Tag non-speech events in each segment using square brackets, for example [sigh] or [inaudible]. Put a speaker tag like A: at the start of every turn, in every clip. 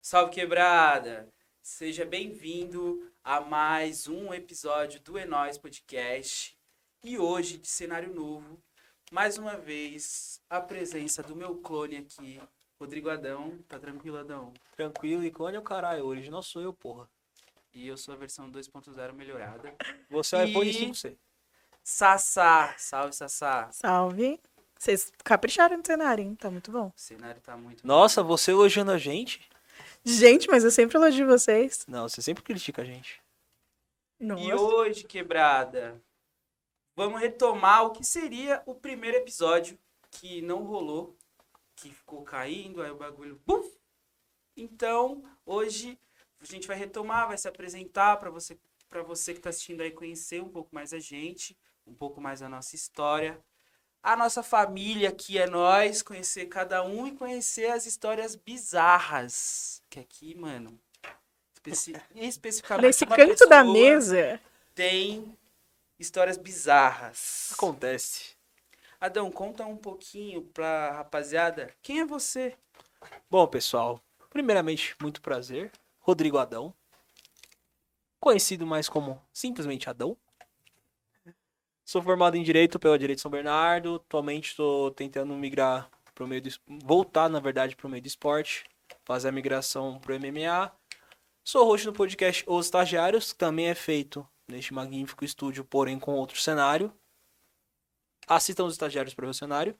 A: Salve quebrada! Seja bem-vindo a mais um episódio do Enóis Podcast. E hoje, de cenário novo, mais uma vez, a presença do meu clone aqui, Rodrigo Adão. Tá tranquilo, Adão?
B: Tranquilo, e clone é o caralho, original sou eu, porra.
A: E eu sou a versão 2.0 melhorada.
B: Você é o
A: E-
B: iPhone 5C.
A: Sassá! Salve, Sassá!
C: Salve. Vocês capricharam no cenário, hein? Tá muito bom.
A: O cenário tá muito...
B: Nossa, você elogiando a gente?
C: Gente, mas eu sempre elogio vocês.
B: Não, você sempre critica a gente.
C: Nossa.
A: E hoje, quebrada, vamos retomar o que seria o primeiro episódio que não rolou, que ficou caindo, aí o bagulho. Bum! Então, hoje a gente vai retomar, vai se apresentar para você, para você que está assistindo aí conhecer um pouco mais a gente, um pouco mais a nossa história, a nossa família que é nós, conhecer cada um e conhecer as histórias bizarras que aqui, mano.
C: [laughs]
A: Especi... Especificamente.
C: Nesse
A: é uma
C: canto da
A: pessoa-
C: mesa.
A: tem histórias
B: Ah,
A: bizarras.
B: Acontece.
A: Adão, conta um pouquinho pra rapaziada. Quem é você?
B: Bom, pessoal, primeiramente, muito prazer. Rodrigo Adão. Conhecido mais como simplesmente Adão. Sou formado em Direito pela Direito São Bernardo. Atualmente estou tentando migrar pro meio do, es- voltar, na verdade, para o meio do esporte. Fazer a migração pro MMA. Sou host do podcast Os Estagiários, que também é feito neste magnífico estúdio, porém com outro cenário. Assistam os estagiários para ver o cenário.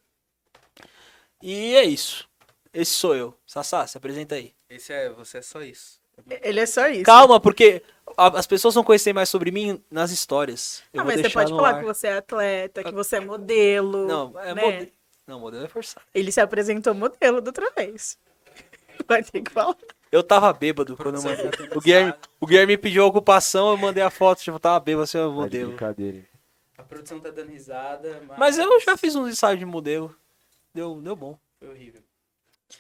B: E é isso. Esse sou eu. Sassá, se apresenta aí.
A: Esse é, você é só isso.
C: Ele é só isso.
B: Calma, porque a- as pessoas vão conhecer mais sobre mim nas histórias. Eu
C: Ah,
B: vou
C: mas você
B: deixar
C: pode
B: no
C: falar
B: ar. Ah,
C: que você é atleta, que você é modelo.
B: Não, é
C: né?
B: modelo. Não, modelo é forçado.
C: Ele se apresentou modelo da outra vez. [laughs] Vai ter que falar.
B: Eu tava bêbado quando eu mandei. O Guilherme, o Guilherme pediu a ocupação, eu mandei a foto, tipo, tava bêbado, você é
D: Tá de
B: modelo.
D: brincadeira.
A: A produção tá dando risada, mas.
B: Mas eu já fiz uns ensaios de modelo. Deu, deu bom.
A: Foi horrível.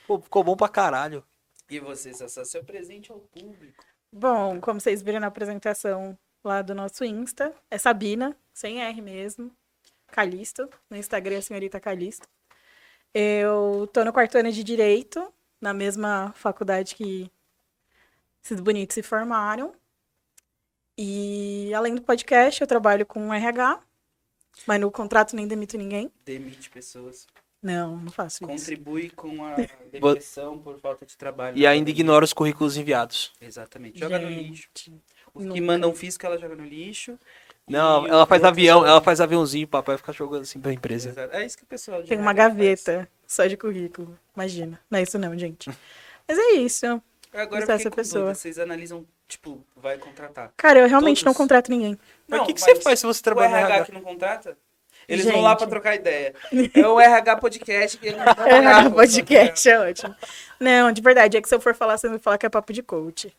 B: Pô, ficou bom pra caralho.
A: E você, Sassá, seu presente ao público.
C: Bom, como vocês viram na apresentação lá do nosso Insta, é Sabina, sem R mesmo, Calisto, no Instagram é senhorita Calisto. Eu tô no quarto ano de Direito, na mesma faculdade que esses bonitos se formaram. E além do podcast, eu trabalho com RH, mas no contrato nem demito ninguém.
A: Demite pessoas.
C: Não, não faço isso.
A: Contribui com
B: [laughs]
A: a depressão por falta de trabalho.
B: E ainda ignora os currículos enviados.
A: Exatamente. Joga no
C: Gente,
A: lixo. Os que
C: nunca.
A: mandam físico, ela joga no lixo.
B: Não,
A: E
B: ela
A: os
B: faz
A: outros-
B: avião, ela faz aviãozinho, papai fica jogando assim pra empresa.
A: Exato. É isso que o pessoal. de
C: Tem uma
A: RH faz.
C: gaveta só de currículo. Imagina. Não é isso
A: [laughs]
C: não, gente. Mas é isso.
A: Agora eu
C: Você
A: fiquei
C: é essa
A: com
C: pessoa.
A: dúvida. Vocês analisam, tipo, vai contratar.
C: Cara, eu realmente
B: Todos. Tá
C: não contrato ninguém.
B: Mas o
A: Não,
B: que, que você
A: mas-
B: faz se você
A: O
B: trabalha na
A: RH
B: RH?
A: que não contrata? Eles vão lá
C: Gente.
A: pra trocar
C: [laughs]
A: ideia. É o RH Podcast que eles não vão
C: É,
B: tá
A: pagar, né?
C: o
A: pô.
C: podcast é ótimo. Não, de verdade, é que se eu for falar, você vai falar que é papo de coach.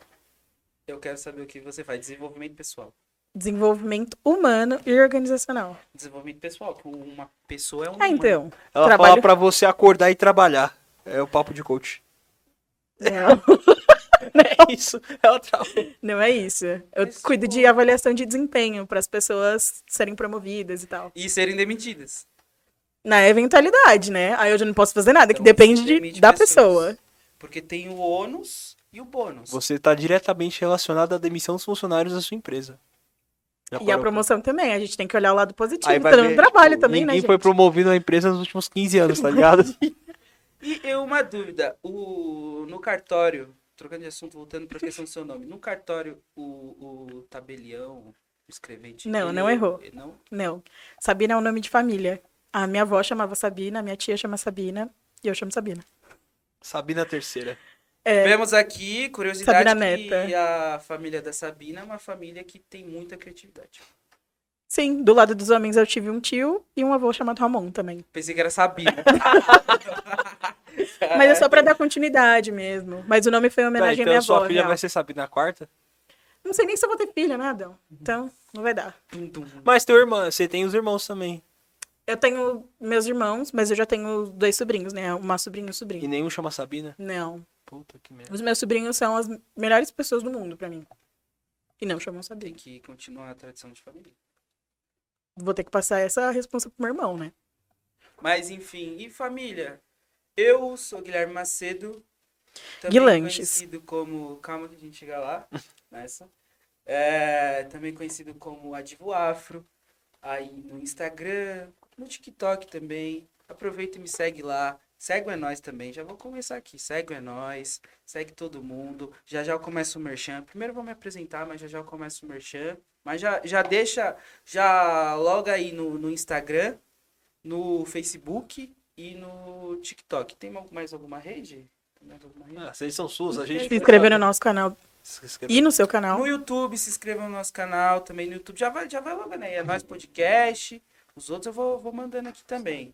A: Eu quero saber o que você faz. Desenvolvimento pessoal.
C: Desenvolvimento humano e organizacional.
A: Desenvolvimento pessoal, com uma pessoa é um.
C: Ah, então.
B: Ela fala
C: Trabalho.
B: pra você acordar e trabalhar. É o papo de coach.
C: [laughs]
B: [laughs]
C: Não,
B: É isso. Ela trabalha.
C: [laughs] não é isso. Eu
A: Mas,
C: cuido de avaliação de desempenho para as pessoas serem promovidas e tal.
A: E serem demitidas.
C: Na eventualidade, né? Aí eu já não posso fazer nada, que
A: Então,
C: depende
A: você
C: de-
A: demite
C: da
A: pessoas.
C: pessoa.
A: Porque tem o ônus e o bônus.
B: Você tá diretamente relacionado à demissão dos funcionários da sua empresa. Já
C: E a
B: parou?
C: promoção também. A gente tem que olhar o lado positivo
B: Tá Aí vai
C: também
B: ver,
C: do trabalho
B: tipo,
C: também, né,
B: ninguém
C: gente?
B: foi promovido na empresa nos últimos 15 anos,
C: [laughs]
B: tá ligado?
A: E eu, uma dúvida. O... No cartório, trocando de assunto, voltando pra questão do seu nome. No cartório, o, o tabelião, o escrevente.
C: Não, não errou.
A: ele Não?
C: Não. Sabina é um nome de família. A minha avó chamava Sabina, a minha tia chama Sabina e eu chamo Sabina.
B: Sabina Terceira. Tá,
A: Vemos aqui, curiosidade,
C: Sabina
A: que a família da Sabina é uma família que tem muita criatividade.
C: Sim, do lado dos homens eu tive um tio e um avô chamado Ramon também.
A: Pensei que era Sabina.
C: [laughs] Mas é só pra dar continuidade mesmo. Mas o nome foi em
B: Pera,
C: homenagem à
B: Ah, então
C: minha
B: sua
C: avó.
B: filha
C: real.
B: vai ser Sabina Quarta?
C: Não sei nem se eu vou ter filha, né, Adão?
B: Uhum.
C: Então, não vai dar.
A: Tum, tum.
B: Mas teu irmão, você tem os irmãos também.
C: Eu tenho meus irmãos, mas eu já tenho dois sobrinhos, né? Uma sobrinha e um
B: E
C: sobrinho.
B: nenhum chama Sabina.
C: Não.
B: Puta que merda.
C: Os meus sobrinhos são as melhores pessoas do mundo pra mim. E não chamam
A: Tem
C: Sabina.
A: que continuar a tradição de família.
C: Vou ter que passar essa responsa pro meu irmão, né?
A: Mas enfim, e família? Eu sou Guilherme Macedo, Também
C: Guilanches.
A: conhecido como. Calma que a gente chega lá. Nessa. É, também conhecido como Adivo Afro. Aí no Instagram, no TikTok também. Aproveita e me segue lá. Segue o É Nós também. Já vou começar aqui. Segue o É Nós. Segue todo mundo. Já já eu começo o Merchan. Primeiro eu vou me apresentar, mas já já eu começo o Merchan. Mas já, já deixa. Já logo aí no, no Instagram, no Facebook e no TikTok. Tem mais alguma rede? Tem mais alguma rede?
B: Ah, vocês são suas, a gente.
C: Se inscrever no nosso canal
B: Se inscreve.
C: e no seu canal.
A: No YouTube, se inscreva no nosso canal também no YouTube. Já vai, já vai logo, né? É nós podcast. Os outros eu vou, vou mandando aqui também.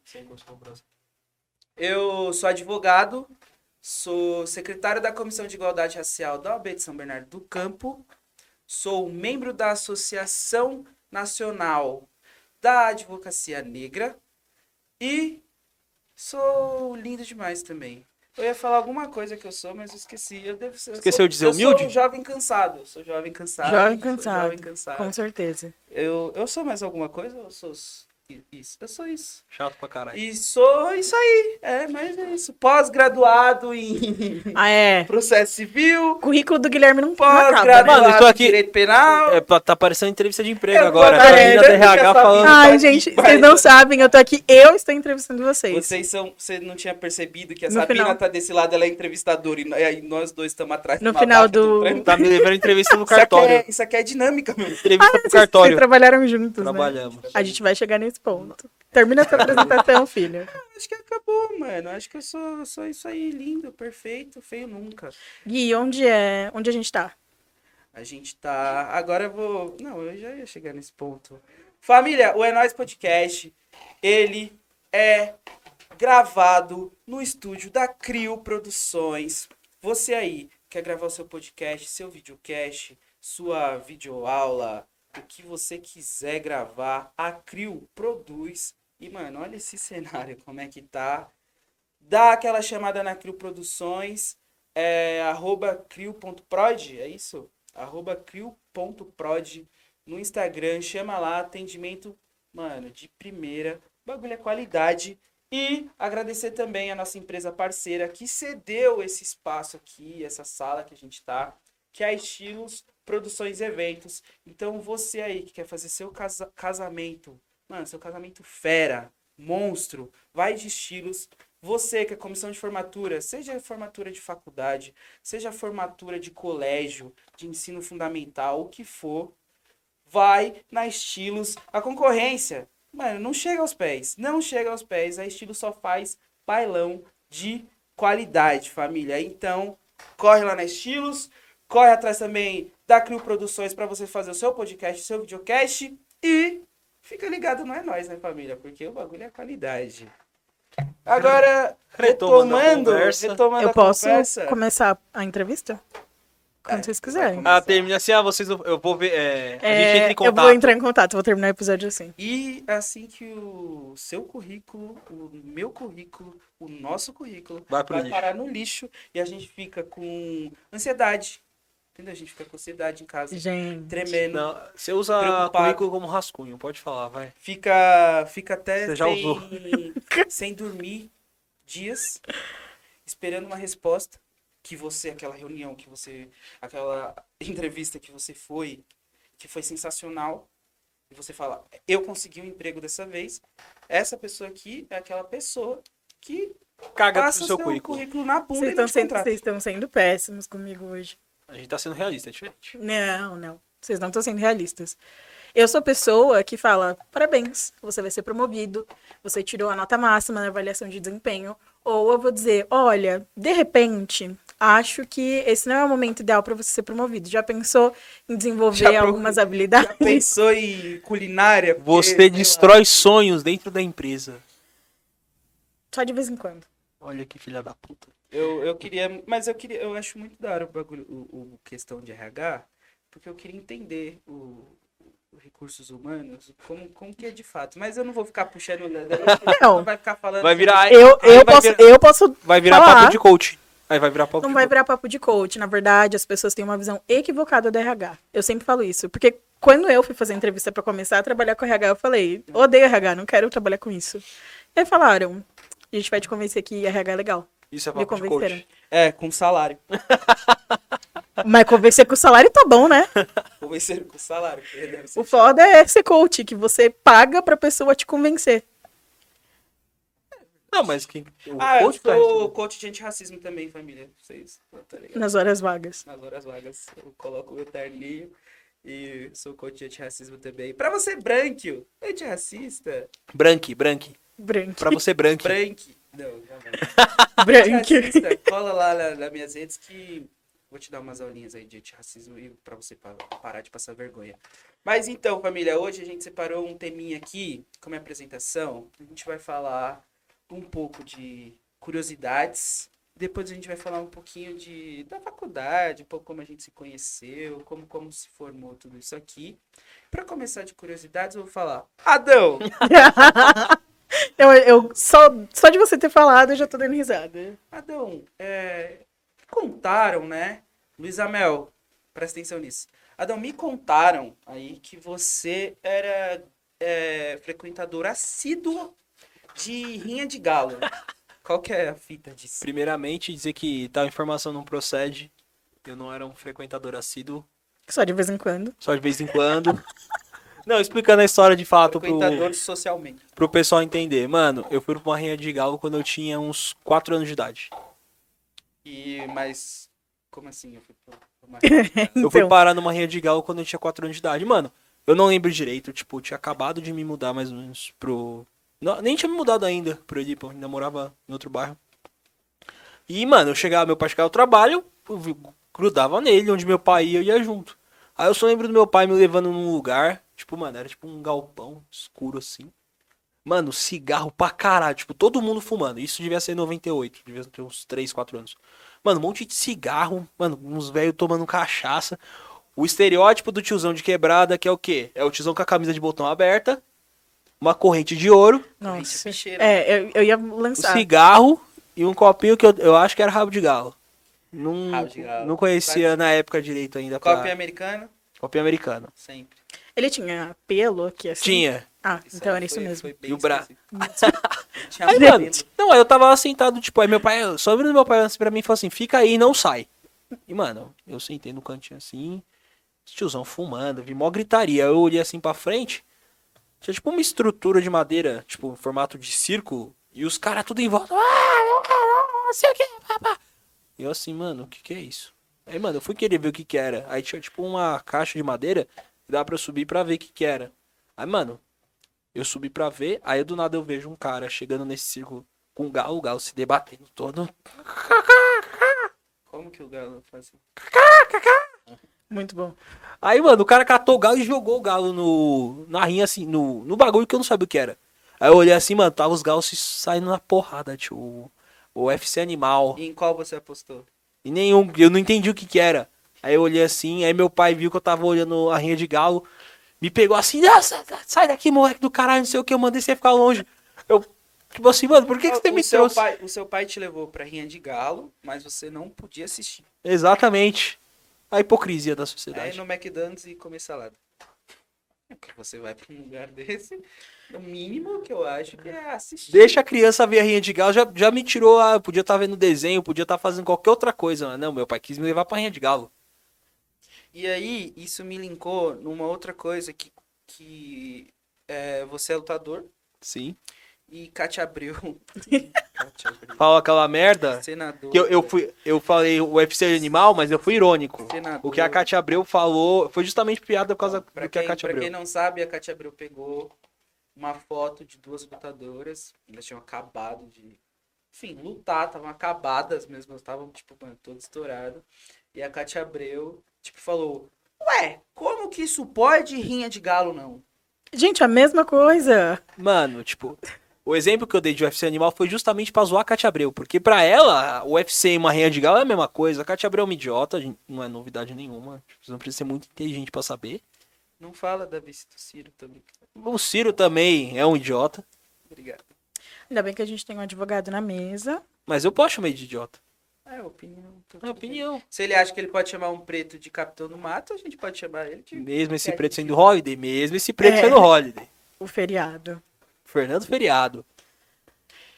A: Eu sou advogado, sou secretário da Comissão de Igualdade Racial da OAB de São Bernardo do Campo, sou membro da Associação Nacional da Advocacia Negra e sou lindo demais também. Eu ia falar alguma coisa que eu sou, mas eu esqueci. Eu devo ser, eu
B: Esqueceu
A: sou-
B: de ser
A: eu
B: humilde?
A: Sou um jovem cansado. Eu sou jovem cansado.
C: Jovem
A: sou
C: cansado.
A: Jovem cansado.
C: Com certeza.
A: Eu, eu sou mais alguma coisa? ou Eu sou s- isso. Eu sou isso.
B: Chato pra caralho.
A: E sou isso aí. É, mas é isso. Pós-graduado em [laughs]
C: Ah, é.
A: processo civil,
C: O currículo do Guilherme não, não acaba, né?
B: Mano, eu
A: pós-graduado
B: tô
A: em
B: aqui-
A: direito penal.
B: É, tá parecendo entrevista de emprego
A: Eu
B: agora.
A: vou-
B: Tá
A: é,
B: vindo da RH
A: essa
B: falando.
A: vida.
C: Ai, gente, vocês não sabem, eu tô aqui, eu estou entrevistando vocês.
A: Vocês são, você não tinha percebido que a
C: No
A: Sabina
C: final-
A: tá desse lado, ela é entrevistadora e no- e nós dois estamos atrás de
C: No
A: uma
C: final
A: vaca
C: do-
A: trânsito.
B: Tá me levando entrevista no
A: Isso aqui,
B: cartório.
C: Ah,
A: é, isso aqui é dinâmica, meu.
B: Entrevista pro
C: Vocês- vocês
B: cartório.
C: trabalharam juntos, né?
B: Trabalhamos.
C: A gente vai chegar nesse ponto. Termina essa
B: [laughs]
C: apresentação, filho.
A: Acho que acabou, mano. Acho que eu sou, sou isso aí, lindo, perfeito, feio nunca.
C: Gui, onde é? Onde a gente tá?
A: A gente tá. Agora eu vou. Não, eu já ia chegar nesse ponto. Família, o É Nóis Podcast, ele é gravado no estúdio da Crio Produções. Você aí quer gravar o seu podcast, seu videocast, sua videoaula, o que você quiser gravar, a Crio produz. E, mano, olha esse [laughs] cenário, como é que tá. Dá aquela chamada na Crio Produções, é arroba crio.prod, é isso? arroba crio.prod no Instagram, chama lá, atendimento, mano, de primeira, O bagulho é qualidade. E agradecer também a nossa empresa parceira que cedeu esse espaço aqui, essa sala que a gente tá, que é a Estilos Produções e Eventos. Então você aí que quer fazer seu casa- casamento, mano, seu casamento fera, monstro, vai de estilos. Você que é comissão de formatura, seja formatura de faculdade, seja formatura de colégio, de ensino fundamental, o que for, vai na Estilos. A concorrência, mano, não chega aos pés. Não chega aos pés. A Estilos só faz bailão de qualidade, família. Então, corre lá na Estilos. Corre atrás também da Crio Produções para você fazer o seu podcast, o seu videocast. E fica ligado, não é nós, né, família? Porque o bagulho é qualidade. Agora,
B: Retomando a
A: retomando,
B: conversa.
A: retomando
C: eu
A: a
C: posso
A: conversa.
C: começar a entrevista? Quando vocês quiserem.
A: vai
B: Ah, termina assim, ah, vocês não. Eu vou ver. é, a gente
C: É,
B: entra em
C: eu
B: contato.
C: vou entrar em contato, vou terminar o episódio assim.
A: E assim que o seu currículo, o meu currículo, o nosso currículo
B: Vai pro
A: vai
B: lixo.
A: parar no lixo e a gente fica com ansiedade. Entendeu? A gente fica com ansiedade em casa,
C: Gente,
A: tremendo.
B: Não, você usa
A: Preocupado.
B: currículo como rascunho, pode falar, vai.
A: Fica, fica até
B: Você já
A: sem,
B: usou.
A: [laughs] sem dormir dias, esperando uma resposta que você, aquela reunião que você, aquela entrevista que você foi, que foi sensacional, e você fala, eu consegui um emprego dessa vez, essa pessoa aqui é aquela pessoa que
B: Caga pro
A: passa
B: seu,
A: seu
B: currículo.
A: currículo na
B: um
A: bunda
C: vocês
A: e
C: estão
A: não te
C: sendo,
A: contrata.
C: vocês estão sendo péssimos comigo hoje.
B: A gente tá sendo realista, é diferente.
C: Não, não. Vocês não estão sendo realistas. Eu sou a pessoa que fala: parabéns, você vai ser promovido, você tirou a nota máxima na avaliação de desempenho. Ou eu vou dizer: olha, de repente, acho que esse não é o momento ideal para você ser promovido. Já pensou em desenvolver
A: Já pro-
C: algumas habilidades?
A: Pensou em culinária? Porque, sei
B: Você
A: lá,
B: destrói sonhos dentro da empresa.
C: Só de vez em quando.
B: Olha que filha da puta.
A: Eu, eu queria, mas eu queria, eu acho muito da hora o bagulho, o, o questão de RH, porque eu queria entender o, o recursos humanos, como, como que é de fato. Mas eu não vou ficar puxando, né?
B: [laughs]
A: Daí
C: Não.
A: vai ficar falando.
B: Vai virar,
C: Eu,
B: Tá. Aí
C: eu,
B: vai
C: posso,
B: virar-
C: eu posso.
B: vai virar
C: Falar.
B: papo de coach. Aí vai virar papo
C: Não
B: de
C: vai
B: coach.
C: virar papo de coach. Na verdade, as pessoas têm uma visão equivocada do RH. Eu sempre falo isso. Porque quando eu fui fazer entrevista para começar a trabalhar com RH, eu falei: odeio RH, não quero trabalhar com isso. E aí falaram: a gente vai te convencer que RH é legal.
B: Isso é
C: Me
B: [laughs] papo de coach.
C: convenceram.
A: É, com salário.
C: Mas convencer com o salário tá bom, né?
A: Convencer com salário. porque deve ser
C: O foda é ser coach, que você paga pra pessoa te convencer.
B: Não, mas quem. O
A: Ah, eu
B: coach tá
A: sou
B: recebendo.
A: coach de antirracismo também, família. Vocês não tá ligado?
C: Nas horas vagas.
A: Nas horas vagas, eu coloco meu terninho e sou coach de antirracismo também. Pra você, branquio, antirracista,
B: Branque, branque. [laughs]
C: Branque.
B: Pra você, branque.
A: branque. Não, não, não.
C: Branque.
A: Antirracista, É, cola lá na- nas minhas redes que vou te dar umas aulinhas aí de antirracismo e pra você pa- parar de passar vergonha. Mas então, família, hoje a gente separou um teminha aqui, como é a apresentação, a gente vai falar um pouco de curiosidades Depois a gente vai falar um pouquinho de, da faculdade, um pouco como a gente se conheceu, como, como se formou tudo isso aqui. Pra começar de curiosidades, eu vou falar. Adão!
C: [laughs] eu, eu- só, só de você ter falado, eu já tô dando risada.
A: Adão, é, contaram, né? Luiz Amel, presta atenção nisso. Adão, me contaram aí que você era é, frequentador assíduo de rinha de galo. Qual que é a fita disso?
B: Primeiramente, dizer que tal informação não procede. Eu não era um frequentador assíduo,
C: Só de vez em quando.
B: só de vez em quando. [laughs] não, explicando a história de fato pro,
A: Frequentador socialmente.
B: pro pessoal entender. Mano, eu fui pra uma rinha de galo quando eu tinha uns 4 anos de idade.
A: E, mas, como assim? Eu fui pro- pro mar-
B: Eu fui
C: Então,
B: parar numa rinha de galo quando eu tinha 4 anos de idade. Mano, eu não lembro direito. Tipo, eu tinha acabado de me mudar mais ou menos pro. Não, nem tinha me mudado ainda pro Edipo, ainda morava em outro bairro. E, mano, eu chegava, meu pai chegava ao trabalho, eu vi- grudava nele, onde meu pai ia, eu ia junto. Aí eu só lembro do meu pai me levando num lugar, tipo, mano, era tipo um galpão escuro assim. Mano, cigarro pra caralho, tipo, todo mundo fumando. Isso devia ser em 98, devia ter uns 3, 4 anos. Mano, um monte de cigarro, mano, uns velhos tomando cachaça. O estereótipo do tiozão de quebrada, que é o quê? É o tiozão com a camisa de botão aberta, uma corrente de ouro,
A: Gente,
C: [laughs] Nossa.
A: bicheira.
C: É, eu, eu ia
B: um
C: lançar.
B: cigarro e um copinho que eu, eu acho que era rabo de galo. Não,
A: Rabo de galo.
B: não conhecia na época direito ainda. Pra...
A: Copa
B: Copinha...
A: americana?
B: americana.
A: Sempre.
C: Ele tinha pelo aqui, assim?
B: Tinha.
C: Ah, então
A: aí
C: era isso
A: foi-
C: mesmo.
A: foi bem
B: E o bra-
C: [laughs]
A: específico. Tinha
B: Aí,
A: muito
B: mano,
A: medo.
B: não, aí eu tava lá sentado, tipo, aí meu pai, só vindo meu pai assim pra mim e falou assim, fica aí e não sai. E, mano, eu sentei no cantinho assim, esse tiozão fumando, vi mó gritaria. Eu olhei assim pra frente, tinha tipo uma estrutura de madeira, tipo, em formato de círculo, e os caras tudo em volta. Ah, não, não, não sei o que, papá. Eu assim, mano, o que que é isso? Aí, mano, eu fui querer ver o que que era. Aí tinha tipo uma caixa de madeira, que dava pra eu subir pra ver o que que era. Aí, mano, eu subi pra ver, aí do nada eu vejo um cara chegando nesse círculo com o galo, o galo se debatendo todo.
A: Como que o galo faz?
C: Muito bom.
B: Aí, mano, o cara catou o galo e jogou o galo no. na rinha, assim, no, no bagulho que eu não sabia o que era. Aí eu olhei assim, mano, tava os galos se saindo na porrada, tio. O, o UFC animal.
A: E em qual você apostou?
B: E nenhum, eu não entendi o que que era. Aí eu olhei assim, aí meu pai viu que eu tava olhando a rinha de galo, me pegou assim, "Não, sai, sai daqui, moleque do caralho, não sei o que, eu mandei você ficar longe. Eu, tipo assim, mano, por que, que você
A: Ah, o
B: me
A: seu
B: trouxe?
A: Pai, o seu pai te levou pra Rinha de Galo, mas você não podia assistir.
B: Exatamente. A hipocrisia da
A: Aí
B: sociedade.
A: no McDonald's e comer salada. É Porque você vai pra um lugar desse, o mínimo que eu acho que é assistir.
B: Deixa a criança ver a rinha de galo, já, já me tirou a. Podia estar vendo desenho, podia estar fazendo qualquer outra coisa, mas não, meu pai quis me levar pra rinha de galo.
A: E aí, isso me linkou numa outra coisa que, que é, você é lutador
B: Sim.
A: e Cátia
B: [laughs]
A: Abreu. Cátia Abreu.
B: Falou aquela merda.
A: Senador.
B: Que eu, eu fui, eu falei o UFC animal, mas eu fui irônico.
A: Senador.
B: O que a Cátia Abreu falou foi justamente piada por causa
A: Pra
B: do que a
A: quem-
B: Cátia
A: pra
B: Abreu.
A: quem não sabe, a Cátia Abreu pegou uma foto de duas lutadoras. Elas tinham acabado de, enfim, lutar, estavam acabadas mesmo, elas estavam, tipo, mano, todo estourado. E a Cátia Abreu, tipo, falou: Ué, como que isso pode rinha de galo, não?
C: Gente, a mesma coisa.
B: Mano, tipo, o exemplo que eu dei de UFC animal foi justamente pra zoar a Cátia Abreu, porque pra ela, o UFC e uma rinha de galo é a mesma coisa. A Cátia Abreu é uma idiota, a gente- não é novidade nenhuma. tipo, Você não precisa ser muito inteligente pra saber.
A: Não fala da vice do Ciro também.
B: O Ciro também é um idiota,
A: Obrigado.
C: Ainda bem que a gente tem um advogado na mesa.
B: mas eu posso chamar ele de idiota.
A: É, opinião. tá
B: É
A: tudo bem.
B: opinião.
A: Se ele acha que ele pode chamar um preto de Capitão do Mato, a gente pode chamar ele de.
B: Mesmo esse
A: É
B: preto
A: idiota.
B: sendo holiday, mesmo esse preto
C: É.
B: sendo holiday.
C: O feriado.
B: Fernando Feriado.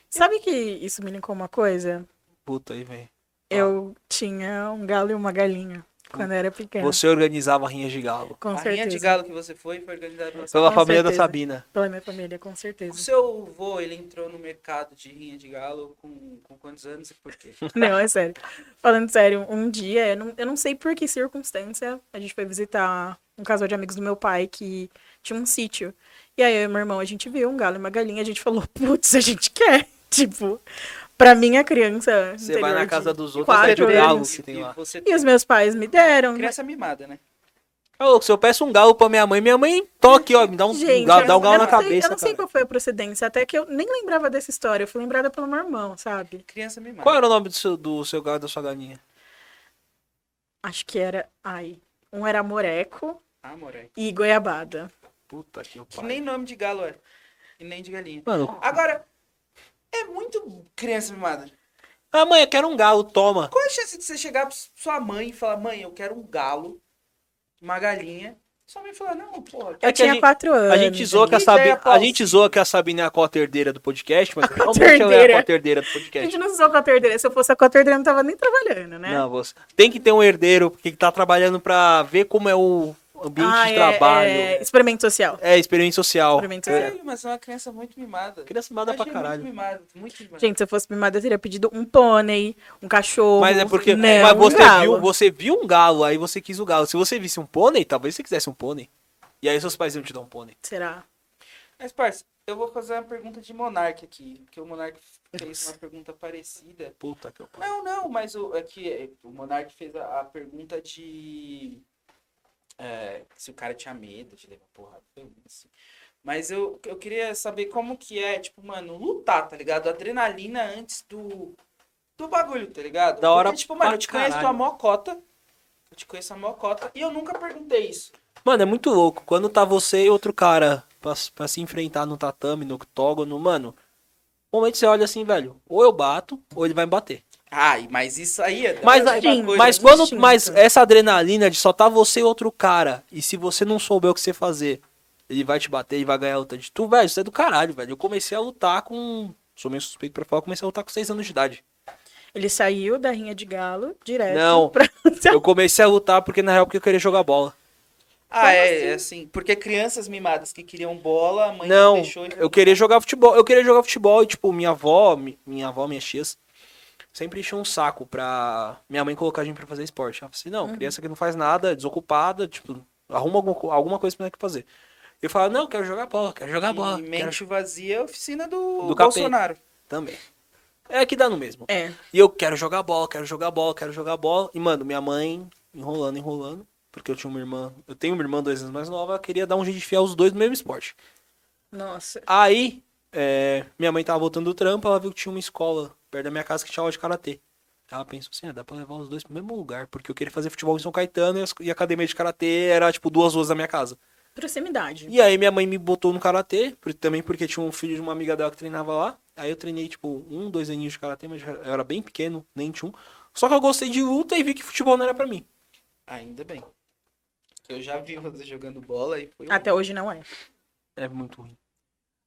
C: Sabe que isso me linkou uma coisa?
B: Puta aí, velho.
C: Eu tinha um galo e uma galinha quando eu era pequena.
B: Você organizava rinhas de galo.
C: Com
A: a rinha
C: certeza.
A: de galo que você foi foi organizada pela sua
B: Pela
C: Com
B: família da
C: certeza.
B: Sabina.
C: Pela minha família, com
A: O
C: certeza.
A: seu avô, ele entrou no mercado de rinha de galo com, com quantos anos e por quê?
C: Não, é sério. Falando sério, um dia, eu não, eu não sei por que circunstância, a gente foi visitar um casal de amigos do meu pai que tinha um sítio. E aí, eu e meu irmão, a gente viu um galo e uma galinha, a gente falou, putz, a gente [laughs] quer. Tipo, pra minha criança.
B: Você vai
C: interior
B: na
C: de
B: casa dos outros,
C: [laughs] quatro
B: vai ver o galo
C: anos.
B: que tem lá.
A: você
C: E os meus pais me deram.
A: criança mimada, né?
B: Ô, louco, se eu peço um galo pra minha mãe, minha mãe toque, ó, me dá um, um
C: Gente,
B: galo, dá um
C: eu
B: galo
C: não
B: na
C: sei-
B: cabeça,
C: Eu não sei
B: cara.
C: qual foi a procedência, até que eu nem lembrava dessa história. Eu fui lembrada pelo meu irmão, sabe?
A: Criança
C: é.
A: mimada.
B: Qual era o nome do seu, do seu galo e da sua galinha?
C: Acho que era. Ai. Um era moreco
A: Ah, moleque.
C: e goiabada.
B: Puta que
A: Que nem nome de galo é. E nem de galinha.
B: Mano,
A: Agora, é muito criança mimada.
B: ah, mãe, eu quero um galo, toma.
A: Qual a chance de você chegar pra sua mãe e falar, mãe, eu quero um galo, uma galinha? Sua mãe falar, não, pô,
B: É
C: Eu
B: que a
C: tinha
B: gente-
C: quatro anos.
B: A gente, zoa que a,
A: Que ideia
B: Sabi... a
A: falsa.
B: gente zoa que a Sabina é a cota herdeira do podcast,
C: [laughs]
B: mas realmente ela é
C: herdeira.
B: a cota herdeira do
C: A
B: podcast.
C: gente não usou com a terdeira. Se eu fosse a com a terdeira, eu não tava nem trabalhando, né?
B: Não, você... tem que ter um herdeiro que tá trabalhando pra ver como é o ambiente
C: Ah,
B: de
C: é-
B: trabalho.
C: é
B: É,
C: experimento social.
B: experiência social. É,
C: Experimento social.
A: caralho, mas é uma criança muito mimada.
B: Criança mimada
A: Eu
B: pra
A: achei
B: caralho.
A: Muito mimada, muito mimada.
C: Gente, se eu fosse mimada, eu teria pedido um pônei, um cachorro.
B: Mas é porque
C: não,
B: mas
C: um
B: você,
C: galo.
B: viu, você viu um galo, aí você quis o galo. Se você visse um pônei, talvez você quisesse um pônei. E aí seus pais iam te dar um pônei.
C: Será?
A: Mas, parça, eu vou fazer uma pergunta de Monark aqui, porque o Monark fez uma pergunta parecida.
B: Puta que eu pariu.
A: Não, não, mas o, é que é, o Monark fez a, a pergunta de é, se o cara tinha medo de levar porrada. foi isso. Mas eu, eu queria saber como que é, tipo, mano, lutar, tá ligado? Adrenalina antes do, do bagulho, tá ligado?
B: Da hora
A: tipo, mano,
B: pra
A: eu te conheço
B: caralho.
A: a mocota. Eu te conheço a mocota e eu nunca perguntei isso.
B: Mano, é muito louco. Quando tá você e outro cara pra, pra se enfrentar no tatame, no octógono, mano. No momento você olha assim, velho. Ou eu bato, ou ele vai me bater.
A: Ai, mas isso aí é da
B: Mas,
A: outra
B: aí-
C: Sim,
A: coisa,
B: mas
A: né?
B: quando.
C: distinta.
B: Mas essa adrenalina de só tá você e outro cara. E se você não souber o que você fazer, ele vai te bater e vai ganhar a luta de tu, velho. Isso é do caralho, velho. Eu comecei a lutar com. Sou meio suspeito pra falar, comecei a lutar com 6 anos de idade.
C: Ele saiu da rinha de galo direto.
B: Não.
C: [laughs] pra-
A: Tá.
B: Eu comecei a lutar porque, na real, porque eu queria jogar bola.
A: Ah, é, é assim. Porque crianças mimadas que queriam bola, a mãe
B: Não,
A: deixou.
B: eu queria jogar futebol. Eu queria jogar futebol e, tipo, minha avó, mi- minha avó, minhas tias, sempre enchiam um saco pra minha mãe colocar a gente pra fazer esporte. Ela falou assim, não,
A: Uhum.
B: criança que não faz nada, é desocupada, tipo, arruma alguma, co- alguma coisa pra ela fazer. Eu falava, não, quero jogar bola, quero jogar bola.
A: E
B: Quero...
A: mente vazia é a oficina do,
B: Do
A: Bolsonaro.
B: Também. É que dá no mesmo.
C: É.
B: E eu quero jogar bola, quero jogar bola, quero jogar bola. E, mano, minha mãe enrolando, enrolando. Porque eu tinha uma irmã, eu tenho uma irmã dois anos mais nova, ela queria dar um jeito de enfiar os dois no mesmo esporte.
C: Nossa.
B: Aí, é, minha mãe tava voltando do trampo, ela viu que tinha uma escola perto da minha casa que tinha aula de karatê. Ela pensou assim, ah, dá pra levar os dois pro mesmo lugar, porque eu queria fazer futebol em São Caetano e as- e a academia de karatê era, tipo, duas ruas da minha casa.
C: Proximidade.
B: E aí minha mãe me botou no karatê, por- também porque tinha um filho de uma amiga dela que treinava lá. Aí eu treinei, tipo, um, dois aninhos de karatê, mas eu era bem pequeno, nem tinha um. Só que eu gostei de luta e vi que futebol não era pra mim.
A: Ainda bem. Eu já vi você jogando bola e foi.
C: Até hoje não é.
B: É muito ruim.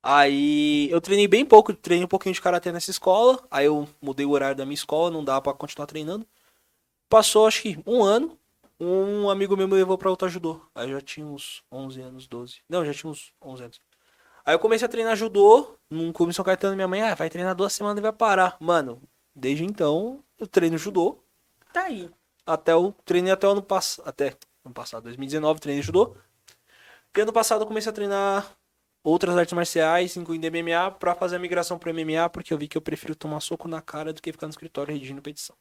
B: Aí eu treinei bem pouco, treinei um pouquinho de karatê nessa escola. Aí eu mudei o horário da minha escola, não dava pra continuar treinando. Passou acho que um ano, um amigo meu me levou pra lutar judô. Aí eu já tinha uns 11 anos, 12. Não, já tinha uns 11 anos. Aí eu comecei a treinar judô, num clube em São Caetano, minha mãe, ah, vai treinar duas semanas e vai parar. Mano, desde então eu treino judô,
C: Tá aí.
B: até o treinei até o ano passado, até ano passado, 2019, treinei judô. E ano passado eu comecei a treinar outras artes marciais, incluindo MMA, pra fazer a migração pro MMA, porque eu vi que eu prefiro tomar soco na cara do que ficar no escritório redigindo petição.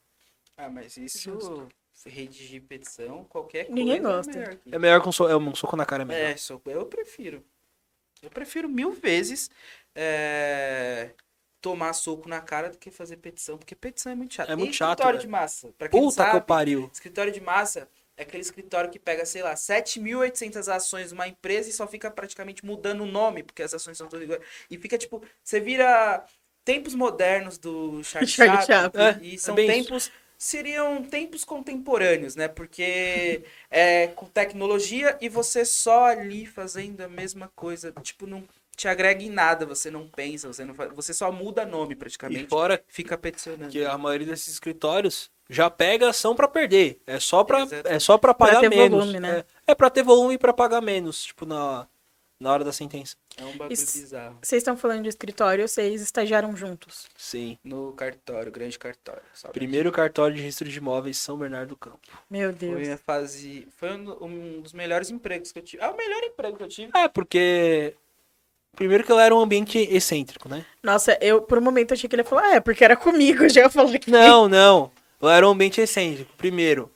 A: Ah, mas isso. Redigir petição, qualquer coisa.
C: Ninguém
A: é
C: gosta.
A: melhor que-
B: É melhor que um, so... é um soco na cara é melhor.
A: É, sou... eu prefiro. Eu prefiro mil vezes é, tomar soco na cara do que fazer petição, porque petição é muito chato.
B: É muito
A: E
B: chato,
A: Escritório
B: velho.
A: de massa. Pra quem não
B: Puta que eu
A: sabe,
B: pariu.
A: escritório de massa é aquele escritório que pega, sei lá, 7.800 ações de uma empresa e só fica praticamente mudando o nome, porque as ações são todas iguais. E fica tipo, você vira tempos modernos do
B: [laughs]
A: Charlie,
C: Charlie
A: Chaplin,
B: Chaplin.
A: E
B: É,
A: são
B: é bem isso.
A: tempos. Seriam tempos contemporâneos, né? Porque
B: [laughs]
A: é com tecnologia e você só ali fazendo a mesma coisa. Tipo, não te agrega em nada, você não pensa, você não faz, você só muda nome
B: E
A: praticamente,
B: fora
A: fica peticionando.
B: que é a maioria desses escritórios já pega ação pra perder. É só pra
A: Exatamente.
B: é só para pagar
C: ter
B: menos.
C: volume, né?
B: É, é para ter volume e pra pagar menos, tipo na na hora da sentença.
A: É um bagulho
C: Isso-
A: bizarro.
C: Vocês estão falando de escritório, vocês estagiaram juntos.
B: Sim.
A: No cartório, grande cartório. sabe?
B: Primeiro cartório de registro de imóveis São Bernardo do Campo.
C: Meu Deus.
A: Foi a fase. Foi um, um dos melhores empregos que eu tive. É o melhor emprego que eu tive.
B: É, porque primeiro que ela era um ambiente excêntrico, né?
C: Nossa, eu por um momento achei que ele ia falar, ah, é porque era comigo, [laughs] já eu falei que
B: Não, não. Ela era um ambiente excêntrico. Primeiro,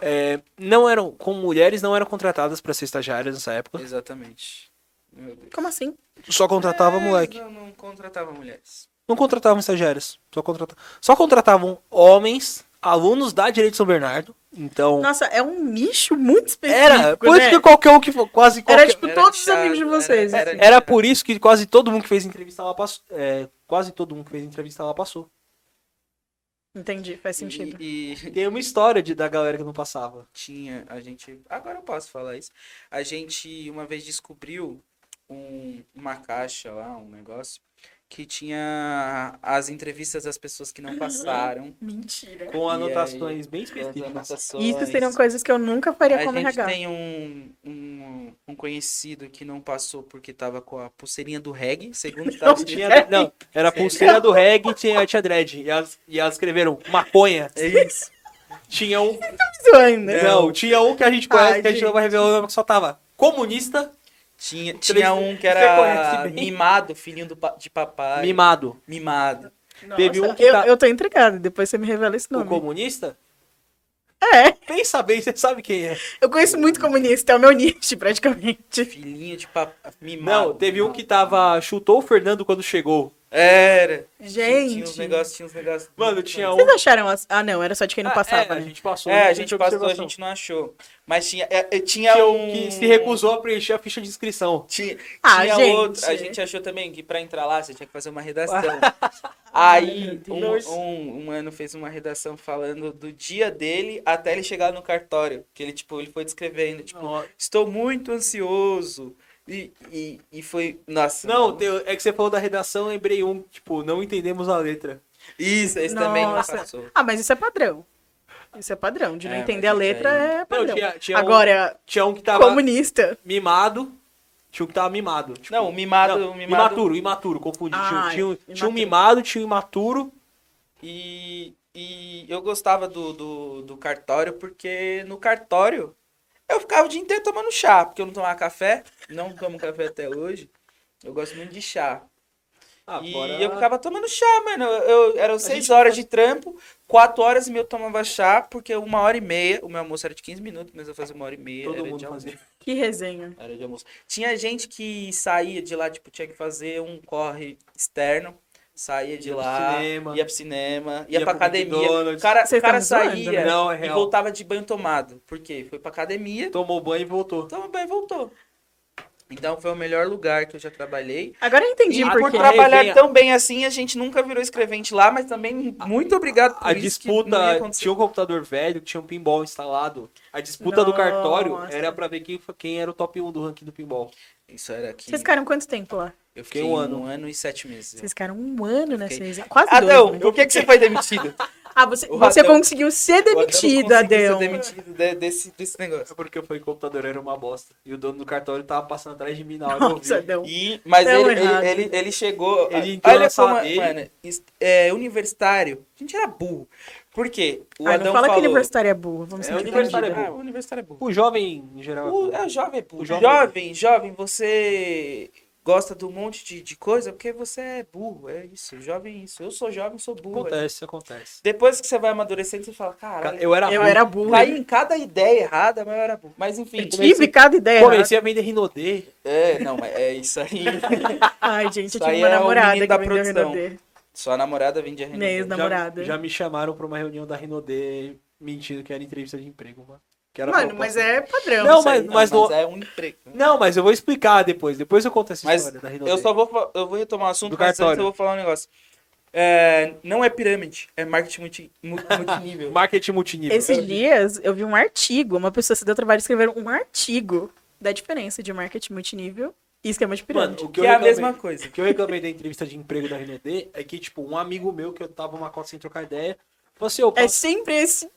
B: é, não eram como mulheres não eram contratadas pra ser estagiárias nessa época.
A: Exatamente. Meu Deus.
C: Como assim?
B: Só contratava
A: É,
B: moleque.
A: Não, não contratava mulheres.
B: Não contratavam estagiários. Só, contrata... só contratavam homens, alunos da Direito de São Bernardo. Então,
C: Nossa, é um nicho muito específico.
B: era. Por isso
C: né?
B: que qualquer um que fo- quase qualquer...
C: Era tipo
A: Era
C: todos os
A: chato,
C: amigos de
A: era-
C: vocês.
A: era-
C: assim.
B: Era por isso que quase todo mundo que fez entrevista lá passou. é, quase todo mundo que fez entrevista lá passou.
C: Entendi, faz sentido.
A: E, e
B: Tem uma história de, da galera que não passava.
A: tinha. A gente. Agora eu posso falar isso. A gente uma vez descobriu um- uma caixa lá, um negócio, que tinha as entrevistas das pessoas que não [laughs] passaram.
C: Mentira.
B: Com
A: E
B: anotações bem
A: as
B: específicas.
A: anotações.
C: Isso seriam coisas que eu nunca faria
A: A
C: como
A: gente
C: RH.
A: tem um, um, um conhecido que não passou porque tava com a pulseirinha do reggae, segundo
B: [laughs] Não,
A: tava
B: tinha,
A: [laughs]
B: não, era a pulseira do reggae e tinha, tinha dread. E elas, e elas escreveram maconha.
A: É isso. Né?
B: Tinha um.
C: Zoando.
B: Não, tinha um que a gente conhece,
C: Ai,
B: que a gente não vai revelar o nome, que só tava comunista,
A: Tinha,
B: Você
A: tinha
B: conhece-
A: um que
B: você
A: era
B: conhece bem?
A: mimado, filhinho do pa- de papai.
B: mimado.
A: Mimado.
B: Teve um que
C: eu,
B: tá-
C: eu tô intrigada, depois você me revela esse
B: O
C: nome.
B: comunista?
C: É,
B: Pensa bem, você sabe quem é.
C: eu conheço muito comunista, é o meu nicho, praticamente.
A: Filhinho de papai. Mimado.
B: Não, teve um
A: mimado.
B: que tava. chutou o Fernando quando chegou.
A: Era. Tinha- Tinha uns
C: [laughs] Gente.
A: negócios, tinha uns negócios.
B: Mano, tinha um.
C: Vocês acharam as... Ah, não, era só de quem não
B: Ah,
C: passava,
B: é, a
C: né?
B: gente passou.
A: É, a
B: fez
A: gente passou, a
B: observação.
A: gente não achou. Mas tinha. é, é, tinha
B: Que,
A: um.
B: que se recusou a preencher a ficha de inscrição.
A: Tinha,
C: Ah,
A: tinha
C: gente.
A: outro. A gente achou também que pra entrar lá você tinha que fazer uma redação. Aí
C: [laughs] Ai, meu Deus.
A: um, um, um ano fez uma redação falando do dia dele até ele chegar no cartório. Que ele, tipo, ele foi descrevendo, tipo, estou muito ansioso. E, e, e foi. Nossa.
B: Não, tem- é que você falou da redação, lembrei um, tipo, não entendemos a letra.
A: Isso, esse também não
C: Nossa.
A: passou.
C: Ah, mas isso é padrão. Isso é padrão. De não
A: É,
C: entender
A: mas
C: a
A: isso
C: letra
A: aí-
C: é padrão.
B: Não, tinha, tinha
C: Agora,
B: um, tinha um que tava
C: comunista.
B: mimado, tinha um que tava mimado. tipo,
A: Não, o mimado,
B: não,
A: o mimado.
B: imaturo, imaturo, confundi. Tinha-
C: Ah,
B: tinha, um-
C: imaturo.
B: tinha um mimado, tinha um imaturo.
A: E, e eu gostava do, do, do cartório, porque no cartório eu ficava o dia inteiro tomando chá, porque eu não tomava café, não tomo café até hoje. Eu gosto muito de chá. e eu ficava tomando chá, mano. Eu, eu- eram seis
B: gente-
A: horas de trampo, quatro horas e meia eu tomava chá, porque uma hora e meia, o meu almoço era de 15 minutos, mas eu fazia uma hora e meia.
B: Todo
A: era
B: mundo
A: de almoço.
B: fazia.
C: Que resenha.
A: Era de almoço. Tinha gente que saía de lá, tipo, tinha que fazer um corre externo. Saía de
B: Ia pro
A: lá,
B: cinema.
A: ia pro cinema, ia,
B: Ia
A: pra
B: pro
A: academia. O
B: McDonald's.
A: cara, o
C: Vocês
A: cara
C: tão me zoando,
A: saía
C: né?
B: Não, é
A: e
B: real.
A: voltava de banho tomado. Por quê? Foi pra academia,
B: Tomou banho e voltou.
A: tomou banho e voltou. Então foi o melhor lugar que eu já trabalhei.
C: Agora eu entendi
A: E
C: por
A: por
C: quê.
B: tra-
A: trabalhar
B: Resenha.
A: tão bem assim, a gente nunca virou escrevente lá, mas também muito obrigado por
B: A
A: isso que não ia
B: disputa,
A: acontecer.
B: tinha um computador velho, tinha um pinball instalado. A disputa do
C: Nossa.
B: cartório era pra ver quem, foi- quem era o top 1 do ranking do pinball.
A: Isso era aqui.
C: Vocês ficaram quanto tempo lá?
A: Eu fiquei um ano. um ano e sete meses.
C: Vocês ficaram um ano nessa
A: Fiquei.
C: resenha. Quase dois.
A: Adão,
C: né?
A: por que, que você foi demitido?
C: Ah, você,
A: o
C: você
A: Adão-
C: conseguiu ser
A: Eu não
C: [laughs] demitido,
A: consegui ser
C: Adão.
A: demitido de- desse, desse negócio.
B: É porque foi que o computador era uma bosta. E o dono do cartório tava passando atrás de mim na hora eu ouvi.
C: Nossa, Adão.
A: E, mas
C: Tão
A: ele,
C: errado.
A: ele, ele, ele chegou.
B: Ele entrou na sala dele.
A: Mano, is- é, universitário. A gente era burro. Por quê? O
C: Ai,
A: Adão
C: Ah, não fala
A: falou,
C: que universitário é né? burro. Vamos
B: É,
C: sentir
B: universitário
C: ofendido.
B: é
A: Ah, o universitário é burro.
B: O jovem, em geral.
A: O, é, o jovem é burro.
B: O jovem
A: jovem,
B: é burro.
A: jovem, você gosta de um monte de, de coisa porque você é burro. É isso. Jovem é isso. Eu sou jovem, sou burro.
B: Acontece, acontece.
A: Depois que você vai amadurecendo, você fala, caralho.
B: Eu era
C: Ah, Eu
B: ruim.
C: era burro.
A: Caiu em cada ideia errada, mas eu era burro. Mas enfim.
C: Eu tive cada ideia.
B: Comecei a vender Rinodê.
A: É, não, mas é isso
B: [laughs]
A: aí.
C: errada. Ai, gente, eu
A: Isso
C: tive
A: aí
C: uma
A: é o
C: namorada que
A: menino da
C: me deu
A: produção.
C: Renaudet.
B: Tá
A: Sua namorada vende a Renault.
C: Minha ex-namorada.
B: Já, já me chamaram pra uma reunião da Rinodê mentindo que era entrevista de emprego, mano. Que era
C: Mano,
B: proposta.
C: mas é
B: tá
C: padrão.
B: Não,
C: isso aí.
B: mas- mas no-
A: é um emprego.
B: Não, mas eu vou explicar depois. Depois eu conto essa
A: Mas
B: história da Rinodê.
A: Eu só vou, fa- eu vou retomar o assunto,
B: Do
A: mas antes
B: cartório.
A: eu vou falar um negócio. É, não é pirâmide, é marketing multi, mu- multinível.
B: Marketing multinível.
C: Esses dias eu vi um artigo, uma pessoa se deu trabalho de escrever um artigo da diferença de marketing multinível E esquema de pirâmide.
B: Mano, o
A: Que
B: que, eu
A: é a
B: reclamei,
A: mesma coisa.
B: o que eu reclamei da entrevista de emprego da RND é que, tipo, um amigo meu que eu tava uma cota sem trocar ideia, falou assim, ô,
C: é
B: passa,
C: sempre esse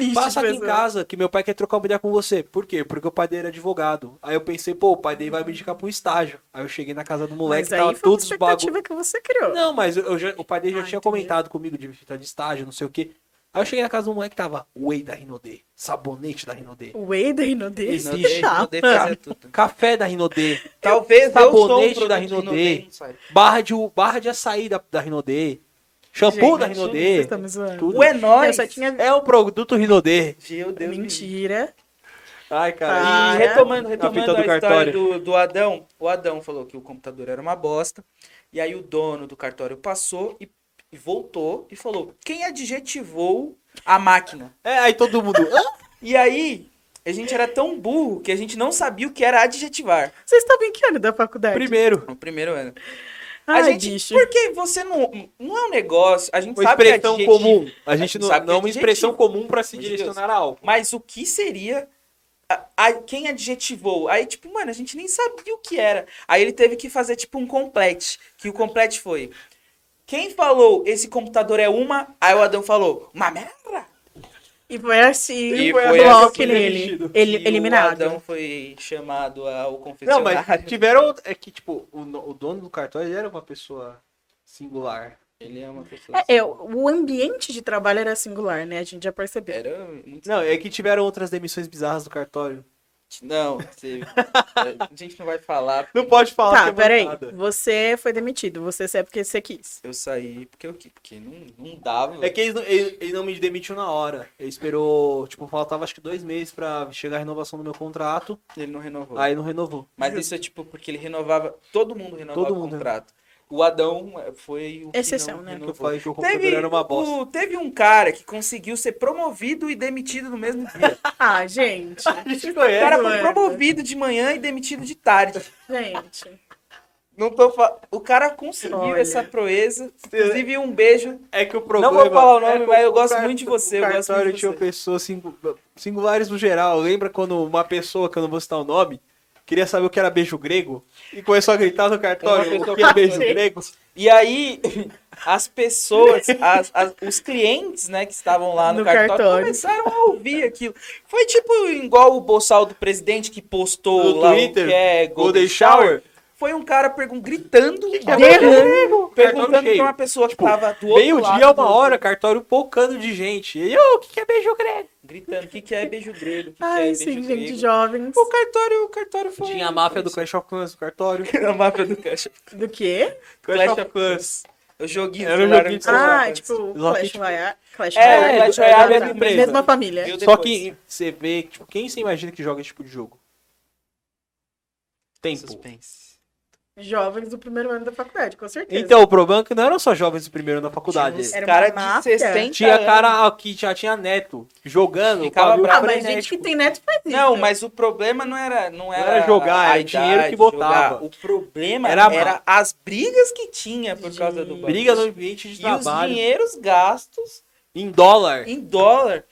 C: nicho
B: passa
C: de
B: aqui em
C: pessoa.
B: casa que meu pai quer trocar uma ideia com você. Por quê? Porque o pai dele era advogado. Aí eu pensei, pô, o pai dele vai me indicar pra um estágio. Aí eu cheguei na casa do moleque,
C: Mas aí
B: tava
C: foi uma
B: todos os bagulho.
C: expectativa que você criou.
B: Não, mas eu- eu já- o pai dele já
C: Ah,
B: tinha
C: entendi.
B: comentado comigo de fita de estágio, não sei o quê. Aí eu cheguei na casa do moleque que tava whey da Rinodê, sabonete da Rinodê,
C: O Wader no dele.
B: Existe.
E: Inodê, Inodê
B: é
E: fazia tudo.
B: café da Rinodê,
E: Talvez eu sou um
B: Sabonete
E: produto
B: da
E: de
B: Inodê.
E: Inodê, não sei.
B: barra de, barra de açaí da, da Rinodê, shampoo da
C: Vocês
B: Rinodê.
C: estão me zoando.
B: Tudo.
A: O é
C: Eu
A: nóis.
C: só tinha...
B: É um produto Rinodê.
A: Meu Deus.
C: Mentira.
B: Ai, cara.
C: Ah.
A: E retomando, retomando
B: fita
A: é? a,
B: do
A: história
B: cartório.
A: do, do Adão, o Adão falou que o computador era uma bosta, e aí o dono do cartório passou e, e voltou e falou, quem adjetivou a máquina?
B: É, aí todo mundo. "Hã?"
A: E aí, a gente era tão burro que a gente não sabia o que era adjetivar
C: Vocês estavam em que ano da
B: "Ah,
C: faculdade?
B: [laughs] Primeiro.
A: no primeiro ano.
C: Ai,
A: a gente,
C: bicho.
A: porque você não, não é um negócio, a gente
B: Uma
A: sabe que
B: expressão
A: adjetivo-
B: comum. A gente
A: gente
B: não,
A: sabe que
B: não
A: é
B: é uma expressão
A: adjetivo.
B: comum pra se
A: Meu Deus.
B: direcionar a algo.
A: Mas o que seria. a- a- quem adjetivou? Aí, tipo, mano, a gente nem sabia o que era. Aí ele teve que fazer, tipo, um complete. Que o complete foi. Quem falou esse computador é uma? Aí o Adão falou, uma merda!
C: E foi assim,
A: E
C: foi
A: foi
C: bloco
B: assim,
C: nele.
B: demitido.
A: E
C: Ele,
A: O
C: eliminado.
A: Adão foi chamado ao
B: Não,
A: confessionário.
B: mas tiveram. É que, tipo, o, no- o dono do cartório ele era uma pessoa singular.
A: Ele é uma pessoa.
C: É, é, o ambiente de trabalho era singular, né? A gente já percebeu.
A: assim. Era muito.
B: Não, é que tiveram outras demissões bizarras do cartório.
A: Não, você- a gente não vai falar.
B: Não pode falar
C: tá,
B: que é
C: peraí.
B: mancada.
C: Você foi demitido. Você sabe porque
A: [laughs]
C: você quis.
A: Eu saí porque eu qui- porque não, não dava.
B: É que eles não- ele, ele não me demitiu na hora. Ele esperou, tipo, faltava acho que dois meses pra chegar a renovação do meu contrato.
A: ele não renovou.
B: Aí não renovou.
A: Mas isso é tipo porque ele renovava, todo mundo renovava
B: Todo
A: o
B: mundo.
A: contrato. O Adão eh, foi o que
C: Exceção,
A: não
C: né?
B: Porque eu
A: renovou.
B: falei É que o computador
A: Teve,
B: era uma bosta.
A: o- teve um cara que conseguiu ser promovido e demitido no mesmo dia.
C: Ah,
B: [laughs]
C: gente.
B: A gente
A: O
B: conhece.
A: cara foi
C: Mano.
A: promovido de manhã e demitido de tarde.
C: gente.
A: Não tô fa- O cara conseguiu
C: Olha.
A: essa proeza. Inclusive, um beijo.
B: É que o
A: Não
B: problema.
A: vou falar o nome,
B: é que
A: mas eu
B: o
A: gosto
B: car-
A: muito de você,
B: O
A: eu gosto
B: cartório
A: muito de
B: tinha
A: você.
B: pessoas singu- singulares no geral. Lembra quando uma pessoa, que eu não vou citar o nome, queria saber o que era beijo grego e começou a gritar no
A: Uma
B: cartório
A: pessoa
B: o que é beijo
A: começou.
B: grego?
A: E aí, [laughs] as pessoas, as- as- os clientes, né, que estavam lá no,
C: No
A: cartório,
C: cartório.
A: começaram a ouvir aquilo. Foi tipo igual o boçal do presidente que postou
B: No
A: lá
B: Twitter,
A: o que é
B: Golden Shower?
A: Foi um cara pergun gritando,
B: que é
A: berrando,
B: Golden Cartório
A: perguntando
B: cheio.
A: pra uma pessoa que
B: Tipo,
A: tava do outro
B: Meio
A: lado.
B: dia, uma hora, cartório pocando de gente. E eu, o que que é beijo grego?
A: Gritando, o que, que é beijo grego? O que, que é
C: Ai,
A: beijo
C: sim,
A: grego?
C: gente, jovens.
A: O cartório, o cartório foi... [laughs]
B: Tinha a máfia do Clash of Clans no cartório.
A: A máfia do Clash,
C: Do quê?
A: Clash
B: of
A: of Clans. O joguinho
B: Era um
A: celular
B: joguinho
A: do
B: de celular,
C: Ah,
A: celular.
C: tipo,
B: Loki,
C: Clash
B: tipo-
C: Royale. Clash
A: É,
C: Royale.
A: Clash Royale é
C: Tá,
A: da empresa.
C: Mesma família.
A: Eu
B: Só
A: depois.
B: que você vê, tipo, quem você imagina que joga esse tipo de jogo? Tempo.
A: Suspense.
C: Jovens do primeiro ano da faculdade, com certeza.
B: Então, o problema é que não eram só jovens do primeiro ano da faculdade.
A: Tinha uns
C: Era uma
A: cara de
C: máfia.
A: 60
B: Tinha
A: anos.
B: cara que já tinha neto jogando.
A: Ficava
B: bagulho
A: bravo. né,
C: ah, mas gente
B: frenético.
C: que tem neto faz isso.
A: Não, mas o problema não era não era,
B: era jogar,
A: a
B: era o dinheiro
A: idade,
B: que botava.
A: jogar. O problema
B: Era
A: era,
B: má.
A: as brigas que tinha por causa do banco.
B: Briga no ambiente de
A: e os
B: trabalho.
A: dinheiros gastos
B: Em dólar.
A: em dólar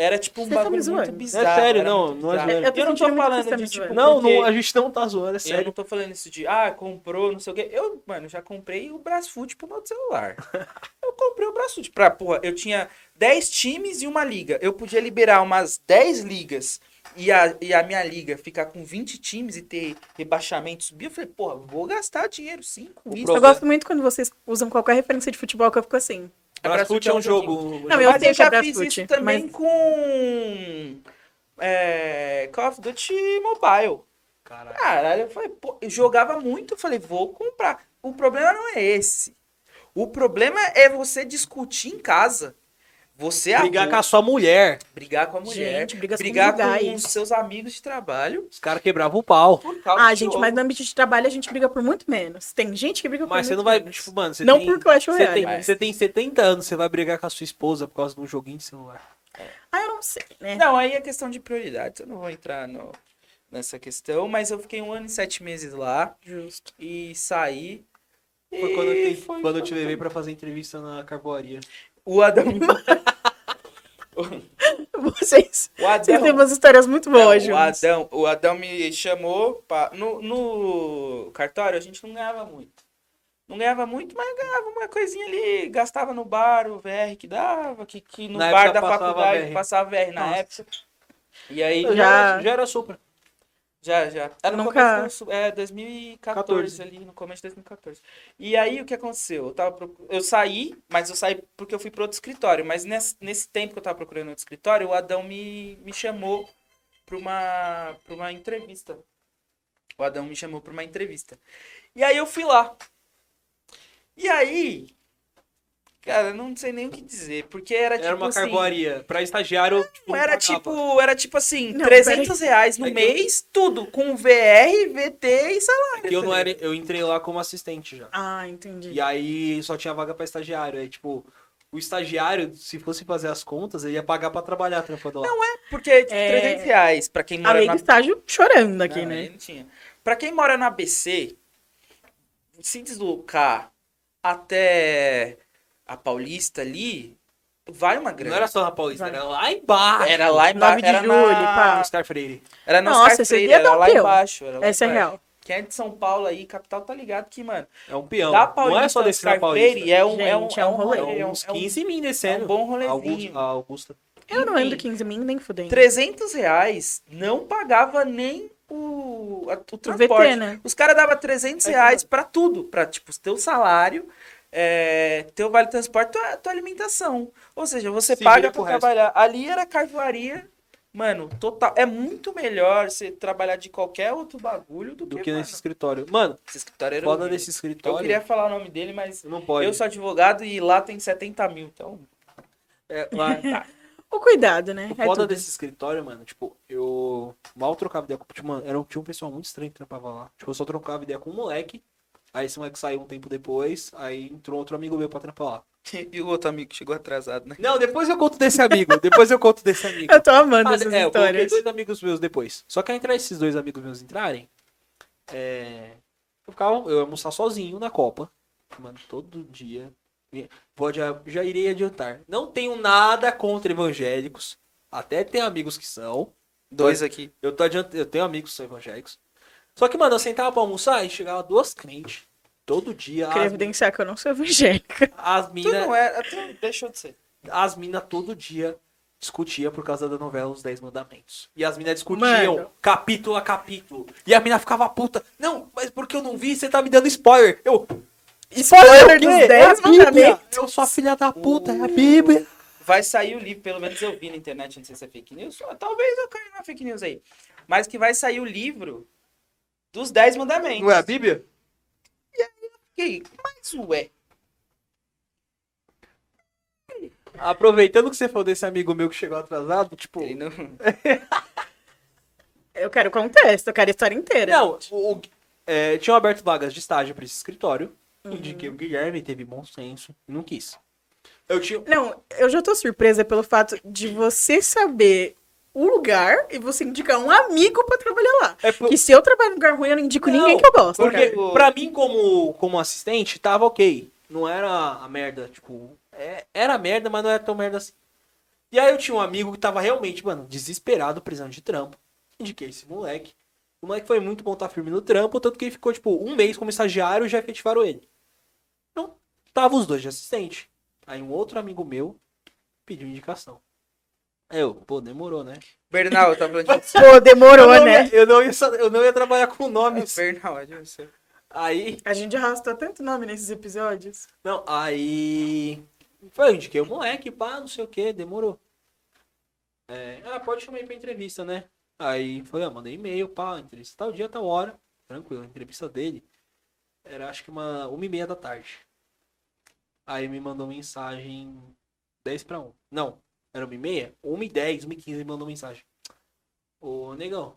A: era tipo um
C: Você tá me
A: bagulho muito
C: zoando?
B: É
A: bizarro.
B: sério,
A: era
B: não,
A: muito
B: não é
A: bizarro.
B: zoeira.
C: Eu tô
A: Eu não tô
C: sentindo muito que você
A: falando
C: tá
A: de
C: me
A: tipo
C: zoando.
B: Não,
A: porque
B: não, a gente não tá zoando, é
A: eu não
B: sério.
A: tô falando isso de ah, comprou, não sei o quê. Eu, mano, já comprei o Brasfoot pro meu
C: [laughs]
A: celular. eu comprei o Brasfoot pra, porra, eu tinha 10 times e uma liga. Eu podia liberar umas 10 ligas e a, e a minha liga ficar com 20 times e ter rebaixamento subir. Eu falei, porra, vou gastar dinheiro sim com isso.
C: Eu gosto muito quando vocês usam qualquer referência de futebol que eu fico assim.
B: Brasfoot é um jogo.
C: Não, eu
A: Mas
C: sei
A: eu
C: que
A: já
C: é
A: fiz
C: Brasfoot,
A: isso também
C: mas-
A: com é, Call of Duty Mobile.
B: Caralho.
A: Caralho, eu falei, pô, eu jogava muito, eu falei, vou comprar. O problema não é esse. O problema é você discutir em casa. Você
B: Brigar com
A: arruma-
B: a sua mulher.
A: brigar com a mulher,
C: Gente, brigas com
A: brigar com
C: lugares.
A: os seus amigos de trabalho
B: Os caras quebravam o pau.
A: por causa
C: Ah,
A: de
C: gente,
A: jogo.
C: mas no ambiente de trabalho a gente briga por muito menos. Tem gente que briga por
B: Mas você não
C: muito
B: vai,
C: menos.
B: tipo, mano, você
C: não
B: tem.
C: por Clash
B: Você
C: Royale.
B: tem, você tem 70 anos, você vai brigar com a sua esposa por causa de um joguinho de celular.
C: Ah, eu não sei, né?
A: Não, aí é questão de prioridades. Eu não vou entrar no- nessa questão, mas eu fiquei um ano e sete meses lá
C: Justo. [laughs]
A: e saí.
B: Foi quando eu
A: E
B: te,
A: foi-
B: quando eu te
A: foi-
B: levei pra fazer entrevista na carvoaria.
A: O Adão,
C: Vocês
A: o Adão.
C: Vocês têm umas histórias muito boas,
A: o
C: Júnior.
A: Adão, o Adão me chamou pra... no, no cartório a gente não ganhava muito. Não ganhava muito, mas ganhava uma coisinha ali, gastava no bar o VR que dava, que, que no
B: Na
A: bar
B: época
A: da
B: passava
A: faculdade
B: VR.
A: passava VR na
B: Nossa.
A: época. E aí
C: Eu
B: Já,
A: Ah.
C: Já-
B: já era supra.
A: já, já. Era no
C: Nunca-
A: começo, do- é, 2014 ali, no começo de 2014. E aí o que aconteceu? Eu, tava proc- eu saí, mas eu saí porque eu fui para outro escritório. Mas nesse, nesse tempo que eu tava procurando outro escritório, o Adão me, me chamou para uma, pra uma entrevista. O Adão me chamou para uma entrevista. E aí eu fui lá. E aí, cara, eu não sei nem o que dizer, porque era,
B: Era
A: tipo
B: uma
A: assim,
B: carvoaria. Pra estagiário, tipo,
A: era
B: pagava.
A: tipo, era tipo assim,
C: Não,
A: 300 reais no
B: É que eu-
A: mês, tudo, com VR, VT e salário.
B: Porque eu não
A: tá
B: era, eu entrei lá como assistente já.
C: Ah, entendi.
B: E aí só tinha vaga pra estagiário. Aí, tipo, o estagiário, se fosse fazer as contas, ele ia pagar pra trabalhar trampando lá. Não, é.
A: ligado? Porque tipo,
C: É.
A: 300 reais, pra quem
C: A
A: mora
C: lei
A: na...
C: do estágio chorando aqui,
A: não, aí
C: né?
A: não tinha. Pra quem mora na ABC, se deslocar até a Paulista ali, vai uma grana.
B: Não era só na Paulista,
C: Vai.
B: era lá embaixo.
A: Era lá
C: 9
A: embaixo,
C: de
A: era
C: julho,
A: na...
C: pá.
B: Oscar Freire.
A: Era na
C: Nossa,
A: Oscar
C: esse
A: Freire,
C: dia
A: era
C: dá um
A: lá
C: pio.
A: embaixo. Era lá
C: Essa é
A: embaixo.
C: real.
A: Quem é de São Paulo aí, capital, tá ligado que, mano,
B: É um peão.
A: da Paulista
B: não é só descer na
A: Oscar
B: Paulista.
A: Freire é um, é um,
C: Gente, é um rolê.
B: É
A: é um-
B: uns 15 mil
A: é um
B: descendo.
A: bom rolezinho.
B: Augusta, a Augusta.
C: Eu não
A: Enfim.
C: ando 15 mil nem fudendo.
A: 300 reais não pagava nem o, a- o
C: O
A: transporte.
C: VT, né?
A: Os caras davam 300 reais pra tudo, pra tipo, teu salário, é, teu vale transporte, tua, tua alimentação. Ou seja, você
B: Se vira
A: paga
B: com
A: pra
B: o resto.
A: trabalhar. Ali era carvoaria, mano, total. É muito melhor você trabalhar de qualquer outro bagulho do,
B: Do
A: que,
B: que
A: mano,
B: nesse escritório. Mano,
A: esse escritório era um-
B: foda
A: horrível. Então,
B: desse
A: Eu
B: escritório.
A: queria falar o nome dele, mas
B: Não pode.
A: eu sou advogado e lá tem 70 mil, então.
B: É, lá-
A: tá.
C: O cuidado, né?
B: O
C: É
B: foda
C: tudo.
B: desse escritório, mano, tipo, eu mal trocava ideia com. Tipo, mano, era um, tinha um pessoal muito estranho que trampava lá. Tipo, eu só trocava ideia com um moleque. Aí esse moleque saiu um tempo depois. Aí entrou outro amigo meu pra trampar lá.
A: [laughs] E o outro amigo que chegou atrasado, né?
B: Não, depois eu conto desse amigo. depois eu conto desse amigo.
C: [laughs] [laughs] Eu tô amando
B: Ah,
C: essas
B: é, eu coloquei
C: histórias.
B: dois amigos meus depois. Só que ao entrar esses dois amigos meus entrarem, é, eu, ficava, eu ia almoçar sozinho na Copa. Mano, todo dia. Vou, já, já irei adiantar. Não tenho nada contra evangélicos. Até tem amigos que são.
A: Dois aqui.
B: Eu, tô adiant... eu tenho amigos que são evangélicos. Só que, mano, eu sentava pra almoçar e chegava duas crentes. Todo dia.
C: Eu Queria evidenciar que eu não sou evangélica.
B: As,
A: Tu
B: minas
C: é.
A: não era, tu deixou de ser.
B: as mina todo dia discutia por causa da novela Os Dez Mandamentos. E as minas discutiam
C: Mano.
B: capítulo a capítulo. E a mina ficava puta. Não, mas porque eu não vi, você tá me dando spoiler. Eu.
C: Spoiler
B: o quê?
C: dos
B: É a
C: dez
B: Bíblia.
C: mandamentos.
B: Eu sou a filha da puta, é a Bíblia.
A: Vai sair o livro, pelo menos eu vi na internet, não sei se é fake news. ou Talvez eu caia na fake news aí. Mas que vai sair o livro dos Dez Mandamentos.
B: Não é a Bíblia?
A: E aí? Mas ué.
B: Aproveitando que você falou desse amigo meu que chegou atrasado, tipo.
A: Ele não...
C: Eu quero contexto, eu quero a história inteira.
B: Não, o, o- é, tinham aberto vagas de estágio pra esse escritório. Indiquei o Guilherme, teve bom senso, não quis. Eu tinha.
C: Não, eu já tô surpresa pelo fato de você saber o lugar e você indicar um amigo pra trabalhar lá.
B: É por-
C: Que se eu trabalho em lugar ruim, eu não indico
B: Não,
C: ninguém que eu gosto.
B: Porque
A: cara.
B: pra mim, como, como assistente, tava ok. Não era a merda, tipo. é- era merda, mas não era tão merda assim. E aí eu tinha um amigo que tava realmente, mano, desesperado, precisando de trampo. Indiquei esse moleque. O moleque foi muito bom tá firme no trampo, tanto que ele ficou, tipo, um mês como estagiário e já efetivaram ele. Então, tava os dois de assistente. Aí um outro amigo meu pediu indicação. Aí Eu, pô, demorou, né?
A: Bernal, eu tava falando de
C: Pô,
B: Eu
C: demorou,
B: não
C: né?
B: ia, eu não ia, sa- eu não ia trabalhar com nomes.
A: você. Bernal, é de você.
B: Aí.
C: A gente arrastou tanto nome nesses episódios.
B: Não, aí. Foi, eu indiquei o moleque, pá, não sei o que, demorou. É, ah, pode chamar ele pra entrevista, né? Aí foi, ah, mandei e-mail, pá, entrevista tal dia, tal hora. Tranquilo, a entrevista dele era acho que uma, uma e meia da tarde. Aí me mandou mensagem 10 pra 1. Não, era uma e meia? 1 e 10, 1 e 15 ele mandou mensagem. Ô, negão,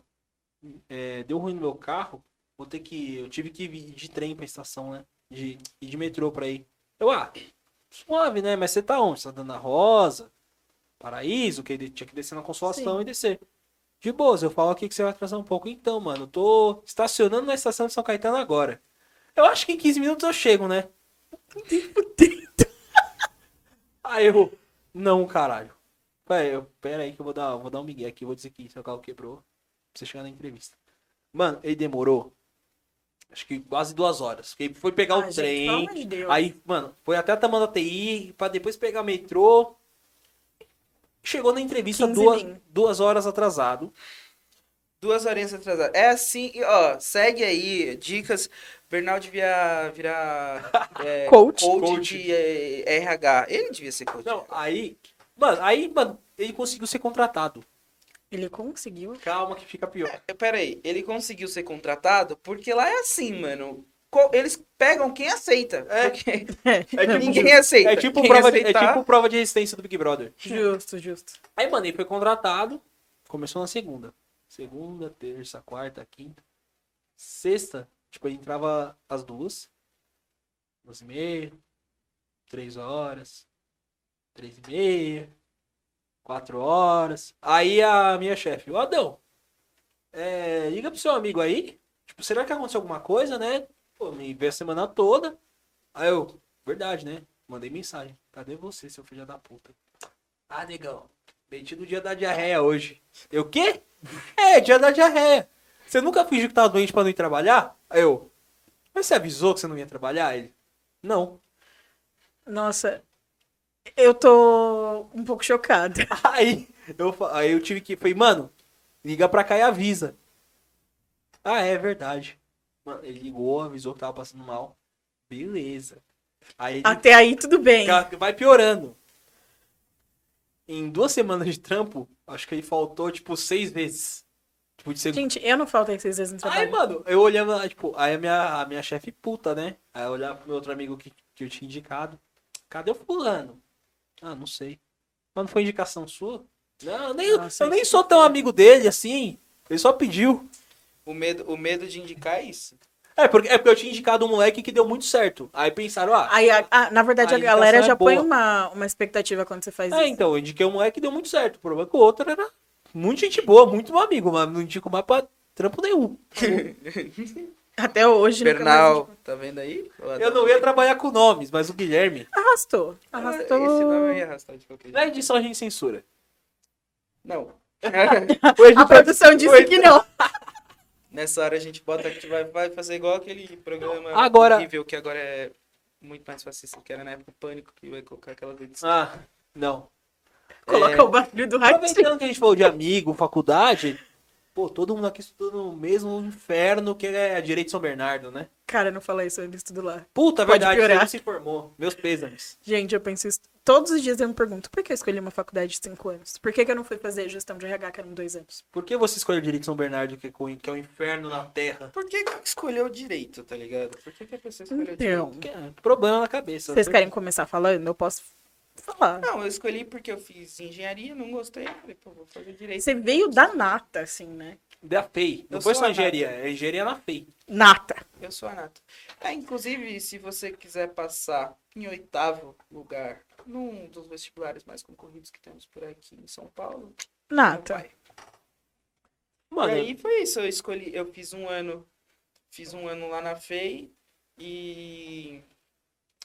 B: é, deu ruim no meu carro, vou ter que. Eu tive que ir de trem pra estação, né? De, ir de metrô pra ir. Eu, ah, suave, né? Mas você tá onde? Você tá andando na Rosa? Paraíso? Que ele tinha que descer na Consolação e descer. De boas, eu falo aqui que você vai atrasar um pouco. Então, mano, eu tô estacionando na estação de São Caetano agora. Eu acho que em 15 minutos eu chego, né? Aí eu, não, caralho. Falei, Pai, eu, pera aí que eu vou dar, vou dar um migué aqui, vou dizer que seu carro quebrou pra você chegar na entrevista. Mano, ele demorou acho que quase duas horas. Porque foi pegar
C: Ah,
B: É o
C: gente,
B: trem.
C: pelo amor de Deus.
B: Aí, mano, foi até a Tamanda TI pra depois pegar metrô. Chegou na entrevista
C: 15 e
B: duas,
C: 20.
B: duas horas atrasado.
A: Duas horinhas atrasadas. É assim, e, ó, segue aí, dicas. Bernal devia virar
B: [laughs]
A: é,
C: Coach.
B: Coach.
A: de é, RH. Ele devia ser coach.
B: Não, aí. Mano, aí, mano, ele conseguiu ser contratado.
C: Ele conseguiu.
B: Calma que fica pior. [laughs]
A: Pera aí, ele conseguiu ser contratado porque lá é assim, mano. Co- Eles pegam quem aceita.
B: É.
A: Porque
B: É tipo,
A: ninguém aceita.
B: é tipo
A: Quem
B: prova de, é
A: aceitar-
B: tipo prova de resistência do Big Brother.
C: Justo, justo.
B: Aí, mano, ele foi contratado. Começou na segunda. Segunda, terça, quarta, quinta. Sexta, tipo, ele entrava às duas. Duas e meia. Três horas. Três e meia. Quatro horas. Aí a minha chefe, ô Adão, é, liga pro seu amigo aí. Tipo, será que aconteceu alguma coisa, né? Pô, me vê a semana toda. Aí eu, verdade, né? Mandei mensagem. Cadê você, seu filho da puta? Ah, negão, meti no dia da diarreia hoje. Eu, quê? É, dia da diarreia. Você nunca fingiu que tava doente pra não ir trabalhar? Aí eu, mas você avisou que você não ia trabalhar? Ele, não. [laughs]
C: Nossa, eu tô um
B: [laughs]
C: pouco chocada.
B: Aí eu, fa- aí eu tive que. Falei, mano, liga pra cá e avisa. Ah, é verdade. Mano, ele ligou, avisou que tava passando mal. Beleza. Aí ele
C: Até aí, tudo bem.
B: fica- vai piorando. Em duas semanas de trampo, acho que ele faltou, tipo, seis vezes. Tipo, de segunda.
C: Gente, eu não faltei seis vezes no
B: Aí,
C: trabalho.
B: mano, eu olhando, aí, tipo, aí a minha, a minha chefe puta, né? Aí eu olhava pro meu outro amigo que, que eu tinha indicado. Cadê o fulano? Ah, não sei. Mas não foi indicação sua? Não, eu nem,
C: Nossa,
B: eu nem
C: isso
B: sou tão amigo dele, assim. Ele só pediu.
A: O medo, o medo de indicar é isso.
B: É porque, é porque eu tinha indicado um moleque que deu muito certo. Aí pensaram, ah,
C: Aí, a- a- na verdade,
B: A
C: a, galera
B: indicação é
C: já põe
B: boa.
C: uma, uma expectativa quando você faz
B: é,
C: isso.
B: então, eu indiquei um moleque que deu muito certo. O problema é que o outro era muito gente boa, muito meu amigo, mas não indico mais pra trampo nenhum.
C: Até hoje, nunca mais
A: Bernal, tá vendo aí?
B: Eu não ia trabalhar com nomes, mas o Guilherme.
C: Arrastou.
A: Esse é
C: Arrastou.
A: nome eu ia arrastar é de qualquer
B: Na
A: jeito.
B: edição a gente censura.
C: [laughs]
A: Não.
B: O
C: A
B: editor
C: produção disse
B: Oi.
C: que não.
A: Nessa hora a gente bota que vai, vai fazer igual aquele programa
B: Agora-
A: horrível que agora é muito mais fascista, que era na época o Pânico, que vai colocar aquelas edições.
B: Ah, não.
C: Coloca
B: É.
C: o barulho do ratinho.
B: Aproveitando que a gente falou de amigo, faculdade, pô, todo mundo aqui estuda no mesmo inferno que é a Direito de São Bernardo, né?
C: Cara, não fala isso, eu estudo lá.
B: Puta, é
C: Pode
B: verdade,
C: piorar.
B: você não se formou. Meus pêsames.
C: Gente, eu penso isso. Todos os dias eu me pergunto por que eu escolhi uma faculdade de cinco anos? Por que, que eu não fui fazer gestão de RH que eram dois anos?
B: Por que você escolheu Direito de São Bernardo, que é co- que é o inferno na Terra?
A: Por que, que escolheu direito, tá ligado? Por que, que a pessoa escolheu direito?
C: Então,
B: Que é problema na cabeça.
C: vocês querem começar falando? Eu posso falar.
A: Não, eu escolhi porque eu fiz engenharia, não gostei, falei, pô, vou fazer direito.
C: Você veio da nata, assim, né?
B: Da FEI. Não
A: Eu
B: foi
A: sou
B: só
A: a
B: engenharia, é engenharia na FEI.
C: Nata.
A: Eu sou a Nata. Ah, inclusive, se você quiser passar em oitavo lugar num dos vestibulares mais concorridos que temos por aqui em São Paulo,
C: Nata.
A: vai.
B: Mano,
A: e aí foi isso, eu escolhi, eu fiz um ano, fiz um ano lá na FEI e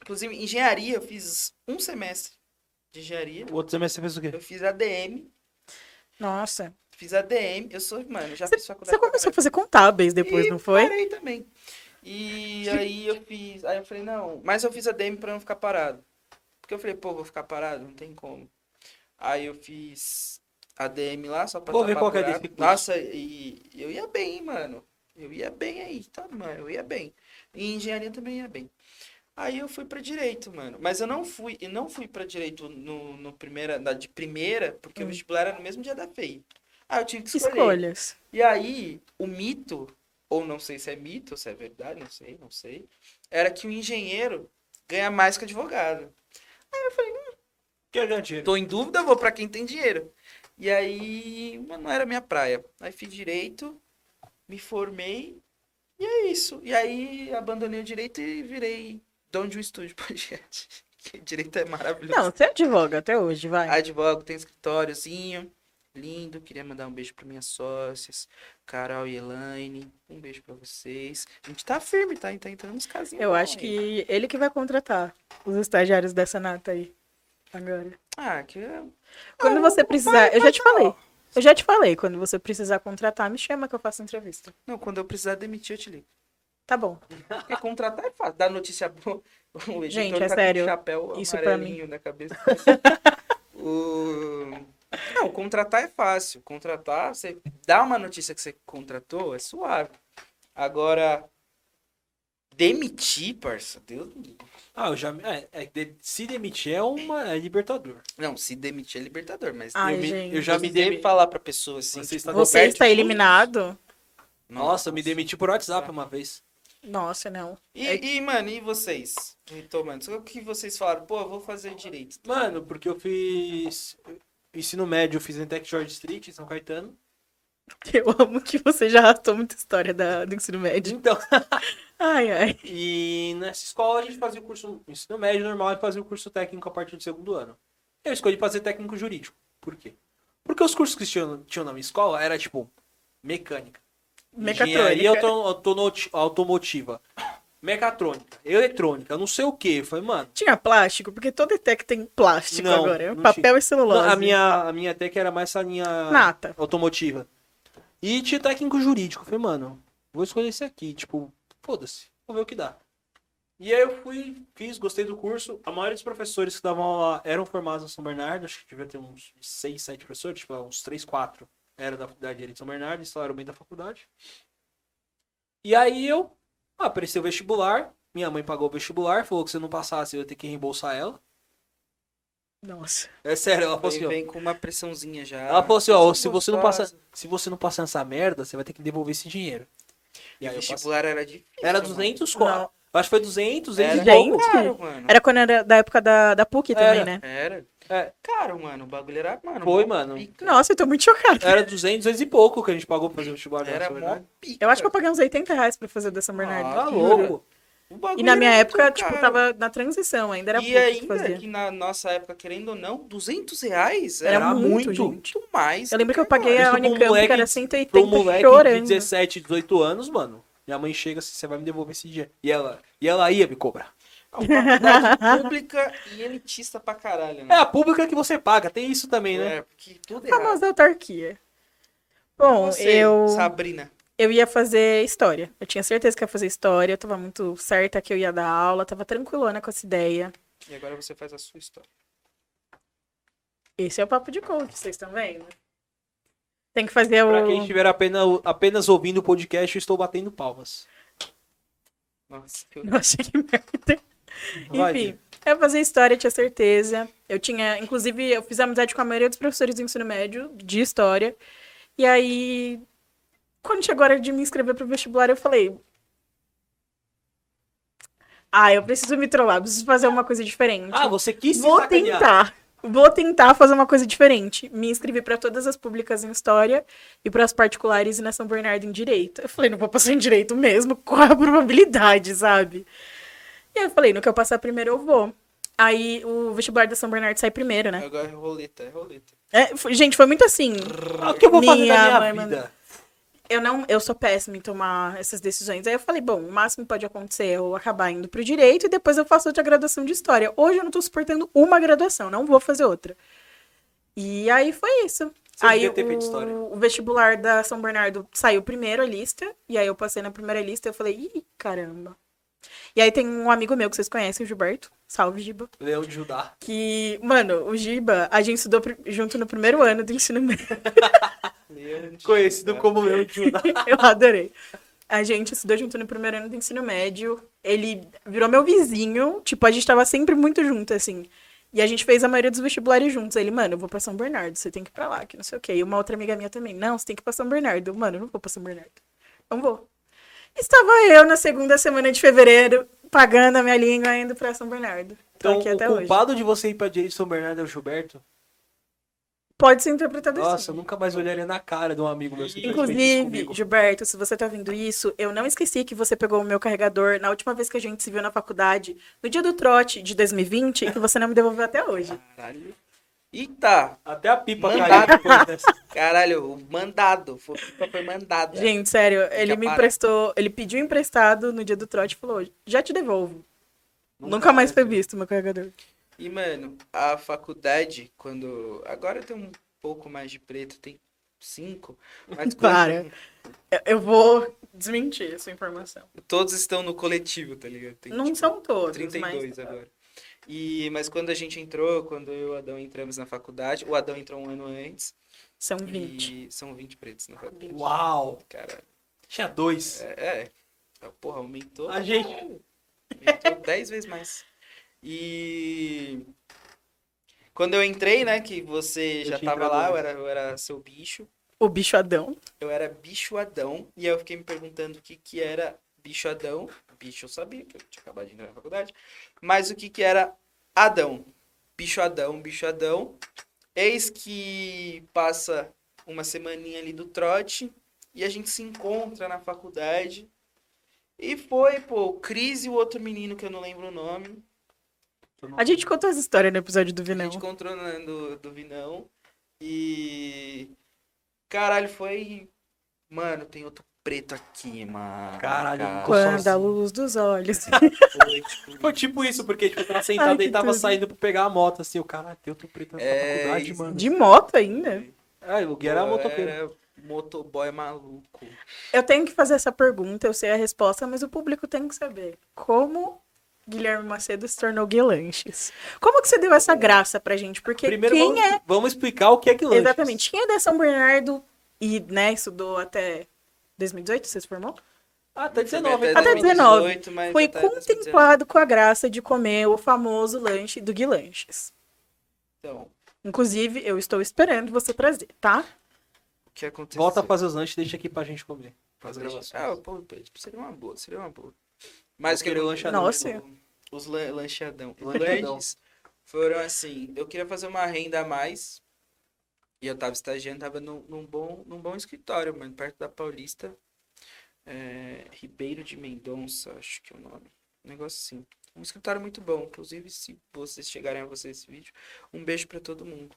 A: inclusive engenharia, eu fiz um semestre de engenharia.
B: o outro semestre você fez o quê?
A: Eu fiz ADM,
C: Nossa.
A: fiz ADM, eu sou, mano, já
C: Cê-
A: fiz faculdade.
C: Você
A: pra
C: começou a fazer contábeis depois,
A: E
C: não foi?
A: Parei também. E aí eu fiz, aí eu falei, não, mas eu fiz a DM pra não ficar parado. Porque eu falei, pô, vou ficar parado, não tem como. Aí eu fiz a DM lá, só pra
B: Vou ver
A: tapar
B: qual que é
A: buraco.
B: desse curso.
A: Nossa, e e eu ia bem, hein, mano. Eu ia bem aí, tá, mano? Eu ia bem. E engenharia também ia bem. Aí eu fui pra direito, mano. Mas eu não fui, e não fui pra direito no, no primeira, na de primeira, porque o
C: Hum.
A: vestibular era no mesmo dia da FEI. Ah, eu tive que escolher.
C: Escolhas.
A: E aí, o mito, ou não sei se é mito, se é verdade, não sei, não sei, era que o engenheiro ganha mais que o advogado.
B: Que é dinheiro.
A: Tô em dúvida, vou pra quem tem dinheiro. E aí, mas não era minha praia. Aí fiz direito, me formei, e é isso. E aí, abandonei o direito e virei dono de um estúdio [laughs] podcast. Que direito é maravilhoso.
C: Não, você advoga até hoje, vai.
A: Advogo, tem escritóriozinho. Lindo, queria mandar um beijo para minhas sócias, Carol e Elaine. Um beijo para vocês. A gente tá firme, tá? A gente tá entrando nos casinhos.
C: Eu
A: bom
C: acho
A: aí.
C: que ele que vai contratar os estagiários dessa nata aí. agora.
A: Ah, que eu-
C: Quando você precisar, eu já te falei. Eu já te falei, quando você precisar contratar, me chama que eu faço entrevista.
A: Não, quando eu precisar demitir, eu te ligo.
C: Tá bom.
A: Porque contratar é fácil. Dar notícia boa. [laughs] O editor
C: Gente, é
A: tá com
C: sério.
A: um chapéu
C: Isso pra
A: amarelinho na cabeça. [laughs] O- Não, contratar é fácil. Contratar, você dá uma notícia que você contratou, é suave. Agora, demitir, parça, Deus me livre.
B: Ah, eu já. É, é, de- se demitir é uma. É libertador.
A: Não, se demitir é libertador, mas
C: Ai,
B: eu, me-
C: gente.
B: eu já
A: você
B: me demi...
A: falar pra pessoa assim.
B: Você
A: tipo,
B: está-
C: Você
A: Roberto,
C: está eliminado?
B: tipo, Nossa, eu me demiti por WhatsApp uma vez.
C: Nossa, não. [laughs]
A: E, e, mano, e vocês? Retomando, o que vocês falaram? Pô, eu vou fazer direito.
B: Mano, porque eu fiz. Ensino médio, eu fiz em Tech George Street, em São Caetano.
C: Eu amo que você já arrastou muita história da, do ensino médio.
B: Então, [laughs]
C: Ai, ai.
B: E nessa escola a gente fazia o curso o ensino médio normal e fazia o curso técnico a partir do segundo ano. Eu escolhi fazer técnico jurídico. Por quê? Porque os cursos que tinham, tinham na minha escola era tipo mecânica, engenharia
C: Mecatrônica.
B: auto- autonoti- automotiva, mecatrônica, eletrônica, não sei o que. Foi, mano.
C: Tinha plástico, porque todo ETEC tem plástico
B: Não,
C: agora.
B: não
C: papel e
B: não,
C: celulose.
B: a minha a minha tech era mais essa linha
C: Nata.
B: automotiva. E tinha técnico jurídico. Eu Falei, mano, vou escolher esse aqui. Tipo, foda-se, vou ver o que dá. E aí eu fui, fiz, gostei do curso. A maioria dos professores que davam aula eram formados em São Bernardo. Acho que devia ter uns 6, 7 professores, tipo, uns 3, 4 eram da faculdade de Direito de São Bernardo, instalaram bem da faculdade. E aí eu ah, apareceu o vestibular. Minha mãe pagou o vestibular, falou que se eu não passasse eu ia ter que reembolsar ela.
C: Nossa.
B: É sério, ela falou
A: Vem,
B: assim, ó.
A: vem com uma pressãozinha já.
B: Ela falou assim, ó,
A: Pressão
B: se você não
A: gostosa.
B: passar, se você não passar nessa merda, você vai ter que devolver esse dinheiro. E aí eu passei.
A: vestibular era difícil.
B: Era
A: mano.
B: 200 conto. Acho que foi 200, 200
A: Era
B: e
C: Gente.
B: pouco.
A: caro, mano.
C: Era quando era da época da, da PUC também,
B: Era.
C: né?
A: Era.
B: É.
A: Caro, mano. O bagulho era, mano.
B: Foi,
A: mó
B: mano.
A: pica.
C: Nossa, eu tô muito chocada.
B: Era 200, 200 e pouco que a gente pagou pra fazer o vestibular. na
A: Era
B: São
A: mó
B: Bernardo.
A: pica.
C: Eu acho
B: É.
C: que eu paguei uns 80 reais pra fazer o da São Bernardo.
B: Tá
A: Ah,
B: louco.
A: O bagulho
C: E na minha
A: era
C: época,
B: então,
A: muito
C: tipo,
A: caro.
C: tava na transição, ainda era
A: E
C: pouco que
A: ainda
C: fazia.
A: que na nossa época, querendo ou não, 200 reais
C: Era muito,
A: muito mais.
C: Eu lembro que eu paguei
B: Isso
C: a
B: pra um
C: Unicamp, que
B: moleque-
C: era
B: Pra
C: 180
B: um moleque
C: chorando.
B: de 17, 18 anos, mano. Minha mãe chega assim, você vai me devolver esse dinheiro. E ela, e ela ia me cobrar.
A: A
C: [laughs]
A: faculdade pública e elitista pra caralho,
B: É
A: né?
B: a pública que você paga, tem isso também, né?
A: É, porque tudo
C: A
A: errado.
C: famosa autarquia. Tá, Bom,
A: Você,
C: eu,
A: Sabrina.
C: eu ia fazer história. Eu tinha certeza que ia fazer história, eu tava muito certa que eu ia dar aula, tava tranquilona com essa ideia.
A: E agora você faz a sua história.
C: Esse é o papo de coach, vocês estão vendo? Tem que fazer
B: Pra
C: o.
B: quem estiver apenas, apenas ouvindo o podcast, eu estou batendo palmas.
A: Nossa, que
C: [laughs] Nossa, que merda.
B: Vai,
C: Enfim,
B: Gui.
C: eu fazia história, tinha certeza. Eu tinha, inclusive, eu fiz amizade com a maioria dos professores do ensino médio de história. E aí, quando chegou a hora de me inscrever pro vestibular, eu falei: "Ah, eu preciso me trollar, preciso fazer uma coisa diferente.
B: Ah, você quis se
C: Vou
B: sacanear.
C: tentar. Vou tentar fazer uma coisa diferente. Me inscrevi para todas as públicas em história e para as particulares e na São Bernardo em direito. Eu falei, não vou passar em direito mesmo, [laughs] qual é a probabilidade, sabe? E aí eu falei, no que eu passar primeiro eu vou. Aí o vestibular da São Bernardo sai primeiro, né?
A: Agora é roleta, é roleta.
C: É, foi- gente, foi muito assim.
B: Ah, o que eu vou fazer
C: Minha
B: da minha
C: mãe mandou.
B: vida?
C: Eu não, eu sou péssima em tomar essas decisões. Aí eu falei, bom, o máximo que pode acontecer é eu acabar indo pro direito e depois eu faço outra graduação de história. Hoje eu não tô suportando uma graduação, não vou fazer outra. E aí foi isso.
B: Você
C: aí
B: devia ter feito
C: o-
B: história.
C: o vestibular da São Bernardo saiu primeiro a lista, e aí eu passei na primeira lista e eu falei, ih, caramba. E aí tem um amigo meu que vocês conhecem, o Gilberto. Salve, Giba.
B: Leão de Judá.
C: Que, mano, o Giba, a gente estudou pri- junto no primeiro ano do ensino médio.
A: Leandro.
C: É.
B: Conhecido como Leão de Judá.
C: [laughs] Eu adorei. A gente estudou junto no primeiro ano do ensino médio. Ele virou meu vizinho. Tipo, a gente tava sempre muito junto, assim. E a gente fez a maioria dos vestibulares juntos. Ele, mano, eu vou pra São Bernardo, você tem que ir pra lá, que não sei o quê. E uma outra amiga minha também, não, você tem que ir pra São Bernardo. Eu, Mano, eu não vou pra São Bernardo. Não vou. Estava eu na segunda semana de fevereiro, pagando a minha língua, indo pra São Bernardo. Tô
B: Então,
C: aqui
B: o
C: até hoje.
B: culpado de você ir pra direito de São Bernardo é o Gilberto?
C: Pode ser interpretado assim.
B: Nossa, eu nunca mais olharia na cara de um amigo meu. que fez isso
C: Inclusive,
B: comigo.
C: Gilberto, se você tá vendo isso, eu não esqueci que você pegou o meu carregador na última vez que a gente se viu na faculdade, no dia do trote de 2020, e que você não me devolveu até hoje.
A: Caralho. Eita,
B: Até a pipa
A: Mandado.
B: caiu depois dessa.
A: caralho, o mandado. Foi, foi mandado.
C: Gente, sério, ele me
A: É. para.
C: emprestou, ele pediu emprestado no dia do trote e falou: já te devolvo. Nunca, mais foi visto meu carregador.
A: E, mano, a faculdade, quando. Agora tem um pouco mais de preto, tem cinco. Mas quando-
C: Para. Eu- Eu vou desmentir essa informação.
A: [laughs] Todos estão no coletivo, tá ligado? Tem,
C: Não
A: tipo,
C: são todos,
A: 32
B: tá.
C: mas...
A: agora. E, mas quando a gente entrou, quando eu e o Adão entramos na faculdade, o Adão entrou um ano antes.
C: São 20.
A: E são 20 pretos na faculdade.
B: Uau!
A: Cara,
B: Tinha dois.
A: é. é. Então, Porra, aumentou.
B: A gente- [laughs]
A: Aumentou 10 vezes mais. E. Quando eu entrei, né, que você
B: Eu
A: já
B: tinha
A: tava
B: entrado
A: lá, eu
B: antes.
A: era, eu era seu bicho.
C: O bicho Adão.
A: Eu era bicho Adão, e aí eu fiquei me perguntando o que que era bicho Adão. Bicho eu sabia, que eu tinha acabado de entrar na faculdade. Mas o que que era Adão? Bicho Adão, bicho Adão. Eis que passa uma semaninha ali do trote, e a gente se encontra na faculdade. E foi, pô, o Cris e o outro menino que eu não lembro o nome.
C: A gente contou essa história no episódio do
A: A
C: Vinão.
A: gente encontrou na- do, do Vinão. E. Caralho, foi. Mano, tem outro preto aqui, mano.
B: Caralho,
A: Cara,
B: ficou
C: Quando a
A: assim.
B: sozinho.
C: luz dos olhos. [laughs]
A: foi, tipo,
B: Foi tipo isso, porque tipo, eu tava
C: Ai,
B: sentado
C: que
B: e tava
C: tudo.
B: saindo pra pegar a moto, assim, o cara tem outro preto na
A: É,
B: faculdade,
A: isso.
B: mano.
C: De moto ainda?
B: Ah, o Gui era
A: pô,
B: motoqueiro.
A: era motoboy maluco.
C: Eu tenho que fazer essa pergunta, eu sei a resposta, mas o público tem que saber. Como Guilherme Macedo se tornou Guilanches? Como que você deu essa graça pra gente? Porque
B: Primeiro
C: quem
B: vamos, vamos explicar o que é que
C: é...
B: lanche.
C: Exatamente, quem é da São Bernardo e, né, estudou até 2018, você se formou?
B: Ah, tá
A: Foi
B: 19.
C: Até
B: tá
C: 19.
A: 2018, mas
C: Foi
B: um
A: até 2019.
C: contemplado com a graça de comer o famoso lanche do Guilanches.
A: Então,
C: Inclusive, eu estou esperando você trazer, tá?
A: o que aconteceu?
B: Volta a fazer os lanches, deixa aqui pra gente comer. Faz
A: Deixa-
B: gravações.
A: Ah, pô, tipo, seria uma boa, seria uma boa. Mas o que
B: Aquele
A: eu
B: lanchadão
C: Nossa.
B: de novo.
A: Os lan lanchadão. Os
B: Lanchadão.
A: lanches foram assim, eu queria fazer uma renda a mais. E eu tava estagiando, tava num, num bom, num bom escritório, mano, perto da Paulista. É, Ribeiro de Mendonça, acho que é o nome. Um negócio assim. Um escritório muito bom. Inclusive, se vocês chegarem a vocês esse vídeo, um beijo pra todo mundo.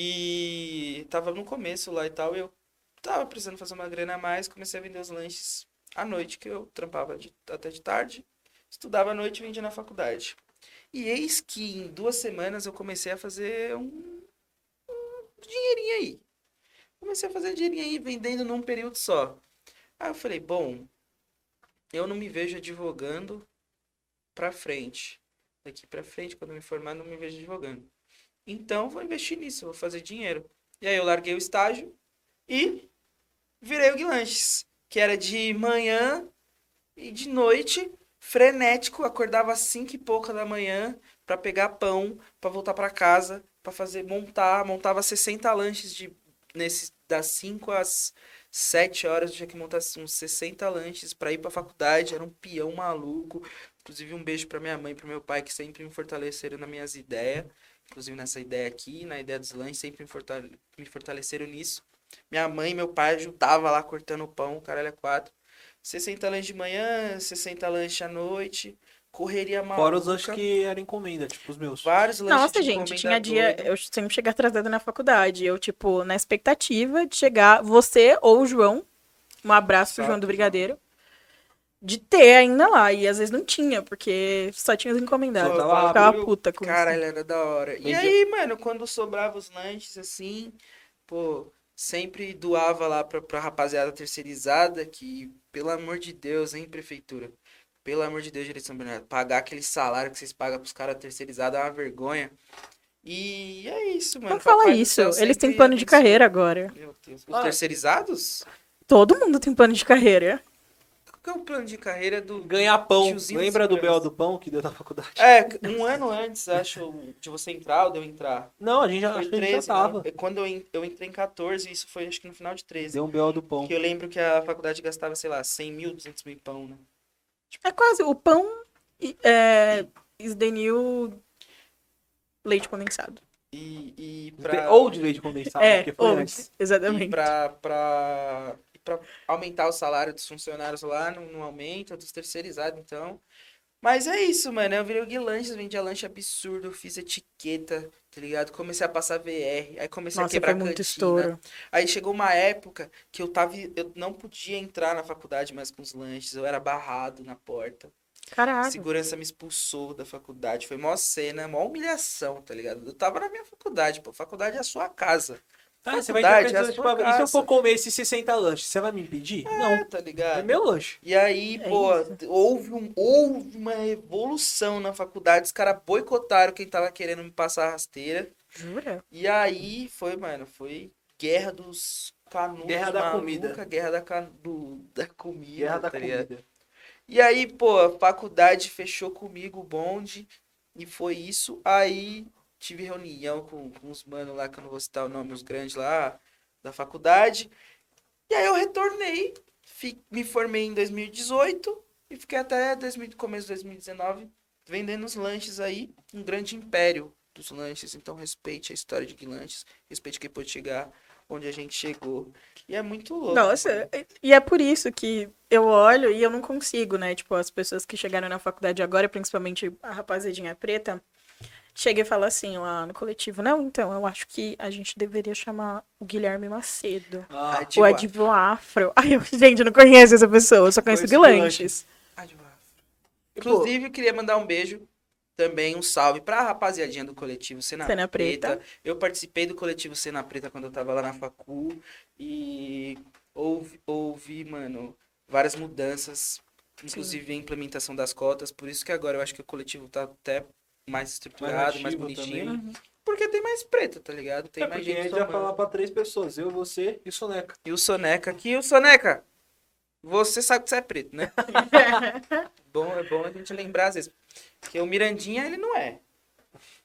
A: E tava no começo lá e tal, e eu tava precisando fazer uma grana a mais, comecei a vender os lanches à noite, que eu trampava de- até de tarde. Estudava à noite e vendia na faculdade. E eis que em duas semanas eu comecei a fazer um, um dinheirinho aí. Comecei a fazer dinheirinho aí, vendendo num período só. Aí eu falei, bom, eu não me vejo advogando pra frente. Daqui pra frente, quando eu me formar, não me vejo advogando. Então, vou investir nisso, vou fazer dinheiro. E aí eu larguei o estágio e virei o Guilanches, que era de manhã e de noite frenético, acordava às 5 e pouca da manhã pra pegar pão, pra voltar pra casa, pra fazer montar, montava 60 lanches de nesse das 5 às 7 horas, eu tinha que montar uns 60 lanches pra ir pra faculdade, era um peão maluco. Inclusive um beijo pra minha mãe, e pro meu pai que sempre me fortaleceram nas minhas ideias, inclusive nessa ideia aqui, na ideia dos lanches, sempre me, fortale- me fortaleceram nisso. Minha mãe e meu pai ajudavam lá cortando o pão, caralho, é quatro. 60 lanches de manhã, 60 lanches à noite, correria maluca.
B: Fora os lanches que era encomenda, tipo os meus.
A: Vários lanches
C: Nossa,
A: de
C: gente, tinha
A: encomenda
C: dia.
A: doida.
C: Eu sempre cheguei atrasada na faculdade. Eu, tipo, na expectativa de chegar você ou o João, um abraço pro
A: Exato,
C: João do Brigadeiro, de ter ainda lá. E às vezes não tinha, porque só tinha os encomendados.
A: Só
C: Eu
A: tava
C: ficava
A: rápido.
C: puta com
A: Caralho, era da hora. E
B: Vendia.
A: aí, mano, quando sobrava os lanches, assim, pô, sempre doava lá pra, pra rapaziada terceirizada, que, pelo amor de Deus, hein, prefeitura? Pelo amor de Deus, direção Bernardo, pagar aquele salário que vocês pagam pros caras terceirizados é uma vergonha. E é isso,
C: isso.
A: mano.
C: Não Então fala
A: Papai do
C: isso.
A: céu
C: Eles
A: sempre
C: têm
A: né,
C: plano de
A: abençoa.
C: carreira agora.
A: Meu Deus. Os
B: Ah.
A: terceirizados?
C: Todo mundo tem plano de carreira.
A: Qual que é o plano de carreira do.
B: Ganhar pão.
A: Tiozinho
B: Lembra do
A: segurança.
B: Bel do Pão que deu na faculdade?
A: É, um ano antes, acho, de você entrar ou de eu entrar.
B: Não, a gente
C: [laughs]
B: já,
A: Foi
B: acho que a gente
A: 13,
B: já tava.
A: né? Quando eu, en- eu entrei em 14, isso foi acho que no final de 13.
B: Deu um BO do pão.
A: Que eu lembro que a faculdade gastava, sei lá, 100 mil, 200 mil pão, né?
C: É quase o pão e, é, esdenil leite condensado.
A: E, e pra...
B: Ou de leite
A: Ah,
B: condensado,
C: é,
B: porque foi
C: ou-
B: antes.
A: E
C: exatamente.
A: pra, pra, e pra aumentar o salário dos funcionários lá, não, não aumenta, dos terceirizados, então. Mas é isso, mano. Eu virei o Gui Lanches, vendia lanche absurdo, fiz etiqueta, tá ligado? Comecei a passar VR, aí comecei a
C: Nossa,
A: é quebrar
C: foi muito
A: cantina.
C: estouro.
A: Aí chegou uma época que eu tava, eu não podia entrar na faculdade mais com os lanches, eu era barrado na porta.
C: Caraca.
A: Segurança me expulsou da faculdade. Foi mó cena, mó humilhação, tá ligado? Eu tava na minha faculdade, pô. Faculdade é a sua casa.
B: Ah, você vai entrar pra
A: Faculdade,
B: pessoa,
A: as
B: tipo, ah, e se eu
A: porcaças.
B: for comer esses 60 lanches, você vai me impedir?
A: É,
B: Não,
A: tá ligado?
B: é meu lanche.
A: E aí,
C: É
A: pô, houve, um, houve uma revolução na faculdade. Os caras boicotaram quem tava querendo me passar a rasteira.
C: Jura?
A: E aí foi, mano, foi guerra dos canudos.
B: Guerra da
A: maluca,
B: comida.
A: Guerra da, canu- do- da comida. tá ligado?
B: comida.
A: E aí, pô, a faculdade fechou comigo o bonde. E foi isso. Aí tive reunião com, com uns manos lá, que eu não vou citar o nome, os grandes lá da faculdade. E aí eu retornei. fi- me formei em 2018 e fiquei até 2000, começo de 2019 vendendo os lanches aí. Um grande império dos lanches. Então respeite a história de Guilanches. Respeite quem pode chegar onde a gente chegou. E é muito louco.
C: Nossa, e é por isso que eu olho e eu não consigo, né? Tipo, as pessoas que chegaram na faculdade agora, principalmente a rapazadinha preta, chega e fala assim lá no coletivo, não, então, eu acho que a gente deveria chamar o Guilherme Macedo.
B: Ah,
C: o
A: Adiwa-
C: Edivo Afro. Ai, eu, gente, eu não conheço essa pessoa, eu só conheço o
B: Conheço é o
C: Guilanches.
A: Adiwa-
C: Tipo,
A: Inclusive, queria mandar um beijo também, um salve pra rapaziadinha do coletivo Cena,
C: Cena Preta.
A: Eu participei do coletivo Cena Preta quando eu tava lá na facu e houve, houve mano, várias mudanças, inclusive a implementação das cotas, por isso que agora eu acho que o coletivo tá até mais estruturado, mais,
B: ativo
A: bonitinho.
B: também. né?
A: Porque tem mais preto, tá ligado? Tem
B: é
A: mais
B: porque a
A: gente
B: gente vai
A: tomando.
B: falar pra três pessoas, eu, você e o Soneca.
A: E o Soneca aqui, o Soneca, você sabe que você é preto, né? bom, é bom a gente lembrar às vezes. Porque o Mirandinha, ele não é.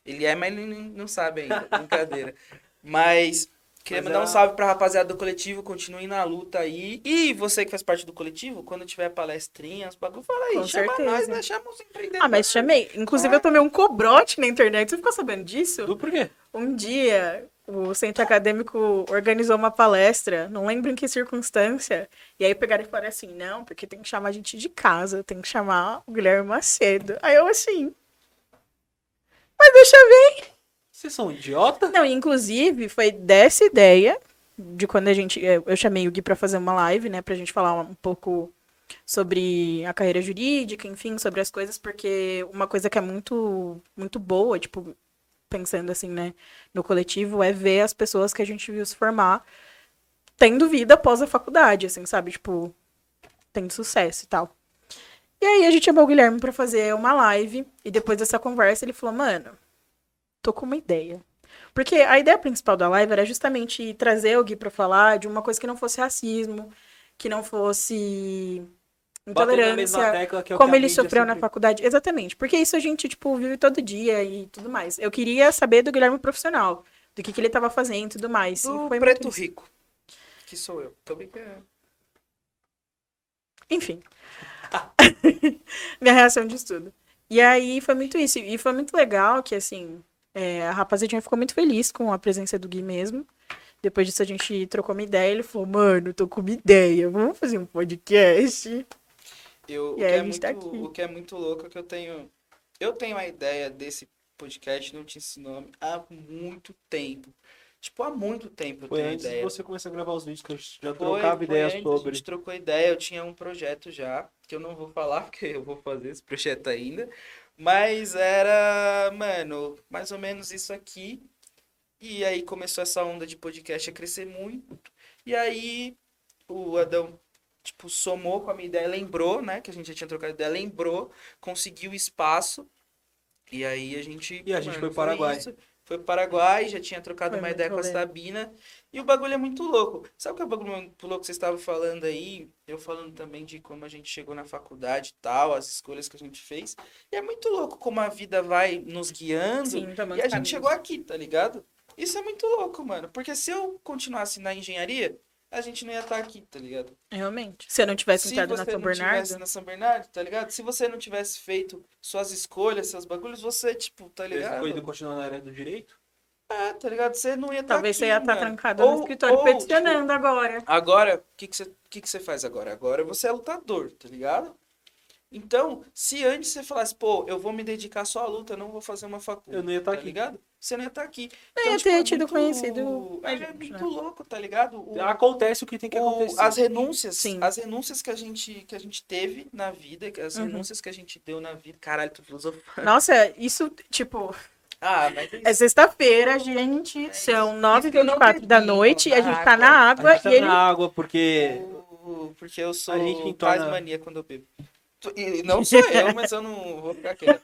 A: Ele é, mas ele não- não sabe ainda. [laughs] Brincadeira. Mas queria
B: Mas
A: mandar
C: é
B: a-
A: um salve pra rapaziada do coletivo. Continuem na luta aí. E você que faz parte do coletivo, quando tiver palestrinha, os bagulho, fala aí.
C: Com
A: chama
C: certeza.
A: nós, né? Chama os empreendedores.
C: [laughs] Ah, mas chamei. Inclusive, eu tomei um cobrote na internet. Você ficou sabendo disso?
B: Do porquê?
C: Um dia, o centro acadêmico organizou uma palestra, não lembro em que circunstância, e aí pegaram e falaram assim: não, porque tem que chamar a gente de casa, tem que chamar o Guilherme Macedo. Aí eu assim. Mas deixa eu ver.
B: Vocês são idiota?
C: Não, e inclusive, foi dessa ideia de quando a gente. Eu eu chamei o Gui pra fazer uma live, né, pra gente falar um pouco sobre a carreira jurídica, enfim, sobre as coisas, porque uma coisa que é muito, muito boa, tipo, pensando assim, né, no coletivo, é ver as pessoas que a gente viu se formar tendo vida após a faculdade, assim, sabe? Tipo, tendo sucesso e tal. E aí a gente chamou o Guilherme pra fazer uma live, e depois dessa conversa ele falou, mano, tô com uma ideia. Porque a ideia principal da live era justamente trazer o Gui pra falar de uma coisa que não fosse racismo, que não fosse
B: Batendo na
C: intolerância,
B: mesma tecla que é o que
C: como
B: a
C: ele
B: mídia
C: sofreu na
B: sempre-
C: faculdade. Exatamente. Porque isso a gente, tipo, vive todo dia e tudo mais. Eu queria saber do Guilherme profissional. Do que, que ele tava fazendo e tudo mais.
A: Do
C: e foi
A: preto
C: muito isso.
A: rico. Que sou eu. Tô brincando.
C: Enfim. [laughs] Minha reação de estudo. E aí foi muito isso. E foi muito legal que, assim, é, a rapaziadinha ficou muito feliz com a presença do Gui mesmo. Depois disso a gente trocou uma ideia. Ele falou, mano, tô com uma ideia. Vamos fazer um podcast.
A: Eu, o,
C: E
A: que
C: aí a
A: é
C: gente
A: muito,
C: tá aqui.
A: o que é muito louco é que eu tenho. Eu tenho a ideia desse podcast, não te ensinou há muito tempo. Tipo, há muito tempo eu
B: Foi
A: tenho a
B: antes de
A: ideia.
B: você começar a gravar os vídeos que a gente já
A: Foi-
B: trocava
A: foi
B: ideias
A: antes, tá A
B: sobre.
A: gente trocou ideia, eu tinha um projeto já, que eu não vou falar, [laughs] porque eu vou fazer esse projeto ainda. Mas era, mano, mais ou menos isso aqui. E aí começou essa onda de podcast a crescer muito. E aí o Adão, tipo, somou com a minha ideia, lembrou, né? Que a gente já tinha trocado ideia, lembrou, conseguiu espaço. E aí a gente.
B: E a gente foi pro Paraguai.
A: isso. Foi pro Paraguai, já tinha trocado
C: Foi
A: uma
C: muito
A: ideia com a
C: legal.
A: Sabina. E o bagulho é muito louco. Sabe o que é o bagulho muito louco que vocês estavam falando aí? Eu falando também de como a gente chegou na faculdade e tal, as escolhas que a gente fez. E é muito louco como a vida vai nos guiando.
C: Sim, tomando
A: E a gente chegou aqui, tá ligado? Isso é muito louco, mano. Porque se eu continuasse na engenharia, a gente não ia estar aqui, tá ligado?
C: Realmente. Se eu não tivesse
A: se
C: entrado
A: você
C: na São
A: não tivesse
C: Bernardo...
A: na São Bernardo, tá ligado? Se você não tivesse feito suas escolhas, seus bagulhos, você, tipo, tá
B: Essa
A: ligado?
B: coisa de continuar na área do direito?
A: É, tá ligado? Você não ia estar
C: Talvez
A: aqui,
C: você ia estar
A: mano.
C: trancado
A: Ou-
C: no escritório
A: ou, tipo,
C: peticionando agora.
A: Agora, o que que você que que você faz agora? Agora você é lutador, tá ligado? Então, se antes você falasse, pô, eu vou me dedicar só à luta, eu não vou fazer uma faculdade.
B: Eu não ia estar
A: tá
B: aqui.
A: ligado? você não ia estar aqui. Então,
C: Eu ia ter
A: [laughs]
C: tido conhecido
A: Mas é
C: gente,
A: muito
C: né?
A: louco, tá ligado? O-
B: Acontece o que tem que
A: o-
B: acontecer.
A: as renúncias,
C: Sim.
A: as renúncias que a gente que a gente teve na vida, as
C: Uhum.
A: renúncias que a gente deu na vida. Caralho, tô filosofando.
C: Nossa, isso, tipo,
A: Ah, mas
C: é sexta-feira, gente. São
A: É Isso que eu não
C: 9h24 da
A: bebi,
C: noite e a
A: na
C: gente tá
A: água.
C: na
B: A
C: água
B: gente
C: e
B: tá
C: ele.
B: na água porque.
A: o- porque eu sou
B: A gente então entona-
A: faz mania quando eu bebo. Tu- e não sou eu, mas eu não vou ficar quieto.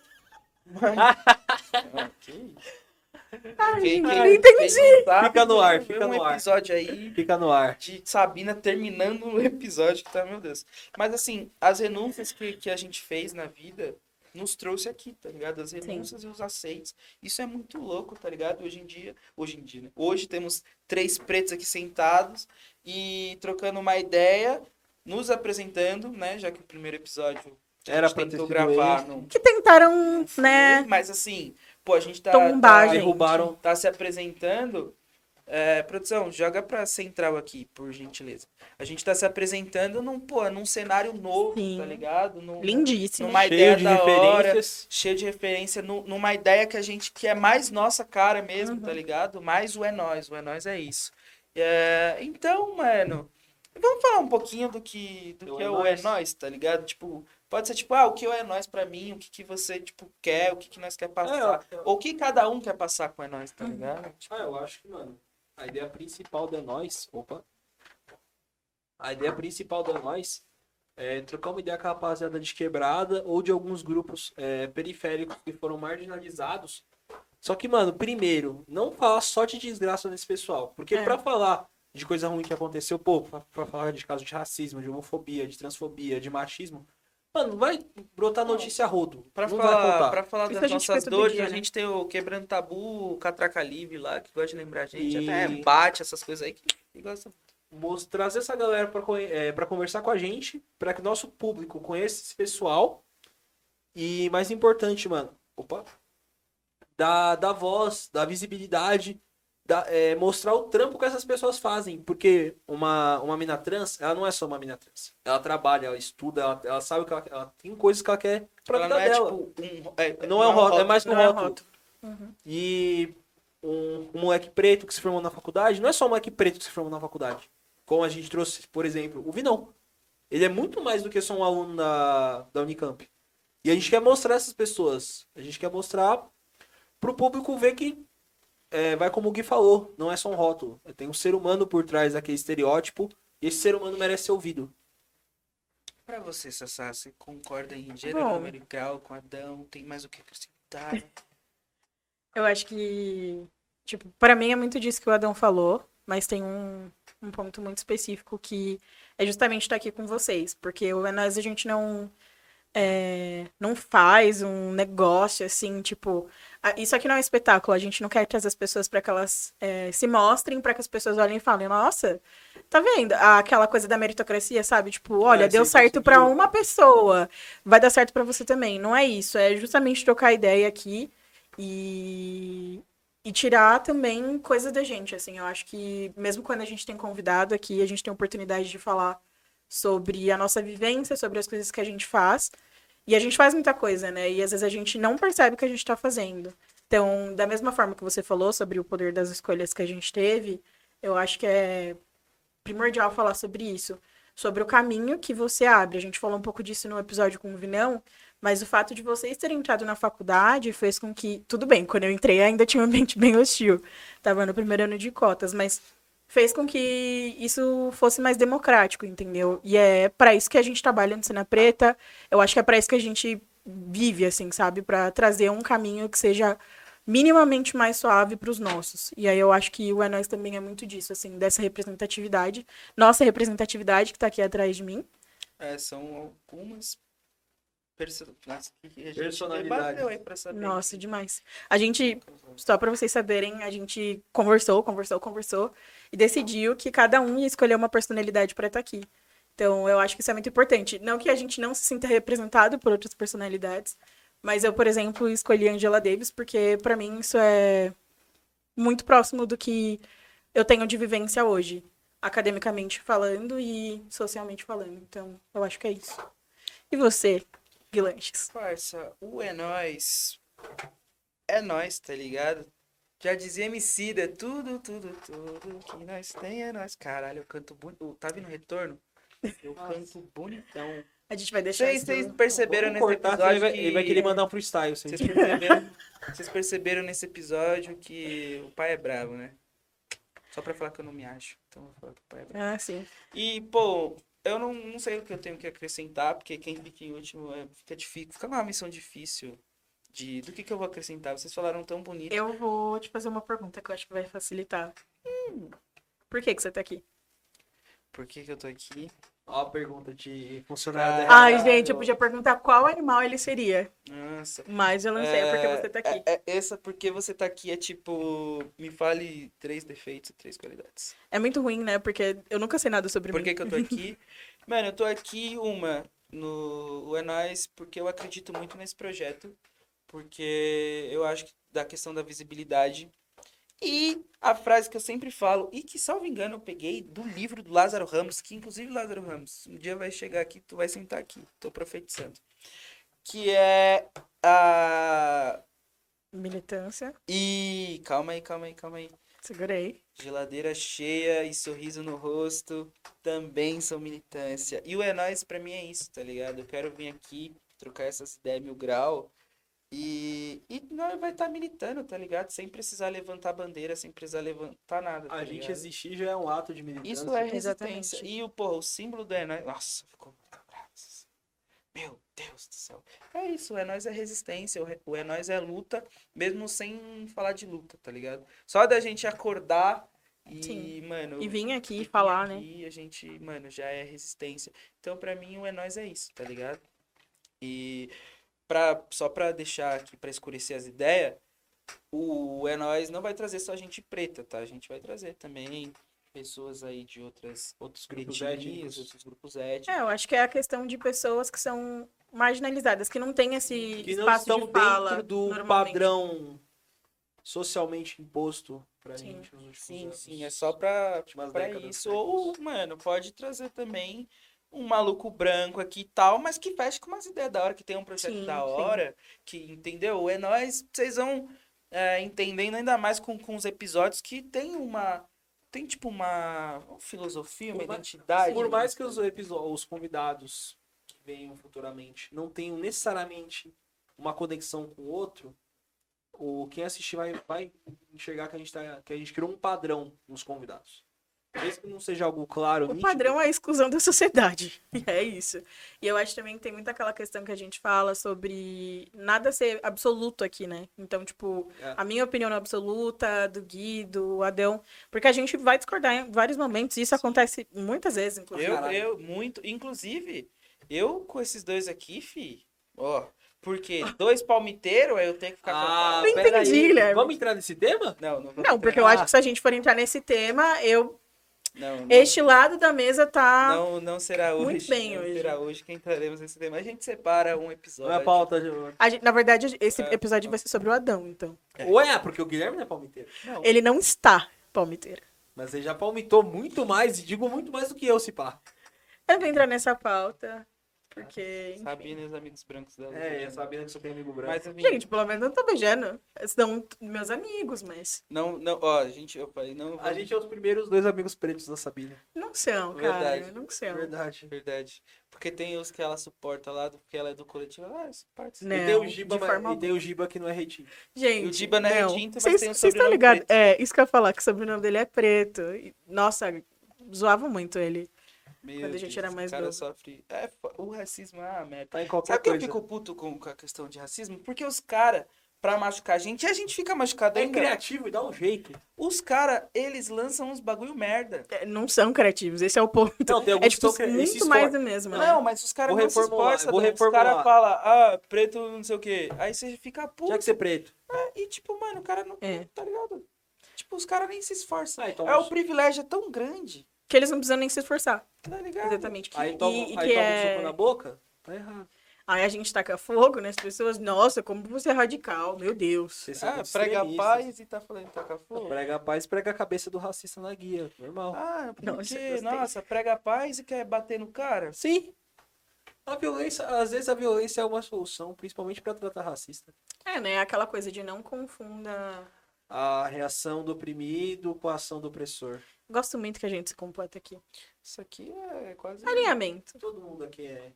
A: Mas... Ah, que isso.
C: Ai,
A: Quem-
C: gente,
A: quem-
C: entendi.
A: quem não sabe,
B: Fica no ar,
A: foi
B: fica
A: um
B: no ar.
A: episódio aí
B: Fica no ar.
A: de Sabina terminando o episódio, que tá, meu Deus. Mas assim, as renúncias que, que a gente fez na vida nos trouxe aqui, tá ligado? As renúncias e os aceites. Isso é muito louco, tá ligado? Hoje em dia, hoje em dia, né? Hoje temos três pretos aqui sentados e trocando uma ideia, nos apresentando, né? Já que o primeiro episódio
B: Era
A: a gente
B: pra ter
A: tentou
B: sido
A: gravar,
B: esse.
A: não
C: Que tentaram,
A: foi,
C: né?
A: Mas assim, pô, a gente tá.
C: Tombar,
A: tá,
C: gente.
B: Derrubaram.
A: Tá se apresentando. É, produção, joga pra central aqui, por gentileza. A gente tá se apresentando num, pô, num cenário novo,
C: Sim.
A: tá ligado? Num,
C: Lindíssimo.
A: Numa ideia
B: Cheio de
A: da hora.
B: referências.
A: Cheio de referência, nu- numa ideia que a gente que é mais nossa cara mesmo,
C: Uhum.
A: tá ligado? Mais o é nós, o é nós é isso. É, então, mano, vamos falar um pouquinho do que, do
B: Do
A: que
B: é
A: é o é
B: nós.
A: nós, tá ligado? Tipo, pode ser tipo, ah, o que é o é nós pra mim, o que, que você, tipo, quer, o que, que nós quer passar.
B: É, eu-
A: Ou o que cada um quer passar com o é nós, tá
C: Uhum.
A: ligado?
B: Ah, eu acho que, mano, a ideia principal da nós. Opa! A ideia principal da nós é trocar uma ideia com a rapaziada de quebrada ou de alguns grupos é, periféricos que foram marginalizados. Só que, mano, primeiro, não falar só de desgraça nesse pessoal. Porque
C: É.
B: pra falar de coisa ruim que aconteceu, pô, pra, pra falar de casos de racismo, de homofobia, de transfobia, de machismo, mano, vai brotar notícia a rodo.
A: Pra
B: não vai
A: falar,
B: contar.
A: pra falar
C: Isso a
A: das
C: gente
A: nossas
C: vê todo
A: dores,
C: dia,
A: a
C: né?
A: gente tem o Quebrando Tabu, o Catraca Livre lá, que gosta de lembrar a gente,
B: E-
A: até bate essas coisas aí que, que gosta.
B: mos- trazer essa galera para conversar com a gente, para que o nosso público conheça esse pessoal. E mais importante, mano, opa, da, da voz, da visibilidade, da- é, mostrar o trampo que essas pessoas fazem. Porque uma, uma mina trans, ela não é só uma mina trans. Ela trabalha, ela estuda, ela, ela sabe que ela, ela tem coisas que ela quer pra
A: Ela
B: vida
A: não é,
B: dela.
A: tipo, um, é,
B: não é um rótulo, é mais que um
C: Não é um
B: rótulo.
C: rótulo. Uhum.
B: E um, um moleque preto que se formou na faculdade, não é só um moleque preto que se formou na faculdade. Como a gente trouxe, por exemplo, o Vinão. Ele é muito mais do que só um aluno da, da Unicamp. E a gente quer mostrar essas pessoas. A gente quer mostrar pro público ver que, é, vai como o Gui falou, não é só um rótulo. Tem um ser humano por trás daquele estereótipo e esse ser humano merece ser ouvido.
A: Pra você, Sassá, você concorda em gênero
C: Bom.
A: numerical com Adão? Tem mais o que
C: [laughs]
A: acrescentar?
C: Eu acho que, tipo, para mim é muito disso que o Adão falou, mas tem um, um ponto muito específico que é justamente estar aqui com vocês, porque o nós a gente não é, não faz um negócio assim, tipo, a- isso aqui não é um espetáculo, a gente não quer trazer as pessoas para que elas é, se mostrem, para que as pessoas olhem e falem, nossa, tá vendo? Aquela coisa da meritocracia, sabe? Tipo, olha,
B: Ah,
C: deu
B: você
C: certo para
B: conseguiu.
C: uma pessoa, vai dar certo para você também. Não é isso, é justamente trocar ideia aqui e, e tirar também coisa da gente, assim. Eu acho que mesmo quando a gente tem convidado aqui, a gente tem a oportunidade de falar sobre a nossa vivência, sobre as coisas que a gente faz. E a gente faz muita coisa, né? E às vezes a gente não percebe o que a gente tá fazendo. Então, da mesma forma que você falou sobre o poder das escolhas que a gente teve, eu acho que é primordial falar sobre isso, sobre o caminho que você abre. A gente falou um pouco disso no episódio com o Vinão, mas o fato de vocês terem entrado na faculdade fez com que, tudo bem, quando eu entrei ainda tinha um ambiente bem hostil, tava no primeiro ano de cotas, mas fez com que isso fosse mais democrático, entendeu? E é para isso que a gente trabalha no Cena Preta, eu acho que é para isso que a gente vive, assim, sabe? Para trazer um caminho que seja minimamente mais suave para os nossos. E aí eu acho que o É Nós também é muito disso, assim, dessa representatividade, nossa representatividade que tá aqui atrás de mim.
A: É, são algumas personalidades que a gente
B: Personalidades.
A: debateu aí pra saber.
C: Nossa, demais. A gente, só para vocês saberem, a gente conversou, conversou, conversou e decidiu que cada um ia escolher uma personalidade para estar aqui. Então, eu acho que isso é muito importante. Não que a gente não se sinta representado por outras personalidades, mas eu, por exemplo, escolhi a Angela Davis porque para mim isso é muito próximo do que eu tenho de vivência hoje, academicamente falando e socialmente falando. Então, eu acho que é isso. E você, Guilanches?
A: Parça, o é nós. É nós, tá ligado? Já dizia Emicida, tudo, tudo, tudo que nós tem é nós. Caralho, eu canto bonito. Tá vindo retorno? Eu canto bonitão.
C: A gente vai deixar
A: Vocês,
C: isso.
A: vocês perceberam
B: Vamos
A: nesse
B: cortar, senão ele,
A: episódio
B: vai,
A: que...
B: ele vai querer mandar um freestyle. Assim.
A: Vocês perceberam, vocês perceberam nesse episódio que o pai é bravo, né? Só pra falar que eu não me acho. Então eu vou falar que o pai é bravo.
C: Ah, sim.
A: E, pô, eu não, não sei o que eu tenho que acrescentar, porque quem fica em último é, fica difícil. Fica uma missão difícil de do que, que eu vou acrescentar. Vocês falaram tão bonito.
C: Eu vou te fazer uma pergunta que eu acho que vai facilitar. Por que, que você tá aqui?
A: Por que, que eu tô aqui?
B: Ó a pergunta de funcionário.
A: Ah,
C: Ai,
A: eu-
C: gente, eu podia perguntar qual animal ele seria.
A: Nossa.
C: Mas eu não sei, é porque você tá aqui.
A: É- é- essa porque você tá aqui é tipo. Me fale três defeitos e três qualidades.
C: É muito ruim, né? Porque eu nunca sei nada sobre
A: Por que,
C: mim.
A: que eu tô aqui? Mano, eu tô aqui, uma, no o É Nóis, porque eu acredito muito nesse projeto. Porque eu acho que da questão da visibilidade. E a frase que eu sempre falo, e que, salvo engano, eu peguei do livro do Lázaro Ramos, que inclusive, Lázaro Ramos, um dia vai chegar aqui, tu vai sentar aqui, tô profetizando. Que é a.
C: Militância,
A: E. Calma aí, calma aí, calma aí.
C: segurei.
A: Geladeira cheia e sorriso no rosto também são militância. E o É Nóis pra mim é isso, tá ligado? Eu quero vir aqui trocar essas ideias mil grau e, e nós vai estar militando, tá ligado? Sem precisar levantar bandeira, sem precisar levantar nada,
B: A
A: tá
B: gente
A: ligado?
B: existir já é um ato de militância.
A: Isso
C: assim.
A: é
C: Exatamente.
A: resistência. E o, porra, o símbolo do É Nóis... Nossa, ficou muito bravo. Meu Deus do céu. É isso, o É Nóis é resistência, o Re- o É Nóis é luta, mesmo sem falar de luta, tá ligado? Só da gente acordar e,
C: Sim.
A: mano...
C: E vim aqui falar, né?
A: E a gente, mano, já é resistência. Então, pra mim, o É Nóis é isso, tá ligado? E pra, só pra deixar aqui, pra escurecer as ideias, o É Nóis não vai trazer só gente preta, tá? A gente vai trazer também pessoas aí de outras, outros
B: Grupos
A: grupos
B: étnicos.
A: étnicos, outros grupos étnicos.
C: É, eu acho que é a questão de pessoas que são marginalizadas, que não tem esse
B: que não
C: espaço
B: estão
C: de fala.
B: dentro do
C: normalmente.
B: padrão socialmente imposto pra
C: Sim.
B: gente nos últimos
A: Sim,
B: anos.
A: sim, é só pra,
B: Últimas
A: pra
B: décadas, né?
A: isso.
B: séculos.
A: Ou, mano, pode trazer também um maluco branco aqui e tal, mas que feche com umas ideias da hora, que tem um projeto
C: Sim,
A: da
C: sim.
A: hora, que, entendeu? É nós, vocês vão é, entendendo ainda mais com, com os episódios que tem uma. Tem tipo uma, uma filosofia, uma
B: Por mais-
A: identidade.
B: Por mais que os, episo- os convidados que venham futuramente não tenham necessariamente uma conexão com o outro, o quem assistir vai, vai enxergar que a, gente tá, que a gente criou um padrão nos convidados. Mesmo que não seja algo claro,
C: O
B: nítido,
C: padrão é a exclusão da sociedade. [laughs] É isso. E eu acho também que tem muito aquela questão que a gente fala sobre nada ser absoluto aqui, né? Então, tipo,
B: É.
C: a minha opinião não é absoluta, do Gui, do Adão. Porque a gente vai discordar em vários momentos. E isso acontece muitas vezes, inclusive.
A: Eu,
B: Caralho.
A: eu, muito. Inclusive, eu com esses dois aqui, fi, ó.
B: [laughs]
A: Porque dois palmiteiros, aí eu tenho que ficar
B: Ah,
A: com a cara-
C: Não
B: peraí,
C: entendi, Guilherme.
B: Vamos entrar nesse tema?
A: Não, não vou
C: Não, porque eu
B: Ah.
C: acho que se a gente for entrar nesse tema, eu.
A: Não, não.
C: Este lado da mesa tá.
A: Não, não será hoje.
C: Muito bem
A: não
C: hoje.
A: será hoje que entraremos nesse tema. A gente separa um episódio.
B: Não é pauta. de-
C: A gente- na verdade, esse
A: É.
C: episódio vai ser sobre o Adão, então.
B: Ou é, porque o Guilherme não é palmiteiro.
A: Não,
C: Ele não está palmiteiro.
B: Mas ele já palmitou muito mais, e digo muito mais do que eu, se pá.
C: Eu vou entrar nessa pauta, porque. enfim.
A: Sabina e né, os amigos brancos dela.
B: É, eu sabia que só tem amigo branco.
A: Mas, enfim,
C: Gente, pelo menos eu não tô beijando. São t- meus amigos, mas
A: não, não, ó, a gente, eu falei, não,
B: a gente é os primeiros dois amigos pretos da Sabina.
C: não são, cara.
A: Verdade.
C: Não são.
B: Verdade.
A: verdade. Porque tem os que ela suporta lá, do- porque ela é do coletivo. Ah, isso parte.
C: Não,
B: e tem o Giba,
C: Né, de
B: mas-
C: forma
B: e tem o Giba que não é retinho.
C: Gente.
A: E o Diba não é
C: não.
A: retinto, mas
C: Vocês
A: tem um
C: vocês estão
A: sobrenome
C: ligados? É, isso que eu ia falar, que o sobrenome dele é preto. E, nossa, zoava muito ele.
A: Meu
C: Quando a gente era
A: esse
C: mais
A: cara
C: novo.
A: sofre. É, fo- o racismo é uma merda.
B: Tá em qualquer
A: Sabe que eu
B: coisa.
A: fico puto com, com a questão de racismo? Porque os caras, pra machucar a gente, e a gente fica machucado
B: É
A: ainda.
B: criativo e dá um jeito.
A: Os caras, eles lançam uns bagulho merda.
C: É, Não são criativos, esse é o
A: Então
C: ponto.
B: Não, tem
C: é
B: alguns que
C: tipo
B: são cri- eles se
C: muito mais
B: esforçam.
C: do mesmo. né?
A: Não, mas os caras
B: Vou
A: não se
B: reformular,
A: esforçam,
B: vou
A: Dan. os
B: reformular.
A: caras falam, ah, preto não sei o quê. Aí você fica
C: um
A: puto.
B: Tinha que ser preto.
A: E tipo, mano, o cara não.
C: É.
A: Tá ligado? Tipo, os caras nem se esforçam.
B: Aí toma,
A: É o privilégio é tão grande,
C: Que eles não precisam nem se esforçar.
A: tá ligado?
C: Exatamente.
B: aí
C: E-
B: toma,
C: e
B: aí
C: que
B: toma um
C: é-
B: soco na boca. Tá errado.
C: Aí a gente taca fogo nas pessoas. Nossa, como você é radical, meu Deus.
B: Vocês são
A: Ah,
B: muito
A: prega
B: é um extremistas.
A: paz e tá falando taca fogo.
B: Prega paz, prega a cabeça do racista na guia. Normal.
A: Ah, porque,
C: Não,
A: nossa,
C: gostei.
A: prega paz e quer bater no cara?
B: Sim. A violência, às vezes a violência é uma solução, principalmente pra tratar racista.
C: É, né? Aquela coisa de não confunda
B: a reação do oprimido com a ação do opressor.
C: Gosto muito que a gente se completa aqui.
A: Isso aqui é quase.
C: Alinhamento.
B: Todo mundo aqui é.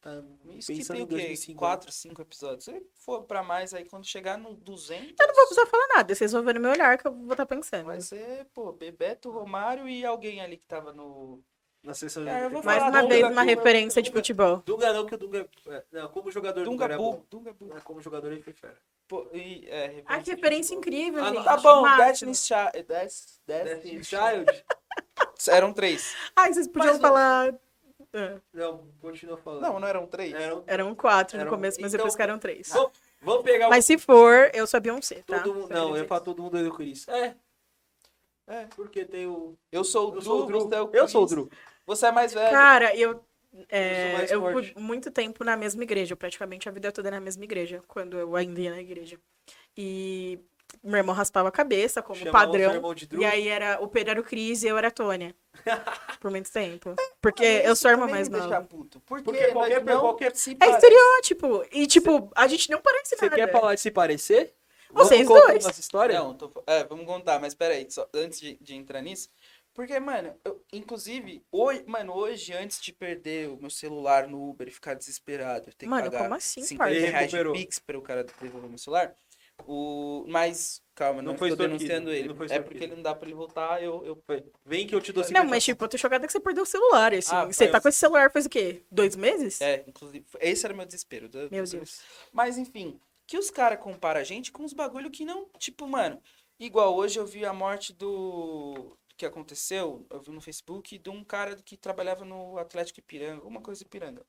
B: Tá
A: Isso que
B: pensando
A: tem
B: em
A: o quê?
B: 2050.
A: 4, 5 episódios. Se for pra mais aí, quando chegar no 200,
C: Eu não vou precisar falar nada, vocês vão ver no meu olhar que eu vou estar pensando.
A: vai ser, pô, Bebeto, Romário e alguém ali que tava no.
B: na sessão de
A: Cara, eu vou
C: Mais
A: falar
C: uma
A: do
C: vez,
A: Dunga,
C: uma
A: Dunga,
C: referência de
B: Dunga.
C: futebol.
B: Dunga não, que o Dunga. é, Não, como jogador
A: Dunga
B: Dunga era
A: Bull.
B: bom.
A: Dunga Bull.
B: É, Como jogador ele foi fera.
A: Pô, e, é,
C: Ah, que referência incrível,
B: Ah, não,
C: gente.
A: Tá bom,
C: Máximo.
A: Destiny's Child. Des-
B: Destiny
A: Destiny's Child.
B: É assim, Child?
A: Eram três.
C: Ai, vocês podiam
B: Mas,
C: falar. Ah,
B: Não, continua falando.
A: Não, não eram três.
B: Era um-
C: Eram quatro no
B: Eram-
C: começo, mas
B: então-
C: depois ficaram três.
B: Vou- Vamos pegar o.
C: Mas se for, eu sou a Beyoncé, tá?
B: todo mundo... Não, eu ia
C: eu
B: falar todo mundo odeia o Chris. É.
A: É.
B: Porque tem o.
A: Eu sou o
B: Eu
A: Drew,
B: sou o Drew.
A: você é o
B: Eu sou o
A: Chris,
B: Drew.
A: Você é mais velho.
C: Cara, eu.
B: Eu sou
C: É,
B: mais
C: eu
B: forte.
C: fui muito tempo na mesma igreja, praticamente a vida toda na mesma igreja, quando eu ainda ia na igreja. E meu irmão raspava a cabeça, como
B: Chamava o seu
C: padrão.
B: irmão de Drew.
C: E aí era, o Pedro era o Cris e eu era
A: [laughs]
C: a Tônia. Por muito tempo. Porque eu sou a irmã mais nova.
A: Deixar puto. Por
B: Porque
A: quê?
B: qualquer-
A: Nós não
B: qualquer-
A: se
C: É
A: parece.
C: estereótipo. E, tipo, a gente não parece
B: Você
C: nada.
B: quer falar de se parecer?
C: Vocês
B: Vamos contar
C: dois.
B: Nossa história?
A: Não, tô fa- é, vamos contar, mas peraí, só, antes de, de entrar nisso. Porque, mano, eu- inclusive, hoje, mano, hoje, antes de perder o meu celular no Uber e ficar desesperado, eu tenho
C: Mano,
A: que pagar
C: como assim,
A: 50
B: parça?
A: reais de
B: Recuperou.
A: Pix para o cara devolver meu celular. O... Mas, calma, não,
B: Não foi
A: estou
B: extorquido,
A: denunciando ele.
B: não
A: é
B: foi extorquido.
A: porque ele não dá para ele voltar, eu, eu
B: Vem que eu te dou
C: Não,
B: 50
C: mas tipo, eu tô chocada que você perdeu o celular, assim.
A: Ah,
C: você
A: foi,
C: tá
A: eu-
C: com esse celular faz o quê? Dois meses?
A: É, inclusive, esse era o meu desespero. do-
C: Meu
A: do-
C: Deus.
A: Mas enfim, que os caras comparam a gente com uns bagulho que não, tipo, mano, igual hoje eu vi a morte do que aconteceu, eu vi no Facebook de um cara que trabalhava no Atlético Ipiranga, uma coisa Ipiranga.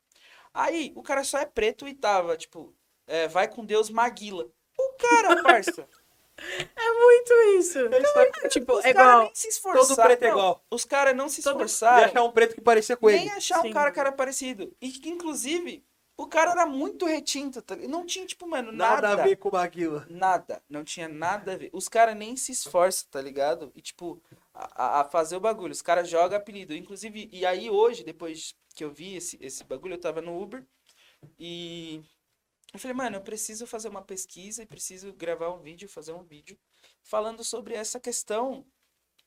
A: Aí, o cara só é preto e tava, tipo, é, vai com Deus, Maguila. O cara, parça.
C: Muito isso.
B: história.
C: Tipo,
A: os
C: é
A: caras
C: igual.
A: nem se esforçaram.
B: Todo preto é
A: não,
B: igual.
A: Os caras não se
C: Todo-
B: E
A: esforçaram.
B: achar um preto que parecia com ele.
A: Nem achar
C: Sim.
A: um cara que era parecido. E que, inclusive, o cara era muito retinto. tá- Não tinha, tipo, mano,
B: Nada a ver com o Maguila.
A: Nada, não tinha nada a ver. Os caras nem se esforçam, tá ligado? E, tipo, a, a- a fazer o bagulho. Os caras jogam apelido. Inclusive, e aí hoje, depois que eu vi esse, esse bagulho, eu tava no Uber e eu falei, mano, eu preciso fazer uma pesquisa e preciso gravar um vídeo, fazer um vídeo falando sobre essa questão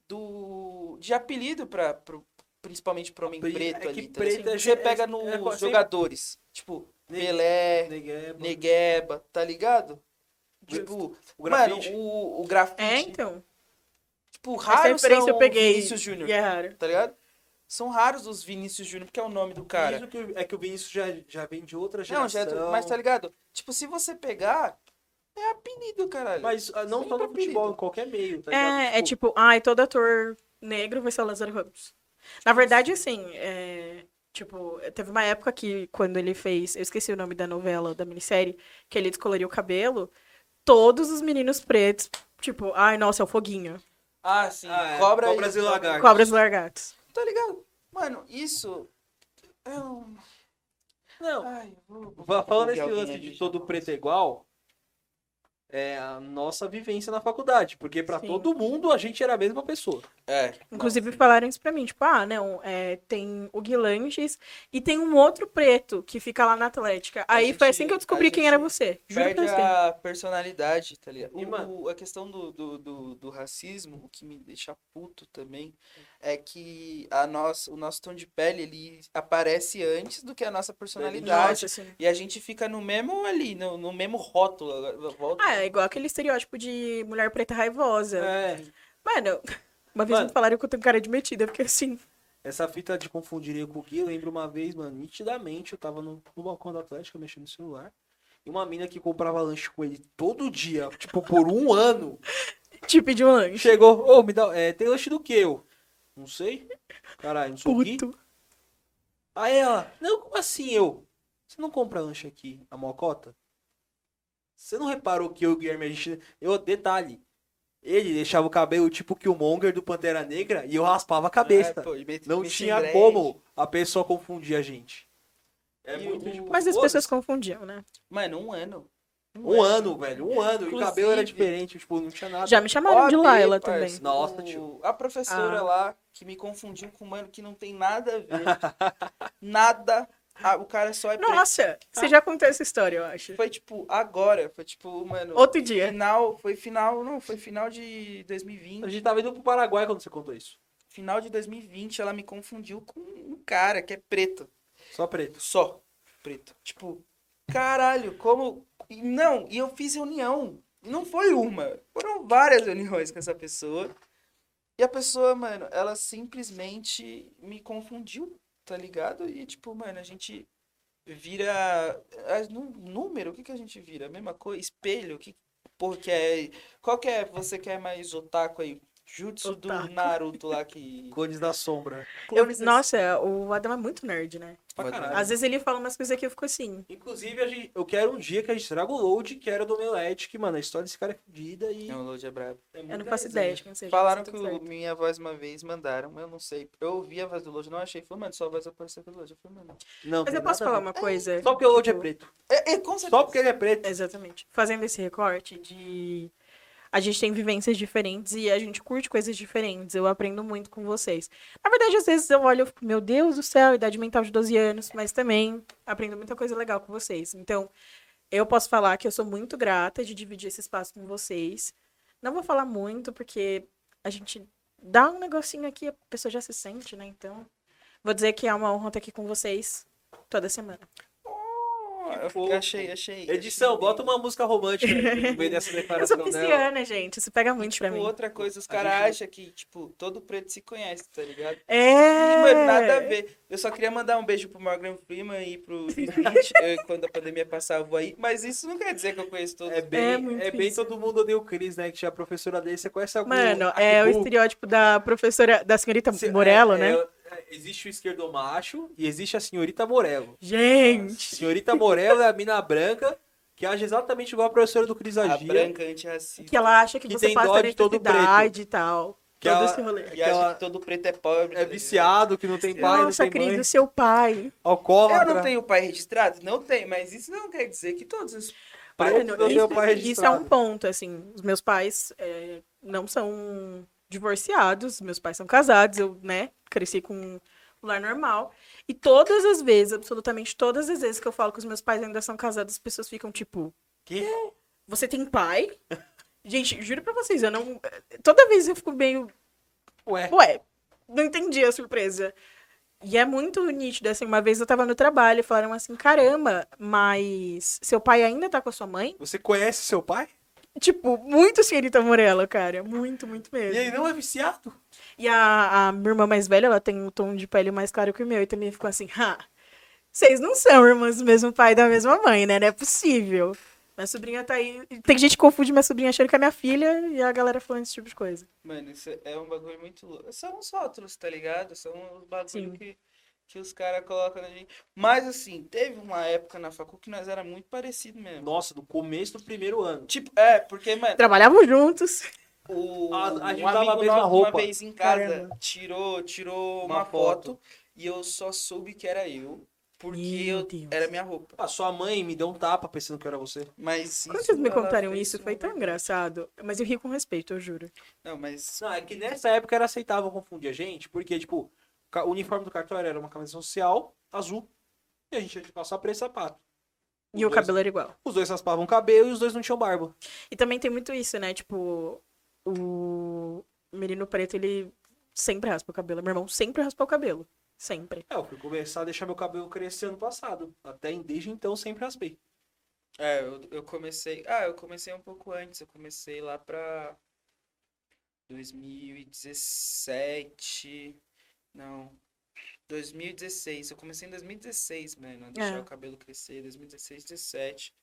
A: do de apelido para principalmente para homem
B: Apelido-
A: preto
B: é
A: ali.
B: que
A: tá ligado?
B: preto é-
A: Você
B: é-
A: pega
B: é-
A: nos
B: é quase-
A: jogadores, tipo,
B: Neg-
A: Pelé,
B: Negueba.
A: Negueba, tá ligado?
B: Justo.
A: Tipo,
B: O
A: mano,
B: grafite.
A: o, o grafite.
C: É, então.
A: Tipo,
C: Essa
A: raro
C: referência
A: são
C: eu peguei.
A: Vinícius Júnior,
C: E é raro.
A: tá ligado? São raros os Vinícius Júnior, porque é o nome do cara.
B: Isso que- é que o Vinícius já, já vem de outra geração.
A: Não, já, mas tá ligado? Tipo, se você pegar, é apelido, caralho.
B: Mas, ah, não só no
A: Sempre
B: futebol,
A: apelido.
B: em qualquer meio, tá ligado?
C: É, é tipo, ai, todo ator negro vai ser o Lázaro Ramos. Na verdade, assim, é, tipo, teve uma época que quando ele fez, eu esqueci o nome da novela, da minissérie, que ele descoloria o cabelo, todos os meninos pretos, tipo, ai, nossa, é o foguinho.
A: Ah, sim.
B: Ah, é.
A: Cobra
B: Cobras e lagartos.
C: Cobras e largatos.
A: Tá ligado? Mano, isso. É um.
B: Não,
A: Ai, eu vou.
B: Va- Falando
A: de
B: nesse
A: alguém
B: lance
A: ali,
B: de todo preto é igual, é a nossa vivência na faculdade. Porque pra
C: Sim.
B: todo mundo a gente era a mesma pessoa.
A: É.
C: Inclusive, falaram isso pra mim, tipo, ah, não, é, tem o Guilanches e tem um outro preto que fica lá na Atlética. Aí foi
A: gente-
C: assim que eu
A: a
C: descobri
A: gente
C: quem era você. Juro pra
A: perde
C: você.
A: a personalidade, tá ligado?
B: E,
A: O-
B: mano-
A: o- a questão do, do, do, do racismo, o que me deixa puto também, é que a nossa, o nosso tom de pele, ele aparece antes do que a nossa personalidade.
C: Nossa, assim.
A: E a gente fica no mesmo ali, no, no mesmo rótulo. agora, Volta.
C: Ah, é igual aquele estereótipo de mulher preta raivosa.
B: É.
C: Mano, uma vez
B: Mano.
C: me falaram que eu tenho cara de metida, porque assim, [laughs]
B: Essa fita de confundiria com o Gui, eu lembro uma vez, mano, nitidamente, eu tava no, no balcão da Atlética mexendo no celular. E uma mina que comprava lanche com ele todo dia, tipo, por um ano,
C: te pedi um lanche.
B: chegou, ô, me dá. É, tem lanche do que eu? Não sei. Caralho, não sou o Gui.
C: Puto.
B: Aí ela, não, como assim eu? Você não compra lanche aqui, a mocota? Você não reparou que eu e o Guilherme, a gente... Eu, detalhe, ele deixava o cabelo tipo Killmonger do Pantera Negra e eu raspava a cabeça.
A: É, pô, e mete-
B: não
A: mete
B: tinha
A: dread.
B: como a pessoa confundir a gente. É
A: E
B: muito,
A: o-
B: tipo,
C: Mas as
B: foda-se.
C: pessoas confundiam, né?
A: Mano, um ano.
B: Um
C: é,
B: ano, velho, um ano. E o
A: Inclusive-
B: cabelo era diferente, tipo, não tinha nada.
C: Já me chamaram de
A: OAB,
C: Laila
A: parça,
C: também.
B: Nossa,
A: o-
B: tio.
A: A professora
C: Ah.
B: [laughs]
A: lá, que me confundiu com um mano que não tem nada a ver. nada Ah, o cara só é preto.
C: Nossa,
B: Ah.
C: você já contou essa história, eu acho.
A: Foi tipo, agora. Foi tipo, mano.
C: Outro dia.
A: Final, foi final, não, foi final de 2020.
B: A gente tava indo pro Paraguai quando você contou isso.
A: Final de 2020, ela me confundiu com um cara que é preto.
B: Só preto.
A: Só preto. Tipo, caralho, como. e Não, e eu fiz reunião. E Não foi uma. Foram várias reuniões com essa pessoa. E a pessoa, mano, ela simplesmente me confundiu, tá ligado? E tipo, mano, a gente vira. as nú- Número, o que, que a gente vira? A mesma coisa? Espelho? Que porra que é? Qual que é? Você quer mais otaku aí? Jutsu
C: Otaku.
A: do Naruto lá que.
B: Clones da sombra.
C: Eu, nossa, o Adam é muito nerd, né?
B: Pra
A: Pode-
B: caralho.
C: Às vezes ele fala umas coisas que eu fico assim.
B: Inclusive, a gente- eu quero um dia que a gente traga o load, que era do Omelete, que, mano, a história desse cara é fodida e.
A: Não, o Lodge é brabo.
C: Eu não faço ideia de quem seja.
A: Falaram
C: mas
A: que
C: tudo
A: o-
C: certo.
A: minha voz uma vez mandaram, eu não sei. Eu ouvi a voz do Lojo, não achei. Falei, mano, sua voz apareceu pelo Lojo. Eu falei, mano.
B: Não,
C: Mas
B: tem
C: eu posso
B: nada a
C: falar
B: ver.
C: uma coisa?
B: Só porque o load é
C: Tipo,
B: preto.
A: É, é, com certeza.
B: Só porque ele é
C: [laughs]
B: preto.
C: Exatamente. Fazendo esse recorte de. A gente tem vivências diferentes e a gente curte coisas diferentes. Eu aprendo muito com vocês. Na verdade, às vezes eu olho e fico, meu Deus do céu, idade mental de 12 anos, mas também aprendo muita coisa legal com vocês. Então, eu posso falar que eu sou muito grata de dividir esse espaço com vocês. Não vou falar muito, porque a gente dá um negocinho aqui, a pessoa já se sente, né? Então, vou dizer que é uma honra estar aqui com vocês toda semana.
A: Eu
B: fofo.
A: fiquei- achei, achei.
B: Edição,
A: achei
B: bota
A: bem.
B: uma música romântica aí no meio
C: [laughs]
B: dessa
C: é Eu sou
B: declaração dela.
C: pisciana, gente. Isso pega muito pra
A: Tipo,
C: mim.
A: outra coisa, os
B: A gente-
A: caras acham que, tipo, todo preto se conhece, tá ligado?
C: É.
A: E, mano, nada a ver. Eu só queria mandar um beijo pro Morgan Freeman e pro
C: [laughs]
A: Smith, eh, quando a pandemia passar, eu vou aí. Mas isso não quer dizer que eu conheço todos.
B: É bem,
C: muito
B: é, bem
C: isso.
B: todo mundo odeia o Cris, né? Que tinha a professora dele, você conhece algum...
C: Mano, é o
B: algum-
C: estereótipo da professora, da senhorita
B: Cê-
C: [laughs] Morello,
B: é,
C: né?
B: é, é, existe o esquerdo macho e existe a senhorita Morello.
C: Gente.
B: Senhorita Morello é a mina branca que age exatamente igual a professora do Cris
A: A
B: agia.
A: branca antirracista.
C: Que ela acha que,
B: Que
C: você
B: tem
C: passa
B: dó
C: a
B: de todo
C: necessidade e tal.
B: Que
C: todo
B: ela-
C: esse rolê.
A: E acha
B: ela-
A: que todo preto é pobre.
B: É
A: tá
B: viciado, que não tem pai,
C: Nossa,
B: não tem
C: Cris,
B: mãe,
C: o seu pai.
B: alcoólatra.
A: Eu não tenho pai registrado? Não tenho, mas isso não quer dizer que todos os
B: Preto
C: Mano,
B: não tem
C: isso,
B: o pai
C: isso é
B: registrado.
C: um ponto, assim. Os meus pais é, não são divorciados, meus pais são casados, eu, né, cresci com um lar normal. E todas as vezes, absolutamente todas as vezes que eu falo que os meus pais ainda são casados, as pessoas ficam tipo,
B: Que?
C: Você tem pai? [laughs] Gente, juro pra vocês, eu não. Toda vez eu fico meio.
B: Ué.
C: Ué, não entendi a surpresa. E é muito nítido, assim. Uma vez eu tava no trabalho e falaram assim: caramba, mas seu pai ainda tá com a sua mãe?
B: Você conhece seu pai?
C: Tipo, muito senhorita Morella, cara. Muito, muito mesmo.
B: E ele não é viciado?
C: E a, a minha irmã mais velha, ela tem um tom de pele mais claro que o meu. E também ficou assim, ha, vocês não são irmãs do mesmo pai e da mesma mãe, né? Não é possível. Minha sobrinha tá aí. Tem gente que confunde minha sobrinha achando que é minha filha e a galera falando esse tipo de coisa.
A: Mano, isso é um bagulho muito louco. São os rótulos, tá ligado? São os
C: Sim.
A: bagulhos que, que os caras colocam na gente. Mas assim, teve uma época na facul que nós era muito parecido mesmo.
B: Nossa, do começo do primeiro ano.
A: Tipo, é, porque, mano,
C: Trabalhavam juntos.
A: o,
B: A- a gente
A: um
B: usava a
A: amigo
B: mesma
A: nosso
B: roupa.
A: uma vez em casa
C: Caramba.
A: tirou, tirou
B: Uma
A: uma,
B: foto.
A: foto e eu só soube que era eu porque
C: Meu
A: eu,
C: Deus.
A: era minha roupa.
B: Ah, sua mãe me deu um tapa pensando que eu era você.
A: Mas
C: Quando
A: isso
C: vocês me
A: ela
C: contaram
A: fez
C: isso,
A: uma
C: foi tão
A: vez.
C: engraçado. Mas eu ri com respeito, eu juro.
A: Não, mas
B: Não, é que nessa época era aceitável confundir a gente, porque, tipo, ca- o uniforme do cartório era uma camisa social azul e a gente tinha de calça preta e sapato. Os
C: E o
B: dois-
C: cabelo era igual.
B: Os dois raspavam o cabelo e os dois não tinham barba.
C: E também tem muito isso, né? Tipo, o menino preto, ele sempre raspa o cabelo. Meu irmão sempre raspa o cabelo. Sempre.
B: É, eu fui começar a deixar meu cabelo crescer ano passado. Até em- desde então sempre raspei.
A: É, eu, eu comecei. Ah, eu comecei um pouco antes. Eu comecei lá pra 2017. Não. 2016. Eu comecei em 2016, mano. A deixar o cabelo crescer. 2016, 17.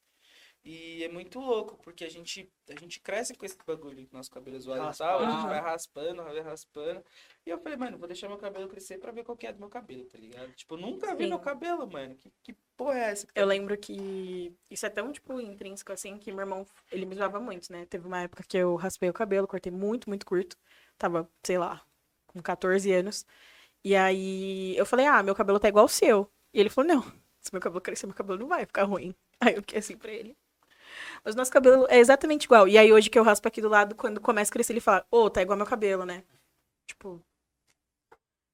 A: E é muito louco, porque a gente, a gente cresce com esse bagulho que nosso cabelo é zoado e tal. A gente
C: Raspar.
A: vai raspando, vai raspando. E eu falei, mano, vou deixar meu cabelo crescer pra ver qual que é do meu cabelo, tá ligado? Tipo, eu nunca vi meu
C: Sim.
A: cabelo, mano. Que, que porra é essa? que tá
C: Eu lembro que isso é tão, tipo, intrínseco, assim, que meu irmão, ele me zoava muito, né? Teve uma época que eu raspei o cabelo, cortei muito, muito curto. Tava, sei lá, com 14 anos. E aí eu falei, ah, meu cabelo tá igual o seu. E ele falou, não, se meu cabelo crescer, meu cabelo não vai ficar ruim. [laughs] Aí eu fiquei assim pra ele. Mas o nosso cabelo é exatamente igual. E aí hoje que eu raspo aqui do lado, quando começa a crescer, ele fala, ô, tá igual meu cabelo, né? Tipo,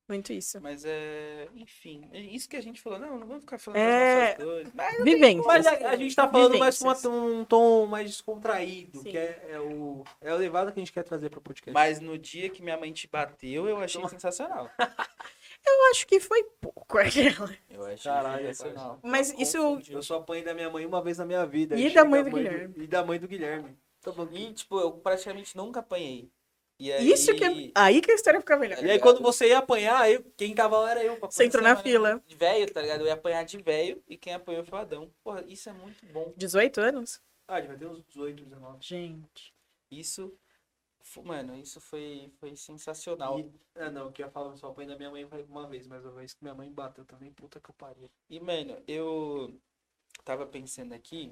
C: Muito isso.
A: Mas é. Enfim, é isso que a gente falou, não, não vamos ficar falando
C: É.
A: das nossas coisas. Mas
C: Vivências.
B: Mas a, a gente tá falando mais com
C: Vivências.
B: uma- um tom mais descontraído,
C: Sim.
B: que é, é o, é a levada que a gente quer trazer pro podcast.
A: Mas no dia que minha mãe te bateu, eu achei sensacional.
C: Eu acho que foi pouco [laughs] aquela.
A: Eu achei
B: Caralho,
A: sensacional.
C: Mas isso.
B: Eu só apanho da minha mãe uma vez na minha vida. Aí
C: E da
B: chega
C: mãe
B: a
C: do Guilherme.
B: E da mãe do Guilherme.
A: E, tipo, eu praticamente nunca apanhei. E aí...
C: Isso que. é- Aí que a história fica melhor.
B: E aí quando você ia apanhar, eu, quem tava lá era eu. papai.
C: Você entrou na fila.
A: De velho, tá ligado? Eu ia apanhar de velho e quem apanhou foi o Adão. Porra, isso é muito bom.
C: 18 anos? [laughs]
B: Ah, devia ter uns 18, 19.
C: Gente.
A: Isso. fo- Mano, isso foi, foi sensacional.
B: E- Ah, não, que eu ia falar, eu só apanhei da minha mãe uma vez, mas uma vez que minha mãe bateu também, puta que eu pariu.
A: E, mano, eu tava pensando aqui